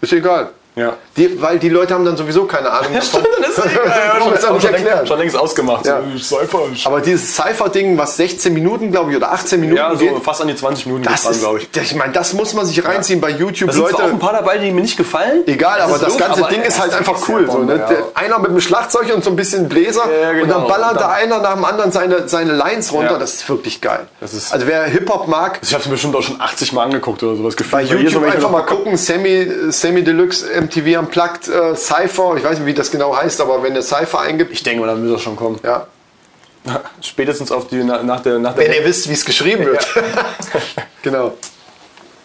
Speaker 2: Ist egal.
Speaker 1: Ja.
Speaker 2: Die, weil die Leute haben dann sowieso keine Ahnung. davon. Muss man auch nicht erklären.
Speaker 1: Schon längst ausgemacht.
Speaker 2: Ja.
Speaker 1: So, ich
Speaker 2: Aber dieses Cypher-Ding, was 16 Minuten, glaube ich, oder 18 Minuten
Speaker 1: ja, so
Speaker 2: geht,
Speaker 1: fast an die 20 Minuten
Speaker 2: das
Speaker 1: gefahren,
Speaker 2: ist,
Speaker 1: glaube ich.
Speaker 2: das- ich meine, das muss man sich reinziehen bei YouTube.
Speaker 1: Da sind zwar auch
Speaker 2: Leute,
Speaker 1: ein paar dabei, die mir nicht gefallen.
Speaker 2: Egal, aber
Speaker 1: ist
Speaker 2: das
Speaker 1: doof,
Speaker 2: ganze
Speaker 1: aber
Speaker 2: Ding ist halt
Speaker 1: das
Speaker 2: einfach
Speaker 1: ist
Speaker 2: cool.
Speaker 1: ja
Speaker 2: so,
Speaker 1: Bombe,
Speaker 2: ne?
Speaker 1: ja.
Speaker 2: Der- Einer mit einem Schlagzeug und so ein bisschen Bläser
Speaker 1: Ja, ja,
Speaker 2: und dann
Speaker 1: genau.
Speaker 2: ballert
Speaker 1: Und
Speaker 2: da
Speaker 1: dann-
Speaker 2: einer nach dem anderen seine, seine Lines runter.
Speaker 1: Ja.
Speaker 2: Das ist wirklich geil.
Speaker 1: Das ist-
Speaker 2: also wer Hip-Hop mag,
Speaker 1: Ich habe es mir bestimmt auch schon 80 Mal angeguckt oder sowas gefühlt.
Speaker 2: bei
Speaker 1: Weil jedes
Speaker 2: YouTube
Speaker 1: wenn ich
Speaker 2: einfach
Speaker 1: mir
Speaker 2: mal gucken. Sammy, Sammy Deluxe, MTV Unplugged, äh, Cypher. Ich weiß nicht, wie das genau heißt, aber wenn der Cypher eingibt,
Speaker 1: Ich denke mal, dann wird das schon kommen.
Speaker 2: ja.
Speaker 1: (laughs) Spätestens auf die, na- nach der, nach
Speaker 2: Wenn
Speaker 1: der
Speaker 2: (laughs) ihr wisst, wie es geschrieben wird. genau.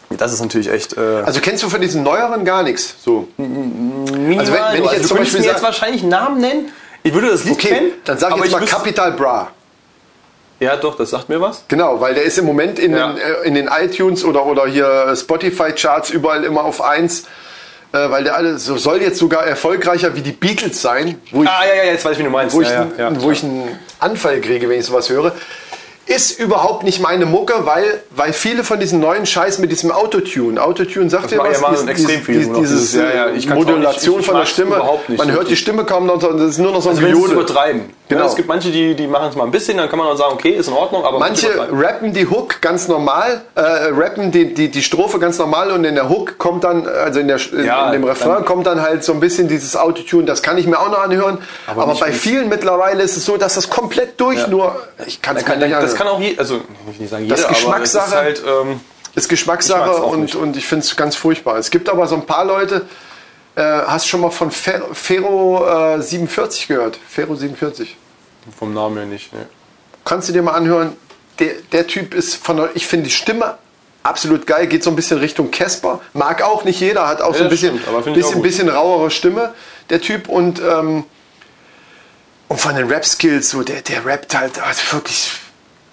Speaker 1: Das ist natürlich echt. Äh,
Speaker 2: Also kennst du von diesen neueren gar nichts. So.
Speaker 1: minimal.
Speaker 2: also wenn- wenn ich jetzt
Speaker 1: du
Speaker 2: zum
Speaker 1: könntest
Speaker 2: Beispiel
Speaker 1: mir
Speaker 2: sag-
Speaker 1: jetzt wahrscheinlich einen Namen nennen. Ich würde das Lied kennen.
Speaker 2: Okay, dann sag ich
Speaker 1: aber
Speaker 2: jetzt mal
Speaker 1: wüsste-
Speaker 2: Capital Bra.
Speaker 1: Ja, doch, das sagt mir was.
Speaker 2: Genau, weil der ist im Moment in,
Speaker 1: Ja.
Speaker 2: den, äh, in den iTunes oder, oder hier Spotify-Charts überall immer auf 1, äh, weil der alle, so soll jetzt sogar erfolgreicher wie die Beatles sein, wo ich,
Speaker 1: ja, ja, jetzt weiß ich, wie du meinst.
Speaker 2: wo ich,
Speaker 1: Ah, ja, ja, ja,
Speaker 2: wo ich einen Anfall kriege, wenn ich sowas höre. Ist überhaupt nicht meine Mucke, weil, weil viele von diesen neuen Scheiß mit diesem Autotune, Autotune sagt ja
Speaker 1: machen
Speaker 2: was,
Speaker 1: ja machen extrem viele
Speaker 2: dieses,
Speaker 1: nur noch.
Speaker 2: dieses, äh,
Speaker 1: Dieses, ja, ja, ich kann's auch
Speaker 2: Modulation
Speaker 1: nicht, ich- ich
Speaker 2: von der
Speaker 1: mag's
Speaker 2: Stimme,
Speaker 1: überhaupt nicht.
Speaker 2: man hört die Stimme kaum noch, sondern es ist nur noch so ein
Speaker 1: Also wenn sie es
Speaker 2: Gejohle.
Speaker 1: übertreiben.
Speaker 2: Genau.
Speaker 1: Ja, es gibt manche, die, die machen es mal ein bisschen, dann kann man auch sagen, okay, ist in Ordnung, aber
Speaker 2: Manche
Speaker 1: übertreiben.
Speaker 2: rappen die Hook ganz normal, äh, rappen die, die, die Strophe ganz normal und in der Hook kommt dann, also in, der, in,
Speaker 1: Ja,
Speaker 2: in dem Refrain
Speaker 1: dann-
Speaker 2: kommt dann halt so ein bisschen dieses Autotune, das kann ich mir auch noch anhören. Aber,
Speaker 1: nicht
Speaker 2: bei
Speaker 1: mit-
Speaker 2: vielen mittlerweile ist es so, dass das komplett durch nur, ich kann es
Speaker 1: Kann,
Speaker 2: mir nicht
Speaker 1: das
Speaker 2: anhören.
Speaker 1: kann auch je, also ich will nicht sagen jeder,
Speaker 2: Das ist Geschmackssache.
Speaker 1: aber es ist halt, ähm,
Speaker 2: ist
Speaker 1: Ich mag's
Speaker 2: Geschmackssache
Speaker 1: auch
Speaker 2: und,
Speaker 1: nicht.
Speaker 2: und ich finde es ganz furchtbar. Es gibt aber so ein paar Leute, äh, hast du schon mal von Fer Fero äh, 47 gehört? Fero 47.
Speaker 1: vom Namen her nicht. Ne.
Speaker 2: Kannst du dir mal anhören? Der, der Typ ist von der, ich finde die Stimme absolut geil, geht so ein bisschen Richtung Casper. Mag auch nicht jeder, hat auch so
Speaker 1: das
Speaker 2: ein bisschen,
Speaker 1: stimmt, aber finde ich auch
Speaker 2: bisschen,
Speaker 1: gut.
Speaker 2: bisschen rauere Stimme, der Typ. Und, ähm, und von den Rap-Skills, so, der, der rappt halt also wirklich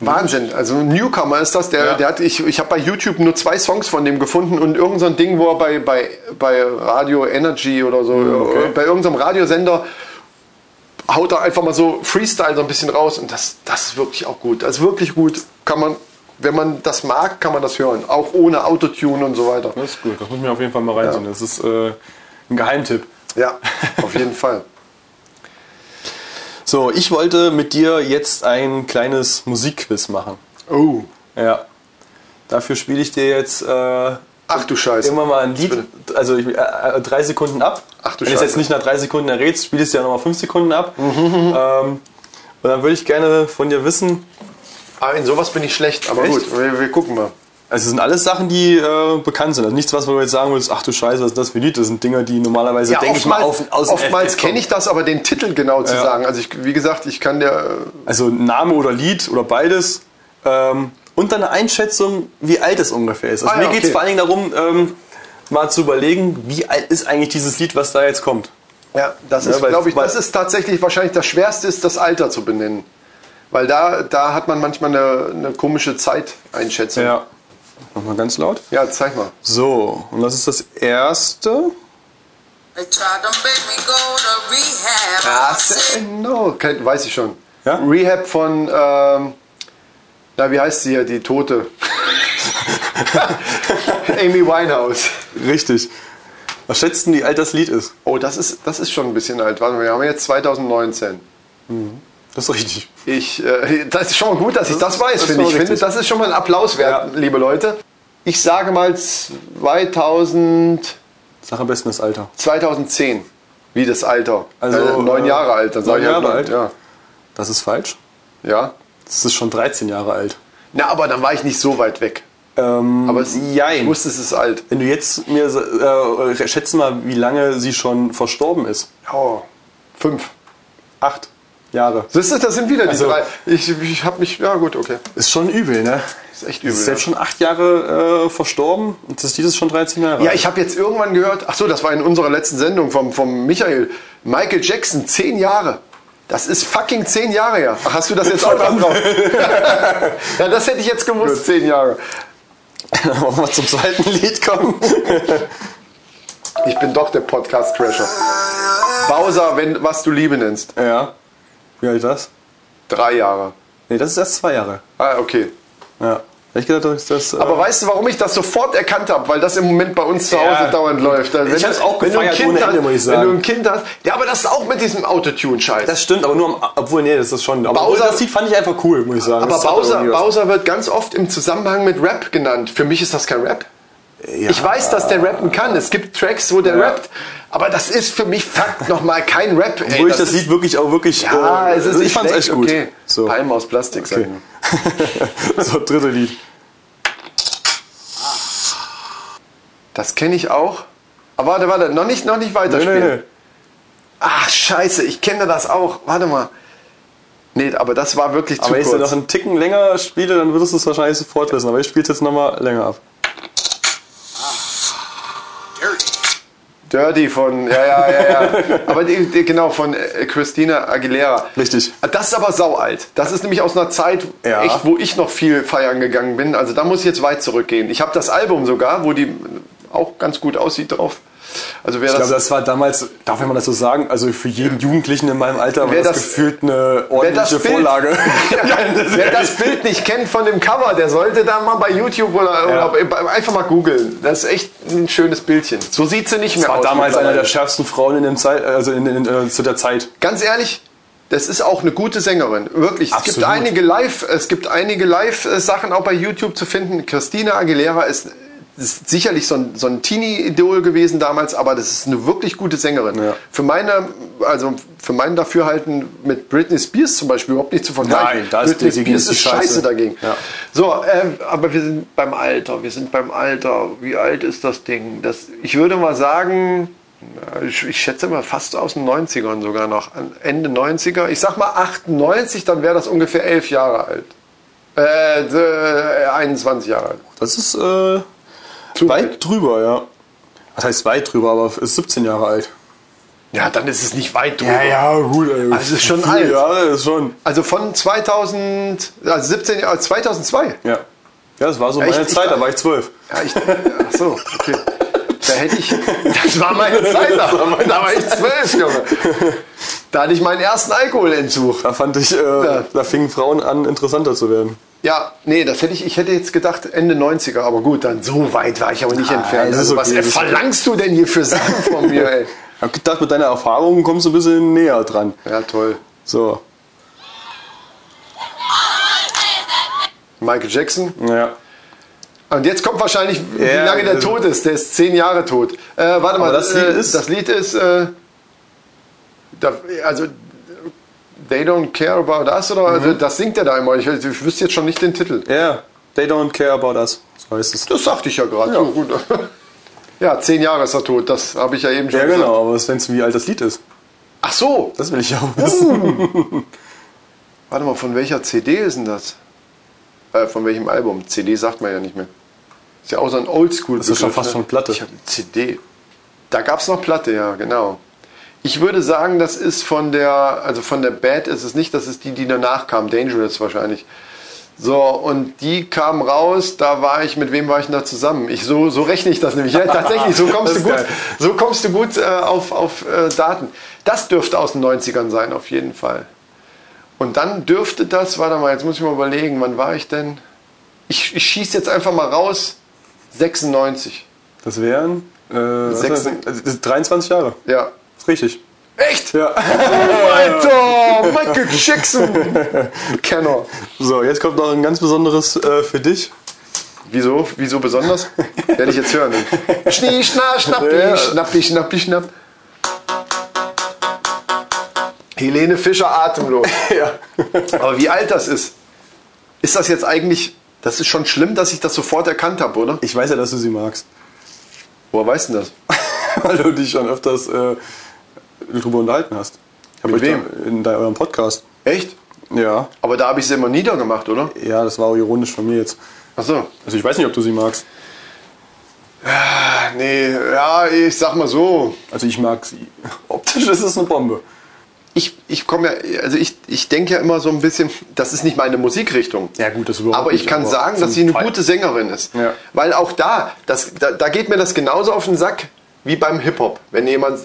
Speaker 2: Wahnsinn. Also ein Newcomer ist das. Der,
Speaker 1: Mhm. Ja.
Speaker 2: der hat, ich ich habe bei YouTube nur zwei Songs von dem gefunden und irgend so ein Ding, wo er bei, bei, bei Radio Energy oder so,
Speaker 1: Mhm, okay.
Speaker 2: bei irgendeinem Radiosender haut da einfach mal so Freestyle so ein bisschen raus und das, das ist wirklich auch gut. Das ist wirklich gut. Kann man, wenn man das mag, kann man das hören. Auch ohne Autotune und so weiter.
Speaker 1: Das ist gut, das muss ich mir auf jeden Fall mal reinziehen. Das ist äh, ein Geheimtipp.
Speaker 2: Ja, auf
Speaker 1: (laughs)
Speaker 2: jeden Fall.
Speaker 1: So, ich wollte mit dir jetzt ein kleines Musikquiz machen.
Speaker 2: Oh.
Speaker 1: Ja. Dafür spiele ich dir jetzt äh,
Speaker 2: Ach du Scheiße.
Speaker 1: immer mal ein Lied, also ich, äh, äh, drei Sekunden ab.
Speaker 2: Ach du
Speaker 1: Wenn du es
Speaker 2: Scheiße. Mhm.
Speaker 1: jetzt nicht nach drei Sekunden errätst, spielst du ja nochmal fünf Sekunden ab. ähm, und dann würde ich gerne von dir wissen,
Speaker 2: Ah, in sowas bin ich schlecht, aber
Speaker 1: Echt?
Speaker 2: gut, wir, wir gucken mal.
Speaker 1: also es sind alles Sachen, die äh, bekannt sind. Also nichts, was man jetzt sagen würdest, ach du Scheiße, was ist das für ein Lied? Das sind Dinger, die normalerweise, denke ich mal, auf, aus dem
Speaker 2: oftmals
Speaker 1: FF kommen.
Speaker 2: kenne ich das, aber den Titel genau zu
Speaker 1: Ja.
Speaker 2: sagen. Also ich, wie gesagt, ich kann der.
Speaker 1: Also Name oder Lied oder beides. Ähm, und dann eine Einschätzung, wie alt es ungefähr ist. Also
Speaker 2: Ah, ja,
Speaker 1: mir geht es
Speaker 2: okay.
Speaker 1: vor allen Dingen darum, ähm, mal zu überlegen, wie alt ist eigentlich dieses Lied, was da jetzt kommt.
Speaker 2: Ja, das
Speaker 1: Ja,
Speaker 2: ist,
Speaker 1: weil-
Speaker 2: glaube ich,
Speaker 1: weil-
Speaker 2: das ist tatsächlich wahrscheinlich das Schwerste ist, das Alter zu benennen. Weil da, da hat man manchmal eine, eine komische Zeiteinschätzung.
Speaker 1: Ja. Nochmal ganz laut.
Speaker 2: ja, zeig mal.
Speaker 1: So, und das ist das erste.
Speaker 3: They tried to make me go to rehab. I said,
Speaker 2: No, kenn- weiß ich schon.
Speaker 1: Ja?
Speaker 2: Rehab von, ähm, na, wie heißt sie hier,
Speaker 1: (laughs)
Speaker 2: die Tote? Amy Winehouse.
Speaker 1: Richtig. Was schätzt denn, wie alt das Lied ist?
Speaker 2: Oh, das ist, das ist schon ein bisschen alt. Warte mal, wir haben jetzt 2019.
Speaker 1: Das ist richtig.
Speaker 2: Ich, äh, das ist schon mal gut, dass ich das weiß,
Speaker 1: das
Speaker 2: finde
Speaker 1: war
Speaker 2: ich. finde,
Speaker 1: richtig.
Speaker 2: das ist schon mal ein Applaus wert,
Speaker 1: Ja.
Speaker 2: liebe Leute. Ich sage mal 2000,
Speaker 1: Sag am besten das Alter.
Speaker 2: 2010, wie das Alter.
Speaker 1: Also,
Speaker 2: äh, neun
Speaker 1: äh,
Speaker 2: Jahre alt, dann sage
Speaker 1: neun
Speaker 2: ich halt
Speaker 1: Jahre
Speaker 2: neun,
Speaker 1: alt?
Speaker 2: Ja.
Speaker 1: Das ist falsch.
Speaker 2: ja.
Speaker 1: Das ist schon 13 Jahre alt.
Speaker 2: Na, aber dann war ich nicht so weit weg.
Speaker 1: Ähm,
Speaker 2: Aber es, Hm. ich
Speaker 1: jein.
Speaker 2: wusste, es ist alt.
Speaker 1: Wenn du jetzt mir sa- äh, schätze mal, wie lange sie schon verstorben ist.
Speaker 2: Oh, fünf.
Speaker 1: Acht Jahre.
Speaker 2: Das, ist, das sind wieder die
Speaker 1: Also-
Speaker 2: drei. Ich, ich habe mich, ja gut, okay.
Speaker 1: Ist schon übel, ne?
Speaker 2: Ist echt
Speaker 1: Ist
Speaker 2: übel.
Speaker 1: selbst schon acht Jahre äh, verstorben und das dieses schon 13 Jahre.
Speaker 2: Ja,
Speaker 1: alt.
Speaker 2: ich habe jetzt irgendwann gehört, ach so, das war in unserer letzten Sendung vom, vom Michael, Michael Jackson, zehn Jahre. Das ist fucking zehn Jahre her. Ach, hast du das jetzt auch noch drauf? (laughs) ja, das hätte ich jetzt gewusst, zehn Jahre.
Speaker 1: Dann (laughs) wollen wir mal zum zweiten Lied kommen. (laughs)
Speaker 2: Ich bin doch der Podcast-Crasher. Bowser, wenn was du Liebe nennst.
Speaker 1: ja. Wie alt ist das?
Speaker 2: Drei Jahre.
Speaker 1: Nee, das ist erst zwei Jahre.
Speaker 2: Ah, okay.
Speaker 1: Ja. Hätte ich gedacht, dass das. Äh,
Speaker 2: Aber weißt du, warum ich das sofort erkannt habe? Weil das im Moment bei uns zu
Speaker 1: Ja.
Speaker 2: Hause dauernd läuft. Also
Speaker 1: Ich hab's auch
Speaker 2: wenn du ein
Speaker 1: gefeiert
Speaker 2: Kind
Speaker 1: ohne
Speaker 2: hast,
Speaker 1: Ende, muss ich
Speaker 2: Wenn du
Speaker 1: sagen.
Speaker 2: ein Kind hast. Ja, aber das ist auch mit diesem Autotune-Scheiß.
Speaker 1: das stimmt, aber nur am. Obwohl, nee, das ist schon. Aber obwohl,
Speaker 2: Bowser-
Speaker 1: das Lied fand ich einfach cool, muss ich sagen.
Speaker 2: Aber
Speaker 1: Das hat
Speaker 2: Bowser,
Speaker 1: irgendwie was.
Speaker 2: Bowser wird ganz oft im Zusammenhang mit Rap genannt. Für mich ist das kein Rap.
Speaker 1: Ja.
Speaker 2: Ich weiß, dass der rappen kann. Es gibt Tracks, wo der
Speaker 1: Ja.
Speaker 2: rappt. Aber das ist für mich Fakt nochmal kein Rap. ey.
Speaker 1: Obwohl ich das
Speaker 2: ist-
Speaker 1: Lied wirklich auch wirklich.
Speaker 2: Ja,
Speaker 1: äh,
Speaker 2: es ist
Speaker 1: also ich
Speaker 2: nicht
Speaker 1: fand's
Speaker 2: schlecht.
Speaker 1: echt gut.
Speaker 2: Okay.
Speaker 1: So.
Speaker 2: Palme aus Plastik.
Speaker 1: Okay.
Speaker 2: sagen
Speaker 1: (laughs) so, dritte Lied.
Speaker 2: wir. Das kenne ich auch. Aber warte, warte, noch nicht, noch nicht weiterspielen. Ach, scheiße, ich kenne das auch. Warte mal. Nee, aber das war wirklich
Speaker 1: Aber wenn ich
Speaker 2: zu
Speaker 1: es noch
Speaker 2: kurz.
Speaker 1: einen Ticken länger spiele, dann würdest du es wahrscheinlich sofort wissen. Aber ich spiele es jetzt nochmal länger ab.
Speaker 2: Dirty von, ja, ja,
Speaker 1: (laughs)
Speaker 2: ja, ja. Aber die, die, genau, von äh, Christina Aguilera.
Speaker 1: Richtig.
Speaker 2: Das ist aber saualt. Das ist nämlich aus einer Zeit,
Speaker 1: Ja.
Speaker 2: echt, wo ich noch viel feiern gegangen bin. Also da muss ich jetzt weit zurückgehen. Ich habe das Album sogar, wo die auch ganz gut aussieht drauf. Also wer
Speaker 1: Ich
Speaker 2: das,
Speaker 1: glaube, das war damals, darf man das so sagen, also für jeden Jugendlichen in meinem Alter war
Speaker 2: Wer
Speaker 1: das,
Speaker 2: das-
Speaker 1: gefühlt eine
Speaker 2: wer
Speaker 1: ordentliche
Speaker 2: das Bild-
Speaker 1: Vorlage.
Speaker 2: (laughs)
Speaker 1: (laughs)
Speaker 2: Ja, wer das Bild nicht kennt von dem Cover, der sollte da mal bei YouTube oder,
Speaker 1: Ja.
Speaker 2: oder bei- einfach mal googeln. Das ist echt ein schönes Bildchen. So sieht sie nicht mehr
Speaker 1: das war
Speaker 2: aus.
Speaker 1: damals einer der
Speaker 2: mittlerweile.
Speaker 1: schärfsten Frauen in dem Zeit, also in, in, äh, zu der Zeit.
Speaker 2: Ganz ehrlich, das ist auch eine gute Sängerin. Wirklich. Es gibt
Speaker 1: Absolut.
Speaker 2: einige Live, es gibt einige Live-Sachen auch bei YouTube zu finden. Christina Aguilera ist, ist sicherlich so ein, so ein Teenie-Idol gewesen damals, aber das ist eine wirklich gute Sängerin.
Speaker 1: Ja.
Speaker 2: Für meine, also für mein Dafürhalten mit Britney Spears zum Beispiel überhaupt nicht zu vergleichen.
Speaker 1: Nein, da ist
Speaker 2: Britney
Speaker 1: definitiv
Speaker 2: Spears
Speaker 1: die
Speaker 2: ist scheiße,
Speaker 1: Scheiße.
Speaker 2: dagegen.
Speaker 1: Ja.
Speaker 2: So, ähm, aber wir sind beim Alter. Wir sind beim Alter. Wie alt ist das Ding? Das, ich würde mal sagen, ja, ich, ich schätze mal fast aus den 90ern sogar noch. an- Ende 90er. Ich sag mal 98, dann wäre das ungefähr 11 Jahre alt. Äh, d- äh, 21 Jahre alt.
Speaker 1: Das ist äh, weit drüber, ja. Das heißt weit drüber, aber ist 17 Jahre alt.
Speaker 2: Ja, dann ist es nicht weit drüber.
Speaker 1: gut. Ey.
Speaker 2: Also ist schon
Speaker 1: Vier
Speaker 2: alt.
Speaker 1: Jahre ist schon.
Speaker 2: Also von 2000, also 17, Jahre- 2002.
Speaker 1: Ja. Ja, das war so
Speaker 2: Echt?
Speaker 1: meine
Speaker 2: Ich
Speaker 1: Zeit,
Speaker 2: war-
Speaker 1: da war ich zwölf.
Speaker 2: Ja, ich, ach so, okay. Da hätte ich. Das war meine Zeit, da, da war ich zwölf, Junge. Da hatte ich meinen ersten Alkoholentzug.
Speaker 1: Da fand ich, äh, da fingen Frauen an, interessanter zu werden.
Speaker 2: Ja, nee, das hätte ich, ich hätte jetzt gedacht Ende 90er, aber gut, dann so weit war ich aber nicht entfernt.
Speaker 1: Ah, das ist
Speaker 2: Also, was
Speaker 1: okay,
Speaker 2: äh,
Speaker 1: das ist
Speaker 2: verlangst du denn hier für Sachen von mir, ey?
Speaker 1: (laughs) Ich hab gedacht, mit deiner Erfahrung kommst du ein bisschen näher dran.
Speaker 2: Ja, toll.
Speaker 1: So,
Speaker 2: Michael Jackson.
Speaker 1: naja.
Speaker 2: Und jetzt kommt wahrscheinlich, wie
Speaker 1: Ja,
Speaker 2: lange der
Speaker 1: also-
Speaker 2: tot ist. Der ist zehn Jahre tot. Äh, warte mal,
Speaker 1: das Lied
Speaker 2: äh,
Speaker 1: ist-
Speaker 2: Das Lied ist äh, da, also, They Don't Care About Us, oder?
Speaker 1: Mhm.
Speaker 2: Also, das singt er da immer. Ich, ich wüsste jetzt schon nicht den Titel.
Speaker 1: Ja, they don't care about us. So heißt es.
Speaker 2: Das sagte ich ja gerade. Ja. So, gut. (laughs) ja, zehn Jahre ist er tot. Das habe ich ja eben schon
Speaker 1: Ja,
Speaker 2: gesagt.
Speaker 1: genau, aber was, wenn's, wie alt das Lied ist?
Speaker 2: Ach so.
Speaker 1: Das will ich auch wissen.
Speaker 2: Warte mal, von welcher CD ist denn das? Äh, von welchem Album? CD sagt man ja nicht mehr. Ist ja auch so ein oldschool
Speaker 1: Das ist schon fast schon Platte.
Speaker 2: Ich hab eine CD. Da gab es noch Platte, ja, genau. Ich würde sagen, das ist von der, also von der Bad ist es nicht, das ist die, die danach kam, Dangerous wahrscheinlich. So, und die kam raus, da war ich, mit wem war ich denn da zusammen? Ich, so, so rechne ich das nämlich. Ja, tatsächlich, so
Speaker 1: (laughs)
Speaker 2: kommst
Speaker 1: Das
Speaker 2: du
Speaker 1: ist
Speaker 2: gut,
Speaker 1: geil.
Speaker 2: so kommst du gut äh, auf, auf äh, Daten. Das dürfte aus den 90ern sein, auf jeden Fall. Und dann dürfte das, warte mal, jetzt muss ich mal überlegen, wann war ich denn? Ich, ich schieße jetzt einfach mal raus, 96.
Speaker 1: Das wären äh, was
Speaker 2: Sechs-
Speaker 1: heißt das? Das ist 23 Jahre.
Speaker 2: Ja.
Speaker 1: Ist richtig.
Speaker 2: Echt?
Speaker 1: Ja.
Speaker 2: (laughs)
Speaker 1: (laughs)
Speaker 2: Alter, Michael Jackson. Kenner.
Speaker 1: So, jetzt kommt noch ein ganz besonderes äh, für dich. (laughs)
Speaker 2: Wieso? Wieso besonders? Werde ich jetzt hören. Schnie, schna, schnappi,
Speaker 1: Ja.
Speaker 2: schnappi, schnappi, schnapp. Helene Fischer atemlos.
Speaker 1: Ja.
Speaker 2: Aber wie alt das ist? Ist das jetzt eigentlich... Das ist schon schlimm, dass ich das sofort erkannt habe, oder?
Speaker 1: Ich weiß ja, dass du sie magst. (laughs)
Speaker 2: Woher weißt du denn das?
Speaker 1: Weil du dich schon öfters äh, drüber unterhalten hast. Hab
Speaker 2: Mit
Speaker 1: ich
Speaker 2: wem?
Speaker 1: da- In de- eurem Podcast.
Speaker 2: Echt?
Speaker 1: Ja.
Speaker 2: Aber da habe ich sie immer niedergemacht, oder?
Speaker 1: Ja, das war auch ironisch von mir jetzt.
Speaker 2: Achso.
Speaker 1: Also ich weiß nicht, ob du sie magst.
Speaker 2: Nee, ja, ich sag mal so.
Speaker 1: Also ich mag sie. (laughs) Optisch ist es eine Bombe.
Speaker 2: Ich, ich komme ja, also ich, ich denke ja immer so ein bisschen, das ist nicht meine Musikrichtung.
Speaker 1: Ja gut, das überhaupt
Speaker 2: Aber ich
Speaker 1: nicht,
Speaker 2: kann
Speaker 1: aber
Speaker 2: sagen,
Speaker 1: zum
Speaker 2: dass sie eine
Speaker 1: Fall.
Speaker 2: gute Sängerin ist.
Speaker 1: Ja.
Speaker 2: Weil auch da, das, da, da geht mir das genauso auf den Sack wie beim Hip-Hop. Wenn jemand,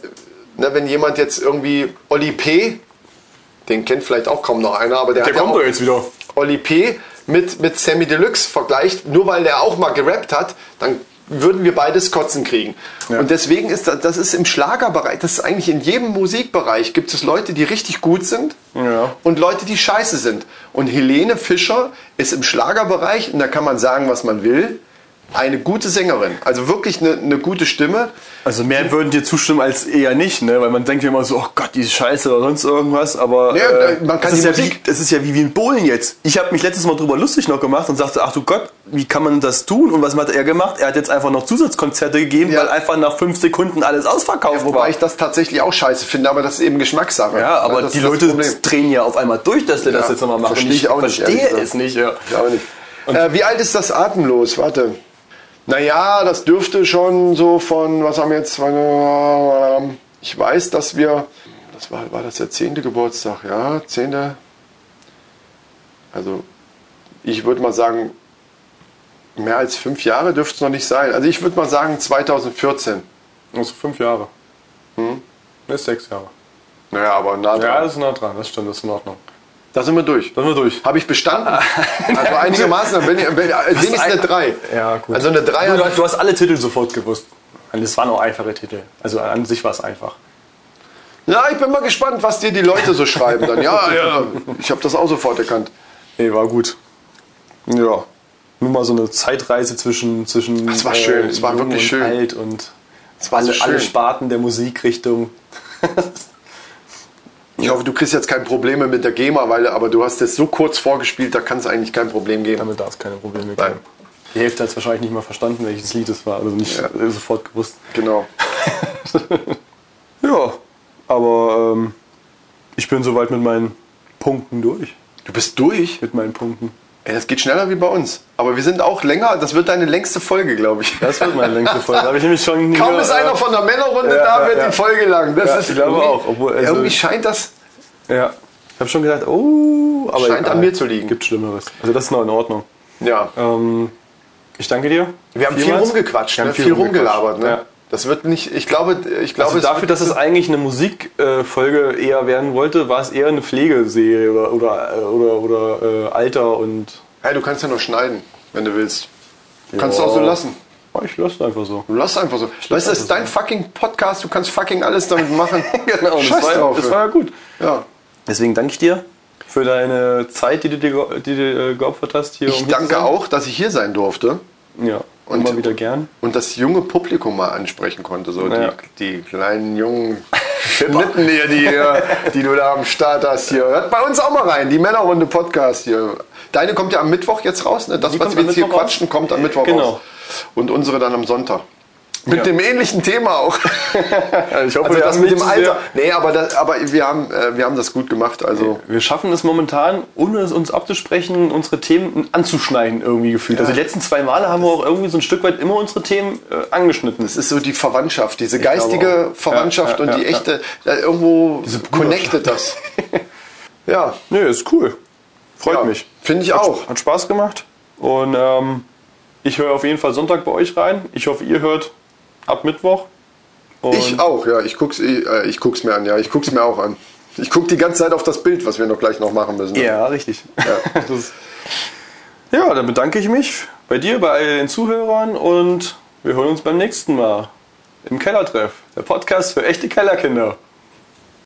Speaker 2: ne, wenn jemand jetzt irgendwie Oli P., den kennt vielleicht auch kaum noch einer, aber der,
Speaker 1: Der
Speaker 2: hat
Speaker 1: kommt
Speaker 2: ja
Speaker 1: doch
Speaker 2: auch,
Speaker 1: jetzt wieder.
Speaker 2: Oli P. mit, mit Sammy Deluxe vergleicht, nur weil der auch mal gerappt hat, dann würden wir beides kotzen kriegen.
Speaker 1: Ja.
Speaker 2: Und deswegen ist das, das ist im Schlagerbereich, das ist eigentlich in jedem Musikbereich, gibt es Leute, die richtig gut sind
Speaker 1: Ja.
Speaker 2: und Leute, die scheiße sind. Und Helene Fischer ist im Schlagerbereich, und da kann man sagen, was man will, eine gute Sängerin. Also wirklich eine, eine gute Stimme.
Speaker 1: Also mehr würden dir zustimmen als eher nicht, ne? Weil man denkt ja immer so, oh Gott, die ist scheiße oder sonst irgendwas, aber
Speaker 2: Ja,
Speaker 1: äh,
Speaker 2: man
Speaker 1: das,
Speaker 2: kann
Speaker 1: ist
Speaker 2: die
Speaker 1: ja wie,
Speaker 2: Musik-
Speaker 1: das ist ja wie, wie ein Bohlen jetzt. Ich habe mich letztes Mal drüber lustig noch gemacht und sagte, ach du Gott, wie kann man das tun und was hat er gemacht? Er hat jetzt einfach noch Zusatzkonzerte gegeben,
Speaker 2: Ja.
Speaker 1: weil einfach nach fünf Sekunden alles ausverkauft
Speaker 2: Wobei
Speaker 1: war.
Speaker 2: ich das tatsächlich auch scheiße finde, aber das ist eben Geschmackssache.
Speaker 1: ja, aber
Speaker 2: das
Speaker 1: die
Speaker 2: ist das
Speaker 1: Leute
Speaker 2: Problem.
Speaker 1: drehen ja auf einmal durch, dass der das
Speaker 2: Ja,
Speaker 1: jetzt nochmal macht.
Speaker 2: verstehe ich auch nicht, ehrlich
Speaker 1: verstehe
Speaker 2: gesagt.
Speaker 1: es nicht, ja.
Speaker 2: Ich glaube nicht. Äh, wie alt ist das Atemlos? Warte. Naja, das dürfte schon so von, was haben wir jetzt? ähm, Ich weiß, dass wir, das war, war das der zehnte Geburtstag, ja, zehnte. Also, ich würde mal sagen, mehr als fünf Jahre dürfte es noch nicht sein. Also, ich würde mal sagen 2014.
Speaker 1: Also fünf Jahre. Hm? Bis sechs Jahre.
Speaker 2: Naja, aber na,
Speaker 1: Ja,
Speaker 2: dran.
Speaker 1: das ist nah dran, das stimmt, das ist in Ordnung.
Speaker 2: da sind wir durch.
Speaker 1: Dann sind wir durch.
Speaker 2: Habe
Speaker 1: (laughs)
Speaker 2: ich bestanden? Also einigermaßen, bin ich, bin, äh, wenigstens eine 3.
Speaker 1: Ja, gut.
Speaker 2: Also eine
Speaker 1: du,
Speaker 2: 3
Speaker 1: du hast alle Titel sofort gewusst. Und es waren auch einfache Titel. Also an sich war es einfach.
Speaker 2: Ja, ich bin mal gespannt, was dir die Leute so schreiben dann. Ja, ja, ich habe das auch sofort erkannt.
Speaker 1: Nee, war gut. Ja. Nur mal so eine Zeitreise zwischen. zwischen äh,
Speaker 2: es war schön, es war
Speaker 1: jung
Speaker 2: wirklich
Speaker 1: und
Speaker 2: schön.
Speaker 1: Alt und
Speaker 2: Es war
Speaker 1: alle,
Speaker 2: so
Speaker 1: alle
Speaker 2: schön.
Speaker 1: Sparten der Musikrichtung. (laughs)
Speaker 2: Ich hoffe, du kriegst jetzt keine Probleme mit der GEMA, weil, aber du hast das so kurz vorgespielt, da kann es eigentlich kein Problem geben.
Speaker 1: Damit darf es keine Probleme
Speaker 2: Nein.
Speaker 1: geben. Die Hälfte hat es wahrscheinlich nicht mal verstanden, welches Lied es war. Also nicht
Speaker 2: Ja.
Speaker 1: äh, sofort gewusst.
Speaker 2: Genau.
Speaker 1: Ja, aber ähm, ich bin soweit mit meinen Punkten durch.
Speaker 2: Du bist durch?
Speaker 1: Mit meinen Punkten.
Speaker 2: Ey, das geht schneller wie bei uns. Aber wir sind auch länger, das wird deine längste Folge, glaube ich.
Speaker 1: Das wird meine längste Folge. Da habe ich nämlich schon nie
Speaker 2: (laughs) Kaum
Speaker 1: gehört,
Speaker 2: ist
Speaker 1: aber-
Speaker 2: einer von der Männerrunde
Speaker 1: Ja,
Speaker 2: da,
Speaker 1: ja,
Speaker 2: wird
Speaker 1: ja.
Speaker 2: die Folge lang. Das
Speaker 1: Ja,
Speaker 2: ist
Speaker 1: ich glaube
Speaker 2: irgendwie-
Speaker 1: auch, obwohl- also-
Speaker 2: irgendwie scheint das.
Speaker 1: Ja. Ich habe schon gedacht, oh, aber
Speaker 2: Scheint
Speaker 1: egal.
Speaker 2: an mir zu liegen.
Speaker 1: Gibt Schlimmeres. Also das ist noch in Ordnung.
Speaker 2: Ja.
Speaker 1: Ähm, ich danke dir.
Speaker 2: Wir haben viel
Speaker 1: Vielmals.
Speaker 2: rumgequatscht,
Speaker 1: Wir
Speaker 2: ne?
Speaker 1: haben
Speaker 2: viel,
Speaker 1: rumgequatscht.
Speaker 2: rumgelabert. Ne?
Speaker 1: Ja.
Speaker 2: Das wird nicht, ich glaube, ich glaube
Speaker 1: Also
Speaker 2: es
Speaker 1: dafür,
Speaker 2: wird-
Speaker 1: dass es eigentlich eine Musikfolge eher werden wollte, war es eher eine Pflegeserie oder oder äh, oder, oder äh, Alter und.
Speaker 2: Hey, du kannst ja noch schneiden, wenn du willst.
Speaker 1: Ja.
Speaker 2: Kannst du auch so lassen.
Speaker 1: Oh, ich lasse es einfach so.
Speaker 2: Du lass einfach so. Weißt du, das ist dein fucking Podcast, du kannst fucking alles damit machen.
Speaker 1: (laughs) Genau, das,
Speaker 2: Scheiß
Speaker 1: war,
Speaker 2: drauf.
Speaker 1: das war ja gut.
Speaker 2: ja.
Speaker 1: Deswegen danke ich dir für deine Zeit, die du dir ge- die du, äh, geopfert hast hier. um
Speaker 2: Ich
Speaker 1: hier zu
Speaker 2: danke
Speaker 1: sein.
Speaker 2: auch, dass ich hier sein durfte
Speaker 1: Ja, und immer wieder gern.
Speaker 2: und das junge Publikum mal ansprechen konnte. So
Speaker 1: Ja.
Speaker 2: die, die
Speaker 1: (laughs)
Speaker 2: kleinen jungen Schnitten hier, die, hier, die du da am Start hast hier. Hört bei uns auch mal rein, die Männerrunde Podcast hier. Deine kommt ja am Mittwoch jetzt raus, ne? Das,
Speaker 1: Die
Speaker 2: was
Speaker 1: kommt
Speaker 2: wir
Speaker 1: am
Speaker 2: jetzt hier
Speaker 1: Mittwoch raus.
Speaker 2: quatschen, kommt am Mittwoch
Speaker 1: Genau.
Speaker 2: raus. Und unsere dann am Sonntag. Mit
Speaker 1: Ja.
Speaker 2: dem ähnlichen Thema
Speaker 1: (laughs)
Speaker 2: auch.
Speaker 1: Ich hoffe,
Speaker 2: (laughs) Also
Speaker 1: wir
Speaker 2: das
Speaker 1: haben
Speaker 2: mit dem
Speaker 1: nicht zu sehr-
Speaker 2: Alter. Nee, aber, das, aber wir, haben, äh, wir haben das gut gemacht. Also
Speaker 1: Wir schaffen es momentan, ohne es uns abzusprechen, unsere Themen anzuschneiden irgendwie gefühlt. Also die letzten zwei Male haben wir auch irgendwie so ein Stück weit immer unsere Themen äh, angeschnitten.
Speaker 2: es ist so die Verwandtschaft, diese geistige
Speaker 1: glaube auch.
Speaker 2: Verwandtschaft
Speaker 1: Ja, ja,
Speaker 2: und die
Speaker 1: ja, ja.
Speaker 2: echte, äh, irgendwo
Speaker 1: Bruderschaft.
Speaker 2: connectet das.
Speaker 1: (laughs)
Speaker 2: ja,
Speaker 1: Nö, ist cool. Freut
Speaker 2: Ja,
Speaker 1: mich.
Speaker 2: Finde ich auch.
Speaker 1: Hat Spaß gemacht. Und ähm, ich höre auf jeden Fall Sonntag bei euch rein. Ich hoffe, ihr hört ab Mittwoch. Und
Speaker 2: Ich auch, ja. Ich guck's, eh, äh, ich guck's mir an, ja. Ich guck's mir auch an. Ich guck die ganze Zeit auf das Bild, was wir noch gleich noch machen müssen.
Speaker 1: Ja, richtig. Ja. Das, ja, dann bedanke ich mich bei dir, bei all den Zuhörern und wir hören uns beim nächsten Mal im Kellertreff. Der Podcast für echte Kellerkinder.